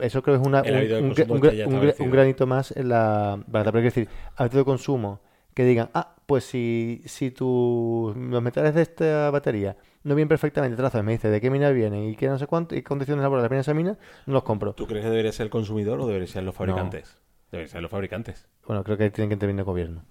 [SPEAKER 2] eso creo que es una,
[SPEAKER 1] El
[SPEAKER 2] un,
[SPEAKER 1] hábito de
[SPEAKER 2] un gra-
[SPEAKER 1] consumo
[SPEAKER 2] un gra-
[SPEAKER 1] está ya
[SPEAKER 2] un gra- un
[SPEAKER 1] establecido.
[SPEAKER 2] granito más en la balanza. Pero quiero decir, hábitos de consumo que digan, ah, pues si, si tu, los metales de esta batería no vienen perfectamente trazados, me dice de qué mina vienen y qué no sé cuánto, y qué condiciones laborales vienen esa mina, no los compro.
[SPEAKER 1] ¿Tú crees que debería ser el consumidor o deberían ser los fabricantes? Deberían ser los fabricantes.
[SPEAKER 2] Bueno, creo que ahí tienen que intervenir el gobierno.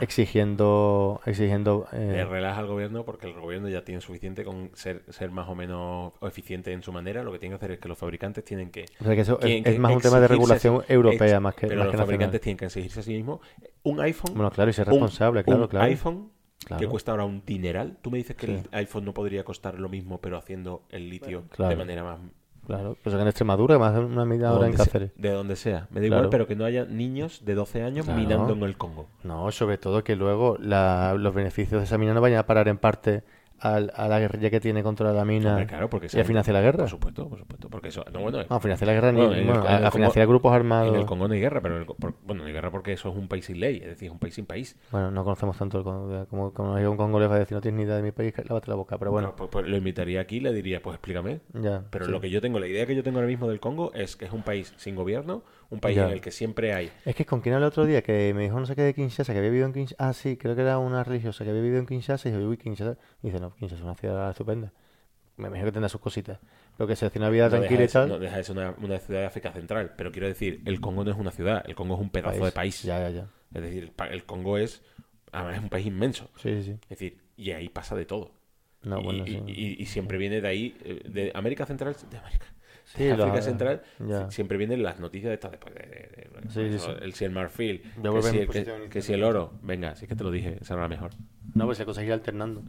[SPEAKER 2] Exigiendo, exigiendo eh,
[SPEAKER 1] Le relaja al gobierno porque el gobierno ya tiene suficiente con ser, ser más o menos eficiente en su manera. Lo que tiene que hacer es que los fabricantes tienen que.
[SPEAKER 2] O sea, que eso es-
[SPEAKER 1] tienen
[SPEAKER 2] es más un tema de
[SPEAKER 1] exigirse a sí-
[SPEAKER 2] regulación europea más que-
[SPEAKER 1] Pero
[SPEAKER 2] más
[SPEAKER 1] los
[SPEAKER 2] que nacional.
[SPEAKER 1] fabricantes tienen que exigirse a sí mismos. Un iPhone.
[SPEAKER 2] Bueno, claro, y ser
[SPEAKER 1] un-
[SPEAKER 2] responsable, claro,
[SPEAKER 1] un
[SPEAKER 2] claro.
[SPEAKER 1] iPhone que
[SPEAKER 2] Claro.
[SPEAKER 1] cuesta ahora un dineral. Tú me dices que el iPhone no podría costar lo mismo, pero haciendo el litio
[SPEAKER 2] Claro.
[SPEAKER 1] de manera más
[SPEAKER 2] Claro, pero que en Extremadura, más de una media hora en
[SPEAKER 1] donde se-
[SPEAKER 2] Cáceres.
[SPEAKER 1] de donde sea. Me da
[SPEAKER 2] Claro.
[SPEAKER 1] igual, pero que no haya niños de 12 años
[SPEAKER 2] Claro.
[SPEAKER 1] minando en el Congo.
[SPEAKER 2] No, sobre todo que luego la- los beneficios de esa mina no vayan a parar en parte al- a la guerrilla que tiene contra la mina
[SPEAKER 1] Hombre, claro, porque
[SPEAKER 2] y a
[SPEAKER 1] saben-
[SPEAKER 2] financiar la guerra.
[SPEAKER 1] Por supuesto, por supuesto. Porque eso. No, bueno,
[SPEAKER 2] No, a financiar la guerra ni,
[SPEAKER 1] Bueno, en el-
[SPEAKER 2] bueno,
[SPEAKER 1] en
[SPEAKER 2] a,
[SPEAKER 1] el
[SPEAKER 2] a financiar grupos armados.
[SPEAKER 1] en el Congo no hay guerra, pero en el co- por- bueno, no hay guerra porque eso es un país sin ley, es decir, es un país sin país.
[SPEAKER 2] Bueno, no conocemos tanto el Congo. Como, como hay un congolés va a decir, no tienes ni idea de mi país, lávate la boca. Pero bueno,
[SPEAKER 1] No, pues- pues lo invitaría aquí y le diría, pues explícame.
[SPEAKER 2] ya.
[SPEAKER 1] Pero
[SPEAKER 2] sí.
[SPEAKER 1] lo que yo tengo, la idea que yo tengo ahora mismo del Congo es que es un país sin gobierno, un país
[SPEAKER 2] Ya.
[SPEAKER 1] en el que siempre hay.
[SPEAKER 2] Es que con quien hablé el otro día que me dijo no sé qué de Kinshasa, que había vivido en Kinshasa. Ah, sí, creo que era una religiosa que había vivido en Kinshasa y dije, uy, Kinshasa. Y dice, no, Kinshasa es una ciudad estupenda. Me imagino que tendrá sus cositas. Pero que se hace una vida
[SPEAKER 1] No deja,
[SPEAKER 2] tranquila
[SPEAKER 1] de
[SPEAKER 2] y
[SPEAKER 1] ser,
[SPEAKER 2] tal.
[SPEAKER 1] no deja de ser una, una ciudad de África Central, pero quiero decir, el Congo no es una ciudad, el Congo es un pedazo de país.
[SPEAKER 2] pues, Ya, ya, ya.
[SPEAKER 1] Es decir, el, pa- el Congo es, además es un país inmenso.
[SPEAKER 2] Sí, sí, sí.
[SPEAKER 1] Es decir, y ahí pasa de todo.
[SPEAKER 2] No,
[SPEAKER 1] y,
[SPEAKER 2] bueno,
[SPEAKER 1] y-
[SPEAKER 2] sí.
[SPEAKER 1] y- y siempre viene de ahí, eh, de América Central, de América.
[SPEAKER 2] Sí,
[SPEAKER 1] de
[SPEAKER 2] los-
[SPEAKER 1] África Central
[SPEAKER 2] ya.
[SPEAKER 1] si- siempre vienen las noticias de estas después de, de- de-
[SPEAKER 2] Sí,
[SPEAKER 1] de-
[SPEAKER 2] sí, sí.
[SPEAKER 1] el si el marfil,
[SPEAKER 2] Ya
[SPEAKER 1] que
[SPEAKER 2] volvemos
[SPEAKER 1] si el,
[SPEAKER 2] pues,
[SPEAKER 1] que- que si el oro, venga, si es que te lo dije, esa era la mejor.
[SPEAKER 2] No, pues la cosa es ir alternando.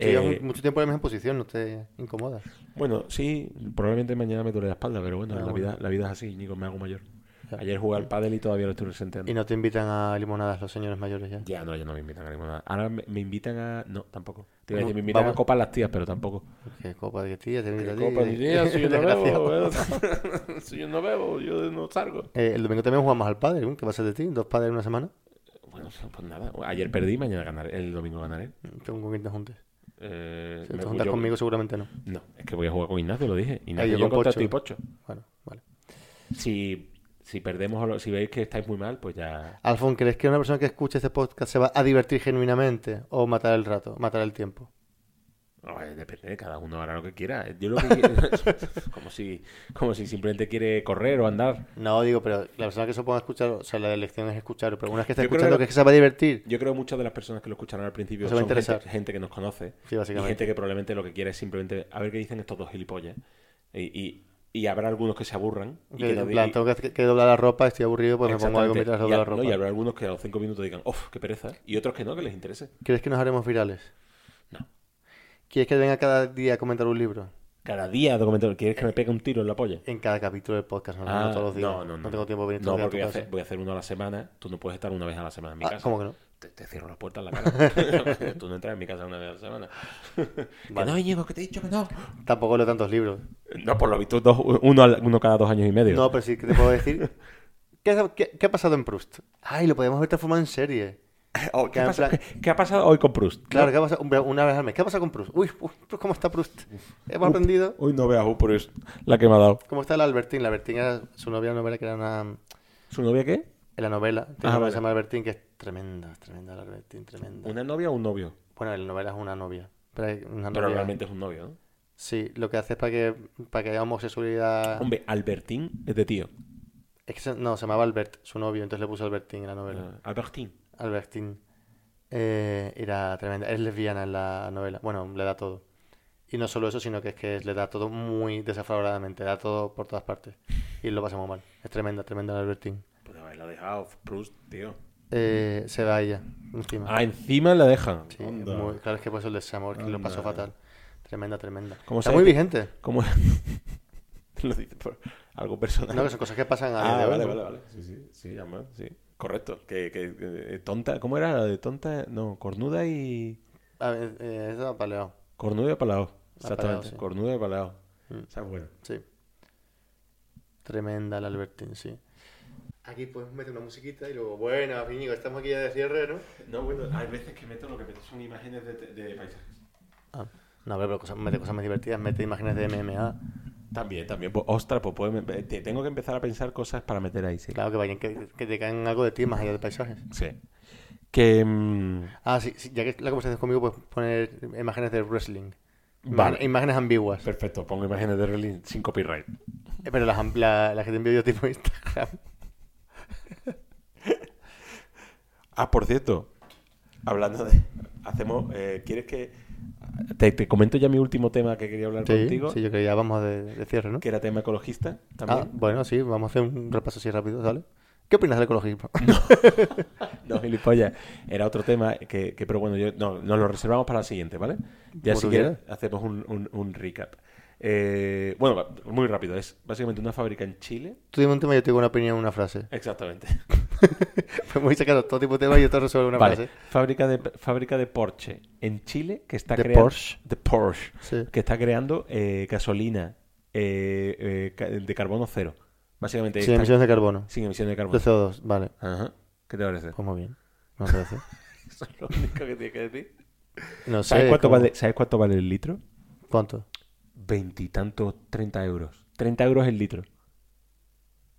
[SPEAKER 1] Eh,
[SPEAKER 2] Llevas mucho tiempo en la misma posición, no te incomodas.
[SPEAKER 1] Bueno, sí, probablemente mañana me duele la espalda, pero bueno,
[SPEAKER 2] Ah,
[SPEAKER 1] la,
[SPEAKER 2] bueno.
[SPEAKER 1] Vida, la vida es así, Íñigo, me hago mayor.
[SPEAKER 2] Ya.
[SPEAKER 1] Ayer jugué al pádel y todavía lo estoy resentiendo.
[SPEAKER 2] Y no te invitan a limonadas los señores mayores ya.
[SPEAKER 1] Ya, no, ya no me invitan a ninguna. Ahora me, me invitan a... No, tampoco. Te iba a
[SPEAKER 2] Bueno,
[SPEAKER 1] decir, me invitan
[SPEAKER 2] vamos.
[SPEAKER 1] a copas las tías, pero tampoco.
[SPEAKER 2] Qué copa de tía, te invita a ti.
[SPEAKER 1] Copas, ni idea,
[SPEAKER 2] [laughs]
[SPEAKER 1] [laughs] si "Ah, yo no
[SPEAKER 2] Desgraciado.
[SPEAKER 1] bebo, eh, [laughs] si yo no bebo, yo no salgo.
[SPEAKER 2] Eh, el domingo también jugamos al padre, ¿qué va a ser de ti? ¿Dos padres en una semana?
[SPEAKER 1] Bueno, pues nada. Ayer perdí, mañana ganaré. El domingo ganaré.
[SPEAKER 2] ¿Con con quién te juntes?
[SPEAKER 1] Eh,
[SPEAKER 2] Si
[SPEAKER 1] me-
[SPEAKER 2] te juntas
[SPEAKER 1] yo-
[SPEAKER 2] conmigo seguramente no.
[SPEAKER 1] No, es que voy a jugar con Ignacio, lo dije.
[SPEAKER 2] Ah,
[SPEAKER 1] Ignacio,
[SPEAKER 2] yo
[SPEAKER 1] yo
[SPEAKER 2] con
[SPEAKER 1] contra
[SPEAKER 2] Pocho.
[SPEAKER 1] ti, Pocho.
[SPEAKER 2] Bueno, vale.
[SPEAKER 1] Si, si perdemos o lo- si veis que estáis muy mal, pues ya...
[SPEAKER 2] Alfon, ¿crees que una persona que escuche este podcast se va a divertir genuinamente o matar el rato, matar el tiempo?
[SPEAKER 1] Ay, eh, depende, cada uno hará lo que quiera. Yo [laughs] lo que quiero... como, si, como si simplemente quiere correr o andar.
[SPEAKER 2] No, digo, pero la persona que se ponga a escuchar, o sea, la elección es escuchar, pero una vez que está
[SPEAKER 1] Yo creo
[SPEAKER 2] escuchando,
[SPEAKER 1] que-
[SPEAKER 2] que, es que se va a divertir.
[SPEAKER 1] Yo creo que muchas de las personas que lo escucharán al principio
[SPEAKER 2] Se va a
[SPEAKER 1] son gente,
[SPEAKER 2] interesar.
[SPEAKER 1] gente que nos conoce.
[SPEAKER 2] Sí,
[SPEAKER 1] Y
[SPEAKER 2] básicamente.
[SPEAKER 1] gente que probablemente lo que quiere es simplemente a ver qué dicen estos dos gilipollas. Y, y- y habrá algunos que se aburran. Y
[SPEAKER 2] Que,
[SPEAKER 1] que nos
[SPEAKER 2] en
[SPEAKER 1] digan-
[SPEAKER 2] plan, tengo que, que doblar la ropa, estoy aburrido, pues me pongo algo
[SPEAKER 1] Exactamente.
[SPEAKER 2] mientras
[SPEAKER 1] y,
[SPEAKER 2] doblo
[SPEAKER 1] a-
[SPEAKER 2] la
[SPEAKER 1] no,
[SPEAKER 2] ropa.
[SPEAKER 1] y habrá algunos que a los cinco minutos digan, uff, qué pereza. Y otros que no, que les interese.
[SPEAKER 2] ¿Crees que nos haremos virales?
[SPEAKER 1] No.
[SPEAKER 2] ¿Quieres que venga cada día a comentar un libro?
[SPEAKER 1] Cada día documental, ¿quieres que me pegue un tiro en la polla? Ah,
[SPEAKER 2] En cada capítulo del podcast, no, Ah, no todos los días.
[SPEAKER 1] no, no, no.
[SPEAKER 2] tengo tiempo de venir
[SPEAKER 1] No,
[SPEAKER 2] todos los
[SPEAKER 1] porque voy a,
[SPEAKER 2] días a tu
[SPEAKER 1] hacer,
[SPEAKER 2] casa.
[SPEAKER 1] voy a hacer uno a la semana. Tú no puedes estar una vez a la semana en mi
[SPEAKER 2] Ah,
[SPEAKER 1] casa.
[SPEAKER 2] ¿Cómo que no?
[SPEAKER 1] Te, te cierro las puertas en la cara. [laughs] Tú no entras en mi casa una vez a la semana. [laughs] Que no, Íñigo, que te he dicho que no.
[SPEAKER 2] Tampoco leo tantos libros.
[SPEAKER 1] No, por lo visto, dos, uno, al- uno cada dos años y medio.
[SPEAKER 2] No, pero sí que te
[SPEAKER 1] [laughs]
[SPEAKER 2] puedo decir. ¿Qué, qué- qué ha pasado en Proust? Ay, lo podemos ver transformado en serie.
[SPEAKER 1] Oh, ¿qué,
[SPEAKER 2] en
[SPEAKER 1] pasa-
[SPEAKER 2] plan-
[SPEAKER 1] qué- qué ha pasado hoy con Proust?
[SPEAKER 2] Claro, ¿qué ha pasado? Hombre, Una vez al mes. ¿Qué ha pasado con Proust? Uy, uy, pues ¿cómo está Proust? Hemos aprendido.
[SPEAKER 1] Hoy no veas a Proust, la que me ha dado.
[SPEAKER 2] ¿Cómo está la Albertín? La Albertín era su novia novela que era una.
[SPEAKER 1] ¿Su novia qué?
[SPEAKER 2] En la novela. Tiene
[SPEAKER 1] Ah,
[SPEAKER 2] una novia que
[SPEAKER 1] vale.
[SPEAKER 2] se llama Albertín, que es tremenda, es tremenda la Albertín, tremenda.
[SPEAKER 1] ¿Una novia o un novio?
[SPEAKER 2] Bueno, la novela es una novia. Pero hay una
[SPEAKER 1] Pero
[SPEAKER 2] novia-
[SPEAKER 1] realmente es un novio, ¿no?
[SPEAKER 2] Sí, lo que hace es para que, para que haya homosexualidad.
[SPEAKER 1] Hombre, Albertín es de tío.
[SPEAKER 2] Es que se- no, se llamaba Albert, su novio, entonces le puso Albertín en la novela.
[SPEAKER 1] Eh, Albertín.
[SPEAKER 2] Albertine eh, era tremenda. Es lesbiana en la novela. Bueno, le da todo. Y no solo eso, sino que es que le da todo muy desafavoradamente. Da todo por todas partes. Y lo pasa muy mal. Es tremenda, tremenda la Albertine.
[SPEAKER 1] Pues haberla dejado, Proust, tío.
[SPEAKER 2] Eh, se va ella, encima.
[SPEAKER 1] Ah, encima la dejan.
[SPEAKER 2] Sí, muy- claro, es que por eso el desamor, que lo pasó fatal. Tremenda, tremenda.
[SPEAKER 1] ¿Cómo
[SPEAKER 2] Está
[SPEAKER 1] se-
[SPEAKER 2] muy vigente.
[SPEAKER 1] ¿Cómo? [laughs] Lo dice por algo personal.
[SPEAKER 2] No, que son cosas que pasan a día
[SPEAKER 1] ah,
[SPEAKER 2] de hoy,
[SPEAKER 1] vale,
[SPEAKER 2] ¿no?
[SPEAKER 1] vale, vale. Sí, sí, sí, además, sí. Correcto. Que, que, que- tonta, ¿cómo era la de tonta? No, cornuda y
[SPEAKER 2] A ver, eh, eso ha paleado.
[SPEAKER 1] cornuda y palao. Exactamente,
[SPEAKER 2] sí. Mm.
[SPEAKER 1] cornuda y palao. Esa es buena.
[SPEAKER 2] Sí. Tremenda la Albertín, sí. Aquí podemos meter una musiquita y luego, bueno, Íñigo, estamos aquí ya de cierre, ¿no?
[SPEAKER 1] No, bueno, hay veces que meto lo que meto son imágenes de, paisajes.
[SPEAKER 2] Ah, no, pero cosas, mete cosas más divertidas, mete imágenes de MMA.
[SPEAKER 1] También, también. Pues, ostras, pues puedo- eh, te- tengo que empezar a pensar cosas para meter ahí, sí.
[SPEAKER 2] Claro, que vayan, que, que te caen algo de ti más allá de paisajes.
[SPEAKER 1] Sí. Que. mm,
[SPEAKER 2] Ah, sí, sí, ya que la conversación conmigo, puedes poner imágenes de wrestling. Imágenes-
[SPEAKER 1] Vale.
[SPEAKER 2] Imágenes ambiguas. Eh,
[SPEAKER 1] perfecto, pongo imágenes de Berlín sin copyright.
[SPEAKER 2] Pero, las, am- la- las que te envío yo tipo Instagram.
[SPEAKER 1] Ah, por cierto, hablando de. Hacemos. eh, ¿Quieres que.? Te, te comento ya mi último tema que quería hablar
[SPEAKER 2] Sí,
[SPEAKER 1] contigo,
[SPEAKER 2] sí, yo creo que ya vamos de, de cierre, ¿no?
[SPEAKER 1] que era tema ecologista
[SPEAKER 2] Ah,
[SPEAKER 1] también.
[SPEAKER 2] bueno, sí, vamos a hacer un repaso así rápido, ¿sale? ¿Qué opinas del ecologismo?
[SPEAKER 1] [laughs] No, gilipollas. Era otro tema que, que- pero bueno, yo, no, nos lo reservamos para la siguiente, ¿vale? Ya
[SPEAKER 2] Como
[SPEAKER 1] si
[SPEAKER 2] tú
[SPEAKER 1] quieres, hacemos un, un- un recap. Eh, bueno, va- muy rápido. Es básicamente una fábrica en Chile.
[SPEAKER 2] [laughs] Tú dime un tema y yo tengo una opinión en una frase.
[SPEAKER 1] [laughs] Exactamente.
[SPEAKER 2] [laughs] Pues muy sacado todo tipo de temas y yo te resuelvo en una
[SPEAKER 1] Vale.
[SPEAKER 2] frase.
[SPEAKER 1] Fábrica de fábrica de Porsche en Chile que está
[SPEAKER 2] De
[SPEAKER 1] creando
[SPEAKER 2] Porsche.
[SPEAKER 1] de Porsche
[SPEAKER 2] Sí.
[SPEAKER 1] que está creando eh, gasolina eh, eh, ca- de carbono cero. Básicamente
[SPEAKER 2] Sin
[SPEAKER 1] están-
[SPEAKER 2] emisiones de carbono.
[SPEAKER 1] sin emisión de
[SPEAKER 2] De
[SPEAKER 1] carbono.
[SPEAKER 2] CO2, vale.
[SPEAKER 1] Ajá. ¿Qué te
[SPEAKER 2] [laughs]
[SPEAKER 1] parece? [laughs]
[SPEAKER 2] Pues muy bien. No sé.
[SPEAKER 1] Eso es lo único que tiene que decir. [laughs]
[SPEAKER 2] No sé.
[SPEAKER 1] ¿Sabes, cuánto
[SPEAKER 2] ¿cómo?
[SPEAKER 1] vale, ¿Sabes cuánto vale el litro?
[SPEAKER 2] ¿Cuánto?
[SPEAKER 1] Veintitantos, treinta euros. Treinta euros el litro.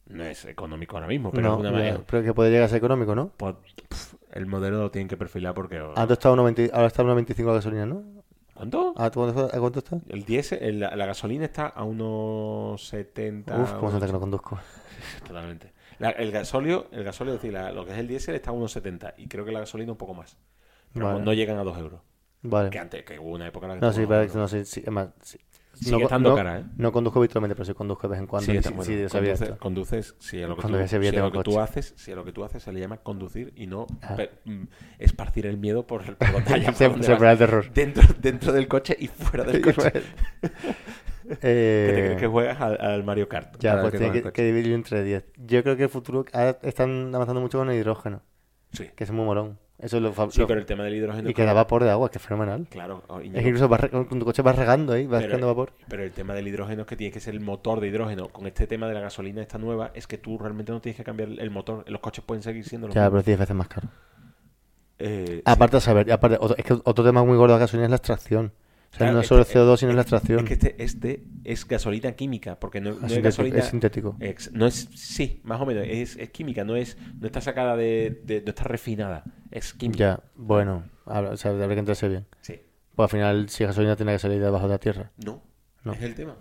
[SPEAKER 1] No es económico ahora mismo, pero
[SPEAKER 2] no,
[SPEAKER 1] Pues de alguna
[SPEAKER 2] ya,
[SPEAKER 1] manera.
[SPEAKER 2] pero que puede llegar a ser económico, ¿no?
[SPEAKER 1] pues, pf, el modelo lo tienen que perfilar porque. oh,
[SPEAKER 2] Antes estaba a 90 ahora está a 1,25 la gasolina, ¿no?
[SPEAKER 1] ¿Cuánto?
[SPEAKER 2] ¿A cuánto, a cuánto está?
[SPEAKER 1] El diésel, el- la, la gasolina está a unos 70.
[SPEAKER 2] Uf, cómo se nota que no conduzco.
[SPEAKER 1] Totalmente. La- el gasóleo, el gasóleo, es decir, la- lo que es el diésel está a unos 70 y creo que la gasolina un poco más. Pero
[SPEAKER 2] Vale.
[SPEAKER 1] no llegan a 2 euros. Que
[SPEAKER 2] Vale.
[SPEAKER 1] antes, que hubo una época en la que
[SPEAKER 2] No,
[SPEAKER 1] estuvo
[SPEAKER 2] sí,
[SPEAKER 1] a dos
[SPEAKER 2] pero
[SPEAKER 1] euros.
[SPEAKER 2] no, sí, sí, es más, sí.
[SPEAKER 1] Sigue
[SPEAKER 2] no, co-
[SPEAKER 1] estando
[SPEAKER 2] no-
[SPEAKER 1] cara, ¿eh?
[SPEAKER 2] No conduzco habitualmente, pero sí conduzco de vez en cuando.
[SPEAKER 1] Sí,
[SPEAKER 2] y
[SPEAKER 1] está-
[SPEAKER 2] sí,
[SPEAKER 1] bueno,
[SPEAKER 2] sí, yo sabía
[SPEAKER 1] conduces, [laughs]
[SPEAKER 2] esto.
[SPEAKER 1] conduces- sí, a lo que,
[SPEAKER 2] Cuando
[SPEAKER 1] tú,
[SPEAKER 2] ya se veía
[SPEAKER 1] sí, a lo
[SPEAKER 2] tengo
[SPEAKER 1] que tú
[SPEAKER 2] coche.
[SPEAKER 1] haces, sí, a lo que tú haces se le llama conducir y no
[SPEAKER 2] Ah.
[SPEAKER 1] pe- mm, esparcir el miedo por, por
[SPEAKER 2] [laughs]
[SPEAKER 1] la calle, por
[SPEAKER 2] Se-
[SPEAKER 1] donde
[SPEAKER 2] sembrar
[SPEAKER 1] vas.
[SPEAKER 2] el terror.
[SPEAKER 1] Dentro, dentro del coche y fuera
[SPEAKER 2] [laughs]
[SPEAKER 1] del coche.
[SPEAKER 2] Eh,
[SPEAKER 1] Que te crees que juegas al, al Mario Kart.
[SPEAKER 2] Ya,
[SPEAKER 1] Cada
[SPEAKER 2] pues
[SPEAKER 1] vez
[SPEAKER 2] tiene
[SPEAKER 1] que
[SPEAKER 2] que,
[SPEAKER 1] coges
[SPEAKER 2] que dividirlo entre 10. Yo creo que el futuro ahora están avanzando mucho con el hidrógeno,
[SPEAKER 1] el coche. Sí.
[SPEAKER 2] que es muy molón. Eso es lo, fa-
[SPEAKER 1] Sí,
[SPEAKER 2] lo-
[SPEAKER 1] pero el tema del hidrógeno.
[SPEAKER 2] Y que da vapor de agua, que es fenomenal.
[SPEAKER 1] Claro, o-
[SPEAKER 2] Es que incluso vas re- con tu coche vas regando ahí, vas sacando vapor.
[SPEAKER 1] pero el tema del hidrógeno es que tiene que ser el motor de hidrógeno. Con este tema de la gasolina esta nueva, es que tú realmente no tienes que cambiar el motor. Los coches pueden seguir siendo los
[SPEAKER 2] Ya,
[SPEAKER 1] mismos.
[SPEAKER 2] pero 10 veces más caro.
[SPEAKER 1] Eh,
[SPEAKER 2] Aparte, a saber, aparte, otro, es que otro tema muy gordo de la gasolina es la extracción. O sea,
[SPEAKER 1] Claro,
[SPEAKER 2] no
[SPEAKER 1] es
[SPEAKER 2] es solo
[SPEAKER 1] que-
[SPEAKER 2] CO2, sino es la
[SPEAKER 1] sí.
[SPEAKER 2] extracción.
[SPEAKER 1] Es que este, este es gasolina química, porque no, no
[SPEAKER 2] Ah,
[SPEAKER 1] es
[SPEAKER 2] sintético,
[SPEAKER 1] gasolina...
[SPEAKER 2] es sintético.
[SPEAKER 1] Ex- no es, sí, más o menos, es, es química, no es, no está sacada de, de- no está refinada, es química.
[SPEAKER 2] Ya, bueno, habla- o sea, habrá que entrarse bien.
[SPEAKER 1] Sí.
[SPEAKER 2] Pues al final, si es gasolina, tiene que salir de abajo de la tierra.
[SPEAKER 1] No,
[SPEAKER 2] No.
[SPEAKER 1] es el tema.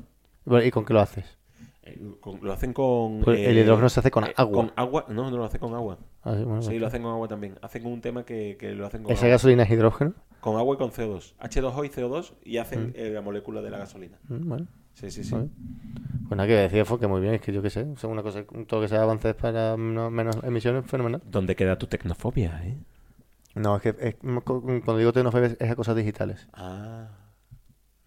[SPEAKER 2] Bueno, ¿Y con qué lo haces?
[SPEAKER 1] Eh, con- lo hacen con... eh,
[SPEAKER 2] Pues el hidrógeno se hace con agua.
[SPEAKER 1] Con agua, no, no lo hace con agua.
[SPEAKER 2] Ah, sí, bueno,
[SPEAKER 1] Sí,
[SPEAKER 2] pues-
[SPEAKER 1] lo hacen con agua también. Hacen un tema que, que lo hacen con
[SPEAKER 2] ¿Esa
[SPEAKER 1] agua.
[SPEAKER 2] gasolina es hidrógeno?
[SPEAKER 1] Con agua y con CO2. H2O y CO2 y hacen eh, la molécula de la gasolina.
[SPEAKER 2] Mm, Bueno.
[SPEAKER 1] Sí, sí, sí.
[SPEAKER 2] Muy bien. Pues nada, que decía fue que muy bien, es que yo qué sé, o sea, una cosa, todo que sea avances para menos, menos emisiones, fenomenal.
[SPEAKER 1] ¿Dónde queda tu tecnofobia, eh?
[SPEAKER 2] No, es que es- cu- cuando digo tecnofobia es- es a cosas digitales,
[SPEAKER 1] Ah.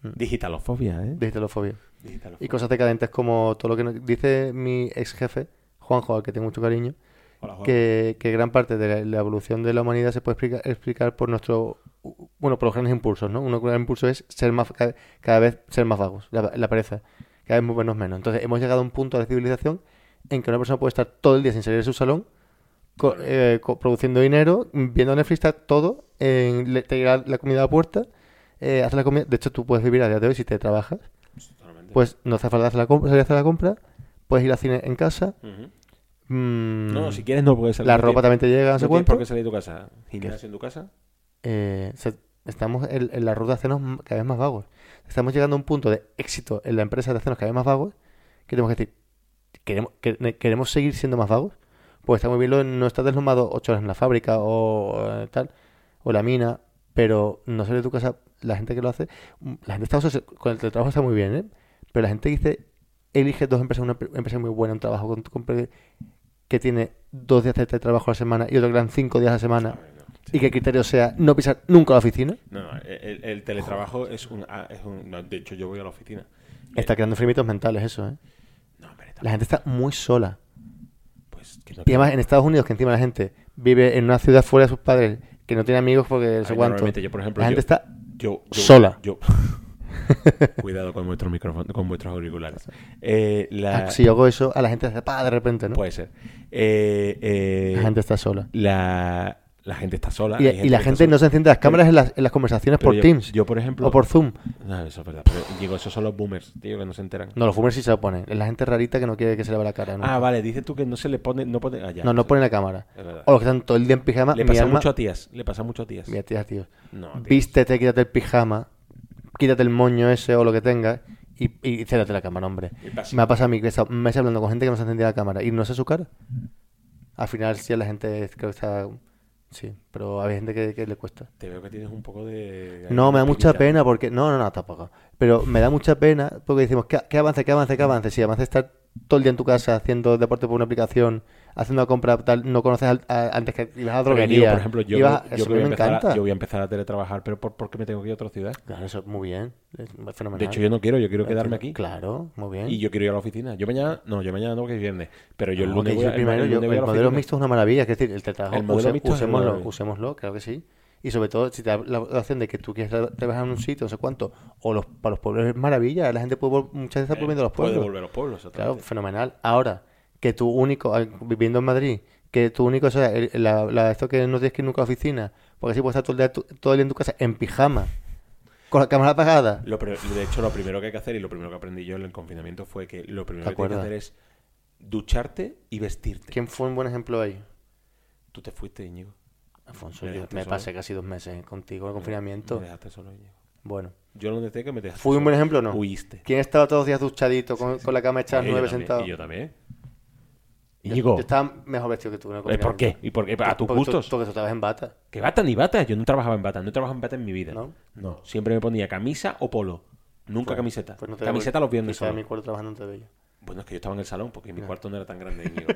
[SPEAKER 2] Mm.
[SPEAKER 1] Digitalofobia, ¿eh?
[SPEAKER 2] digitalofobia.
[SPEAKER 1] Digitalofobia.
[SPEAKER 2] Y cosas decadentes como todo lo que nos- dice mi ex jefe, Juanjo, al que tengo mucho cariño,
[SPEAKER 1] Hola, Juan.
[SPEAKER 2] que, que gran parte de la, la evolución de la humanidad se puede explica- explicar por nuestro, u- bueno, por los grandes impulsos, ¿no? Uno de los grandes impulsos es ser más, cada, cada vez ser más vagos, la, la pereza, cada vez movernos menos. Entonces hemos llegado a un punto de la civilización en que una persona puede estar todo el día sin salir de su salón, co- eh, co- produciendo dinero, viendo Netflix, está todo, en, le- te llega la comida a la puerta, eh, haces la comida, de hecho tú puedes vivir a día de hoy si te trabajas,
[SPEAKER 1] Totalmente.
[SPEAKER 2] pues no hace falta hacer la compra, salir a hacer la compra, puedes ir al cine en casa.
[SPEAKER 1] Ujú.
[SPEAKER 2] pues, mm,
[SPEAKER 1] No, si quieres no puedes salir.
[SPEAKER 2] la
[SPEAKER 1] No tienes-
[SPEAKER 2] ropa también te llega, no sé
[SPEAKER 1] No tienes
[SPEAKER 2] cuánto.
[SPEAKER 1] por qué salir de tu casa. Gimnasio en tu casa.
[SPEAKER 2] eh, se- estamos en, en la ruta de hacernos m- cada vez más vagos. Estamos llegando a un punto de éxito en la empresa de hacernos cada vez más vagos que tenemos que decir, ¿queremos, que- ne- queremos seguir siendo más vagos? Pues está muy bien lo de no estar deslumbrado ocho horas en la fábrica o eh, tal, o la mina, pero no salir de tu casa, la gente que lo hace, mm, la gente está obses- con el trabajo está muy bien, ¿eh? pero la gente que dice, elige dos empresas, una pre- empresa muy buena, un trabajo con, con pre- que tiene dos días de trabajo a la semana y otro que le dan cinco días a la semana y que el criterio sea no pisar nunca la oficina,
[SPEAKER 1] No, no, el, el teletrabajo es un, ah, es un- no, De hecho, yo voy a la oficina.
[SPEAKER 2] está creando frimitos mentales eso, ¿eh?
[SPEAKER 1] No, hombre,
[SPEAKER 2] La
[SPEAKER 1] tampoco,
[SPEAKER 2] gente está muy sola.
[SPEAKER 1] pues, que no
[SPEAKER 2] Y además en Estados Unidos, que encima la gente vive en una ciudad fuera de sus padres, que no tiene amigos porque no sé
[SPEAKER 1] Ay,
[SPEAKER 2] cuánto.
[SPEAKER 1] normalmente yo, por ejemplo,
[SPEAKER 2] la gente
[SPEAKER 1] yo-
[SPEAKER 2] está...
[SPEAKER 1] Yo, yo-
[SPEAKER 2] Sola. [laughs]
[SPEAKER 1] yo- Cuidado con vuestros micrófonos, con vuestros auriculares. Eh, la-
[SPEAKER 2] Ah, Si yo hago eso, a la gente se pa de repente, ¿no?
[SPEAKER 1] Puede ser. Eh, eh,
[SPEAKER 2] la gente está sola.
[SPEAKER 1] la, la gente está sola.
[SPEAKER 2] Y, y
[SPEAKER 1] hay
[SPEAKER 2] la
[SPEAKER 1] que
[SPEAKER 2] gente
[SPEAKER 1] está
[SPEAKER 2] no se
[SPEAKER 1] sola.
[SPEAKER 2] enciende las cámaras en las, en las conversaciones
[SPEAKER 1] Pero
[SPEAKER 2] por
[SPEAKER 1] yo-
[SPEAKER 2] Teams
[SPEAKER 1] Yo, por ejemplo.
[SPEAKER 2] o por Zoom.
[SPEAKER 1] No, eso es verdad. Pero, digo, esos son los boomers, tío, que no se enteran.
[SPEAKER 2] No, los boomers sí se lo ponen. Es la gente rarita que no quiere que se le vea la cara. ¿no?
[SPEAKER 1] ah, vale, dices tú que no se le pone. No, pone, ah, ya,
[SPEAKER 2] no, no
[SPEAKER 1] sí.
[SPEAKER 2] ponen la cámara.
[SPEAKER 1] Es verdad.
[SPEAKER 2] O los que están todo el día en pijama.
[SPEAKER 1] Le
[SPEAKER 2] mi
[SPEAKER 1] pasa
[SPEAKER 2] alma-
[SPEAKER 1] mucho a tías. Le pasa mucho a tías.
[SPEAKER 2] Mira, tía, tío.
[SPEAKER 1] No, tío.
[SPEAKER 2] Vístete, quítate el pijama, quítate el moño ese o lo que tengas y, y ciérrate la cámara, hombre.
[SPEAKER 1] Y pasa.
[SPEAKER 2] Me ha pasado a mí que he estado meses hablando con gente que no se encendía la cámara y no sé su cara. Al final sí, a la gente creo que está... Sí, pero hay gente que, que le cuesta.
[SPEAKER 1] Te veo que tienes un poco de.
[SPEAKER 2] No, me da mucha
[SPEAKER 1] penita.
[SPEAKER 2] pena porque... No, no, no, tampoco. Pero me da mucha pena porque decimos, que, que avance, que avance, que avance. Si avance estar todo el día en tu casa haciendo deporte por una aplicación, haciendo una compra tal, no conoces al- a- antes que ibas a la
[SPEAKER 1] Porque,
[SPEAKER 2] droguería.
[SPEAKER 1] tío, por ejemplo, yo,
[SPEAKER 2] ibas-
[SPEAKER 1] yo
[SPEAKER 2] eso
[SPEAKER 1] que
[SPEAKER 2] a mí
[SPEAKER 1] voy a
[SPEAKER 2] me
[SPEAKER 1] empezar a-
[SPEAKER 2] encanta.
[SPEAKER 1] yo voy a empezar a teletrabajar, pero ¿por, por qué me tengo que ir a otra ciudad?
[SPEAKER 2] Claro, eso muy bien. Es fenomenal.
[SPEAKER 1] De hecho, yo no quiero, yo quiero quedarme aquí.
[SPEAKER 2] Claro, muy bien.
[SPEAKER 1] Y yo quiero ir a la oficina. Yo mañana, no, yo mañana no porque es viernes. Pero yo el
[SPEAKER 2] No,
[SPEAKER 1] lunes
[SPEAKER 2] que
[SPEAKER 1] voy
[SPEAKER 2] Ah, yo
[SPEAKER 1] a, el
[SPEAKER 2] primero,
[SPEAKER 1] lunes
[SPEAKER 2] yo-
[SPEAKER 1] voy a
[SPEAKER 2] el
[SPEAKER 1] la
[SPEAKER 2] modelo
[SPEAKER 1] oficina.
[SPEAKER 2] mixto es una maravilla, es decir, el teletrabajo,
[SPEAKER 1] El modelo
[SPEAKER 2] use-
[SPEAKER 1] mixto es una
[SPEAKER 2] usémoslo,
[SPEAKER 1] maravilla.
[SPEAKER 2] usémoslo, claro que sí. Y sobre todo, si te da la opción de que tú quieres tra- trabajar en un sitio, no sé cuánto, o los, para los pueblos es maravilla, la gente puede, vol- muchas veces está volviendo a los
[SPEAKER 1] Eh, Puede
[SPEAKER 2] pueblos.
[SPEAKER 1] volver a los pueblos,
[SPEAKER 2] Claro,
[SPEAKER 1] exactamente.
[SPEAKER 2] fenomenal. Ahora, que tu único, al- viviendo en Madrid, que tu único, o sea, el- la, la- esto que no tienes que ir nunca a la oficina, porque así puedes estar todo el día, tu- todo el día en tu casa, en pijama, con la cámara apagada.
[SPEAKER 1] Lo pri- de hecho, lo primero que hay que hacer y lo primero que aprendí yo en el confinamiento fue que lo primero
[SPEAKER 2] ¿Te
[SPEAKER 1] que tienes que
[SPEAKER 2] acuerdas?
[SPEAKER 1] hacer es ducharte y vestirte.
[SPEAKER 2] ¿Quién fue un buen ejemplo ahí?
[SPEAKER 1] Tú te fuiste, Íñigo.
[SPEAKER 2] Alfonso,
[SPEAKER 1] Me
[SPEAKER 2] yo
[SPEAKER 1] dejaste
[SPEAKER 2] me
[SPEAKER 1] solo.
[SPEAKER 2] pasé casi dos meses contigo en el confinamiento.
[SPEAKER 1] Me dejaste solo, Íñigo.
[SPEAKER 2] Bueno.
[SPEAKER 1] Yo lo noté que me dejaste
[SPEAKER 2] ¿Fui un
[SPEAKER 1] solo.
[SPEAKER 2] buen ejemplo o no?
[SPEAKER 1] Huiste.
[SPEAKER 2] ¿Quién estaba todos los días duchadito con, con la cama hecha a las
[SPEAKER 1] Eh, yo
[SPEAKER 2] nueve
[SPEAKER 1] también,
[SPEAKER 2] sentado?
[SPEAKER 1] Y yo también.
[SPEAKER 2] Yo-
[SPEAKER 1] Íñigo,
[SPEAKER 2] Yo estaba mejor vestido que tú. en el
[SPEAKER 1] ¿eh, ¿por qué? ¿Y por qué? ¿A tus
[SPEAKER 2] Porque tú-
[SPEAKER 1] gustos?
[SPEAKER 2] Porque tú estabas en bata,
[SPEAKER 1] Que bata ni bata. Yo no trabajaba en bata. No he trabajado en bata en mi vida.
[SPEAKER 2] ¿no?
[SPEAKER 4] No.
[SPEAKER 1] Siempre me ponía camisa o polo. Nunca camiseta.
[SPEAKER 2] Pues no te veo-
[SPEAKER 1] camiseta los viernes
[SPEAKER 2] Estaba en mi
[SPEAKER 1] solo.
[SPEAKER 2] cuarto trabajando antes de ello.
[SPEAKER 1] Bueno, es que yo estaba en el salón porque mi cuarto no era tan grande,
[SPEAKER 2] [laughs]
[SPEAKER 1] Íñigo.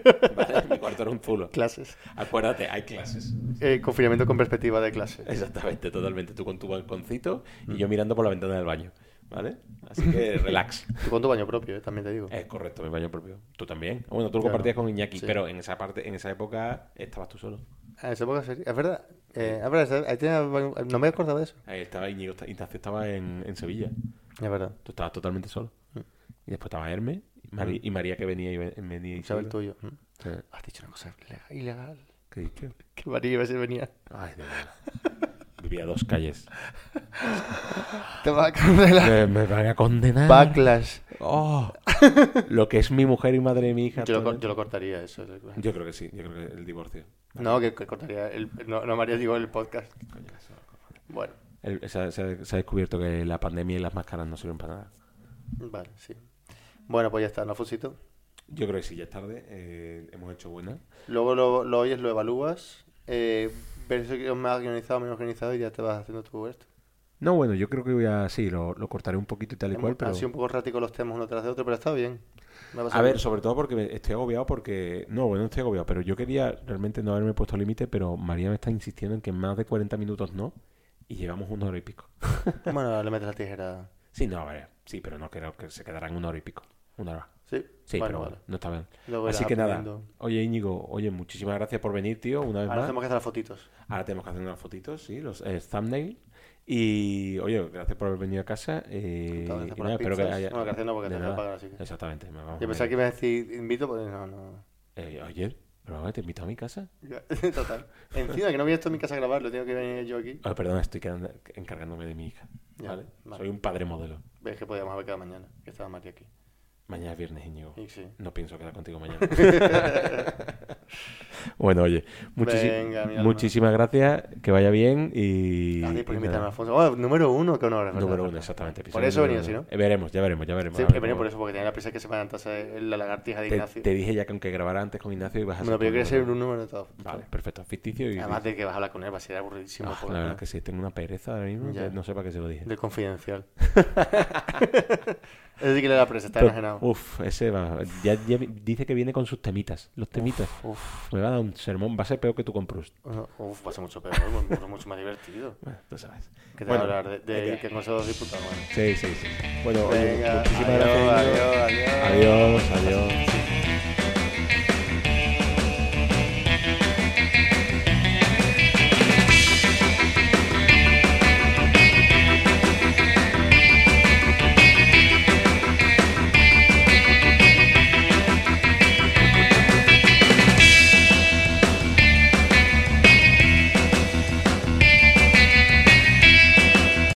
[SPEAKER 1] mi cuarto era un zulo.
[SPEAKER 2] Clases.
[SPEAKER 1] Acuérdate, hay clases.
[SPEAKER 2] Eh, confinamiento con perspectiva de clase.
[SPEAKER 1] Exactamente, totalmente. Tú con tu balconcito y
[SPEAKER 2] Mm.
[SPEAKER 1] yo mirando por la ventana del baño. ¿Vale? Así
[SPEAKER 2] [laughs]
[SPEAKER 1] que relax.
[SPEAKER 2] Tú con tu baño propio, eh, también te digo.
[SPEAKER 1] Es correcto, mi baño propio. Tú también. Bueno, tú lo compartías con Iñaki, pero en esa parte, en esa época estabas tú solo.
[SPEAKER 2] Ah, esa época sería- Es verdad. Eh, es verdad, ahí tenía- no me he acordado de eso.
[SPEAKER 1] Ahí estaba Iñigo, esta- Ignacio estaba en, en Sevilla.
[SPEAKER 2] Es verdad.
[SPEAKER 1] Tú estabas totalmente solo. Y después estaba Hermes y, Mari- y María que venía y ve- venía y se
[SPEAKER 2] Sabes el
[SPEAKER 1] iba.
[SPEAKER 2] tuyo. ¿Mm?
[SPEAKER 1] Sí.
[SPEAKER 2] Has dicho una cosa ilegal- ilegal.
[SPEAKER 1] ¿Qué dices?
[SPEAKER 2] Que María iba a ser venía.
[SPEAKER 1] Ay, de verdad. Vivía a dos calles.
[SPEAKER 2] Te vas
[SPEAKER 1] [laughs]
[SPEAKER 2] a cancelar.
[SPEAKER 1] Eh, me van a condenar.
[SPEAKER 2] Backlash.
[SPEAKER 1] Oh, lo que es mi mujer y madre de mi hija.
[SPEAKER 2] Yo lo, cor-
[SPEAKER 1] actualmente.
[SPEAKER 2] yo lo cortaría eso. eso.
[SPEAKER 1] Yo creo que sí, yo creo que el divorcio.
[SPEAKER 2] No, que, que cortaría. El, no, no, María, digo el podcast. Bueno,
[SPEAKER 1] El- se, ha- se ha- se ha descubierto que la pandemia y las máscaras no sirven para nada.
[SPEAKER 2] vale, sí. Bueno, pues ya está, no fusito.
[SPEAKER 1] Yo creo que sí, ya es tarde. eh, hemos hecho buena.
[SPEAKER 2] Luego lo, lo oyes, lo evalúas. Eh, ves si es más guionizado menos guionizado y ya te vas haciendo tu esto.
[SPEAKER 1] No, bueno, yo creo que voy a. Sí, lo, lo cortaré un poquito y tal y cual, pero.
[SPEAKER 2] Ha sido un poco rático los temas uno tras de otro, pero está bien. Me ha
[SPEAKER 1] A
[SPEAKER 2] pasado
[SPEAKER 1] ver,
[SPEAKER 2] bien.
[SPEAKER 1] sobre todo porque me- estoy agobiado porque. No, bueno, no estoy agobiado, pero yo quería realmente no haberme puesto límite, pero María me está insistiendo en que más de 40 minutos no, y llevamos una hora y pico. [laughs]
[SPEAKER 2] Bueno, le metes la tijera.
[SPEAKER 1] sí, no, a ver, sí, pero no creo que se quedarán una hora y pico. Una hora.
[SPEAKER 2] Sí,
[SPEAKER 1] Sí, pero
[SPEAKER 2] bueno,
[SPEAKER 1] bueno,
[SPEAKER 2] vale.
[SPEAKER 1] no está bien.
[SPEAKER 2] Lo verás
[SPEAKER 1] Así que nada.
[SPEAKER 2] viendo.
[SPEAKER 1] Oye, Íñigo, oye, muchísimas gracias por venir, tío, una vez
[SPEAKER 2] Ahora
[SPEAKER 1] más.
[SPEAKER 2] tenemos que hacer las fotitos.
[SPEAKER 1] Ahora tenemos que hacer unas fotitos, sí, los eh, thumbnail. Y oye, gracias por haber venido a casa. Eh,
[SPEAKER 2] Encantado, gracias
[SPEAKER 1] y
[SPEAKER 2] por las
[SPEAKER 1] espero que
[SPEAKER 2] pizzas.
[SPEAKER 1] haya.
[SPEAKER 2] Bueno, gracias no, porque
[SPEAKER 1] de
[SPEAKER 2] te voy a
[SPEAKER 1] nada.
[SPEAKER 2] pagar, así que-
[SPEAKER 1] Exactamente. me vamos
[SPEAKER 2] Yo
[SPEAKER 1] a
[SPEAKER 2] pensaba que
[SPEAKER 1] ir.
[SPEAKER 2] me ibas a decir invito, pero no, no. [laughs]
[SPEAKER 1] Eh, oye, pero vamos, te invito a mi casa.
[SPEAKER 2] Ya, Total. Encima que no voy a esto en mi casa a grabarlo, tengo que venir yo aquí.
[SPEAKER 1] Ah, perdón, estoy quedando- encargándome de mi hija.
[SPEAKER 2] Ya,
[SPEAKER 1] ¿vale?
[SPEAKER 2] vale.
[SPEAKER 1] Soy un padre modelo.
[SPEAKER 2] Ves que podíamos haber quedado mañana, que estaba María aquí.
[SPEAKER 1] Mañana es viernes, Íñigo.
[SPEAKER 2] Y sí.
[SPEAKER 1] No pienso quedar contigo
[SPEAKER 2] [laughs]
[SPEAKER 1] mañana. bueno, oye, muchísi-
[SPEAKER 2] Venga, mi alma.
[SPEAKER 1] muchísimas gracias. Que vaya bien y.
[SPEAKER 2] Gracias por
[SPEAKER 1] y
[SPEAKER 2] invitarme,
[SPEAKER 1] nada.
[SPEAKER 2] Alfonso. Oh, número uno, qué honor. es verdad,
[SPEAKER 1] Número
[SPEAKER 2] es
[SPEAKER 1] uno,
[SPEAKER 2] verdad.
[SPEAKER 1] exactamente.
[SPEAKER 2] Por
[SPEAKER 1] episodio
[SPEAKER 2] eso he
[SPEAKER 1] número
[SPEAKER 2] venido, ¿sí,
[SPEAKER 1] uno.
[SPEAKER 2] no?
[SPEAKER 1] Eh, veremos, ya veremos, ya veremos.
[SPEAKER 2] Sí,
[SPEAKER 1] A ver
[SPEAKER 2] he venido
[SPEAKER 1] cómo-
[SPEAKER 2] por eso, porque tenía la prisa que se me adelantase la lagartija de
[SPEAKER 1] Te,
[SPEAKER 2] Ignacio.
[SPEAKER 1] te dije ya que aunque grabara antes con Ignacio ibas a
[SPEAKER 2] Bueno, pero yo
[SPEAKER 1] todo
[SPEAKER 2] quería ser
[SPEAKER 1] nuevo.
[SPEAKER 2] un número de todos.
[SPEAKER 1] Vale, perfecto. Ficticio y.
[SPEAKER 2] Además de que vas a hablar con él, va a ser aburridísimo.
[SPEAKER 1] Ah,
[SPEAKER 2] porque-
[SPEAKER 1] la verdad que sí, tengo una pereza ahora mismo.
[SPEAKER 2] Ya.
[SPEAKER 1] que No sé para qué se lo dije. [laughs]
[SPEAKER 2] Del confidencial. es decir, que le da presa, está
[SPEAKER 1] Pero- uh.
[SPEAKER 2] enajenado.
[SPEAKER 1] uf, ese va. Ya, ya vi- dice que viene con sus temitas. Los temitas.
[SPEAKER 2] Uf,
[SPEAKER 1] Me va a dar un sermón. Va a ser peor que tú con Proust.
[SPEAKER 2] uf, va a ser mucho peor, va a ser mucho más divertido.
[SPEAKER 1] Bueno, tú sabes.
[SPEAKER 2] Que te
[SPEAKER 1] Bueno,
[SPEAKER 2] va a hablar de, de que con esos diputados. Bueno.
[SPEAKER 1] Sí, sí, sí. Bueno, oye,
[SPEAKER 2] Venga,
[SPEAKER 1] muchísimas
[SPEAKER 2] adiós,
[SPEAKER 1] gracias.
[SPEAKER 2] adiós, adiós.
[SPEAKER 1] Íñigo. adiós. adiós.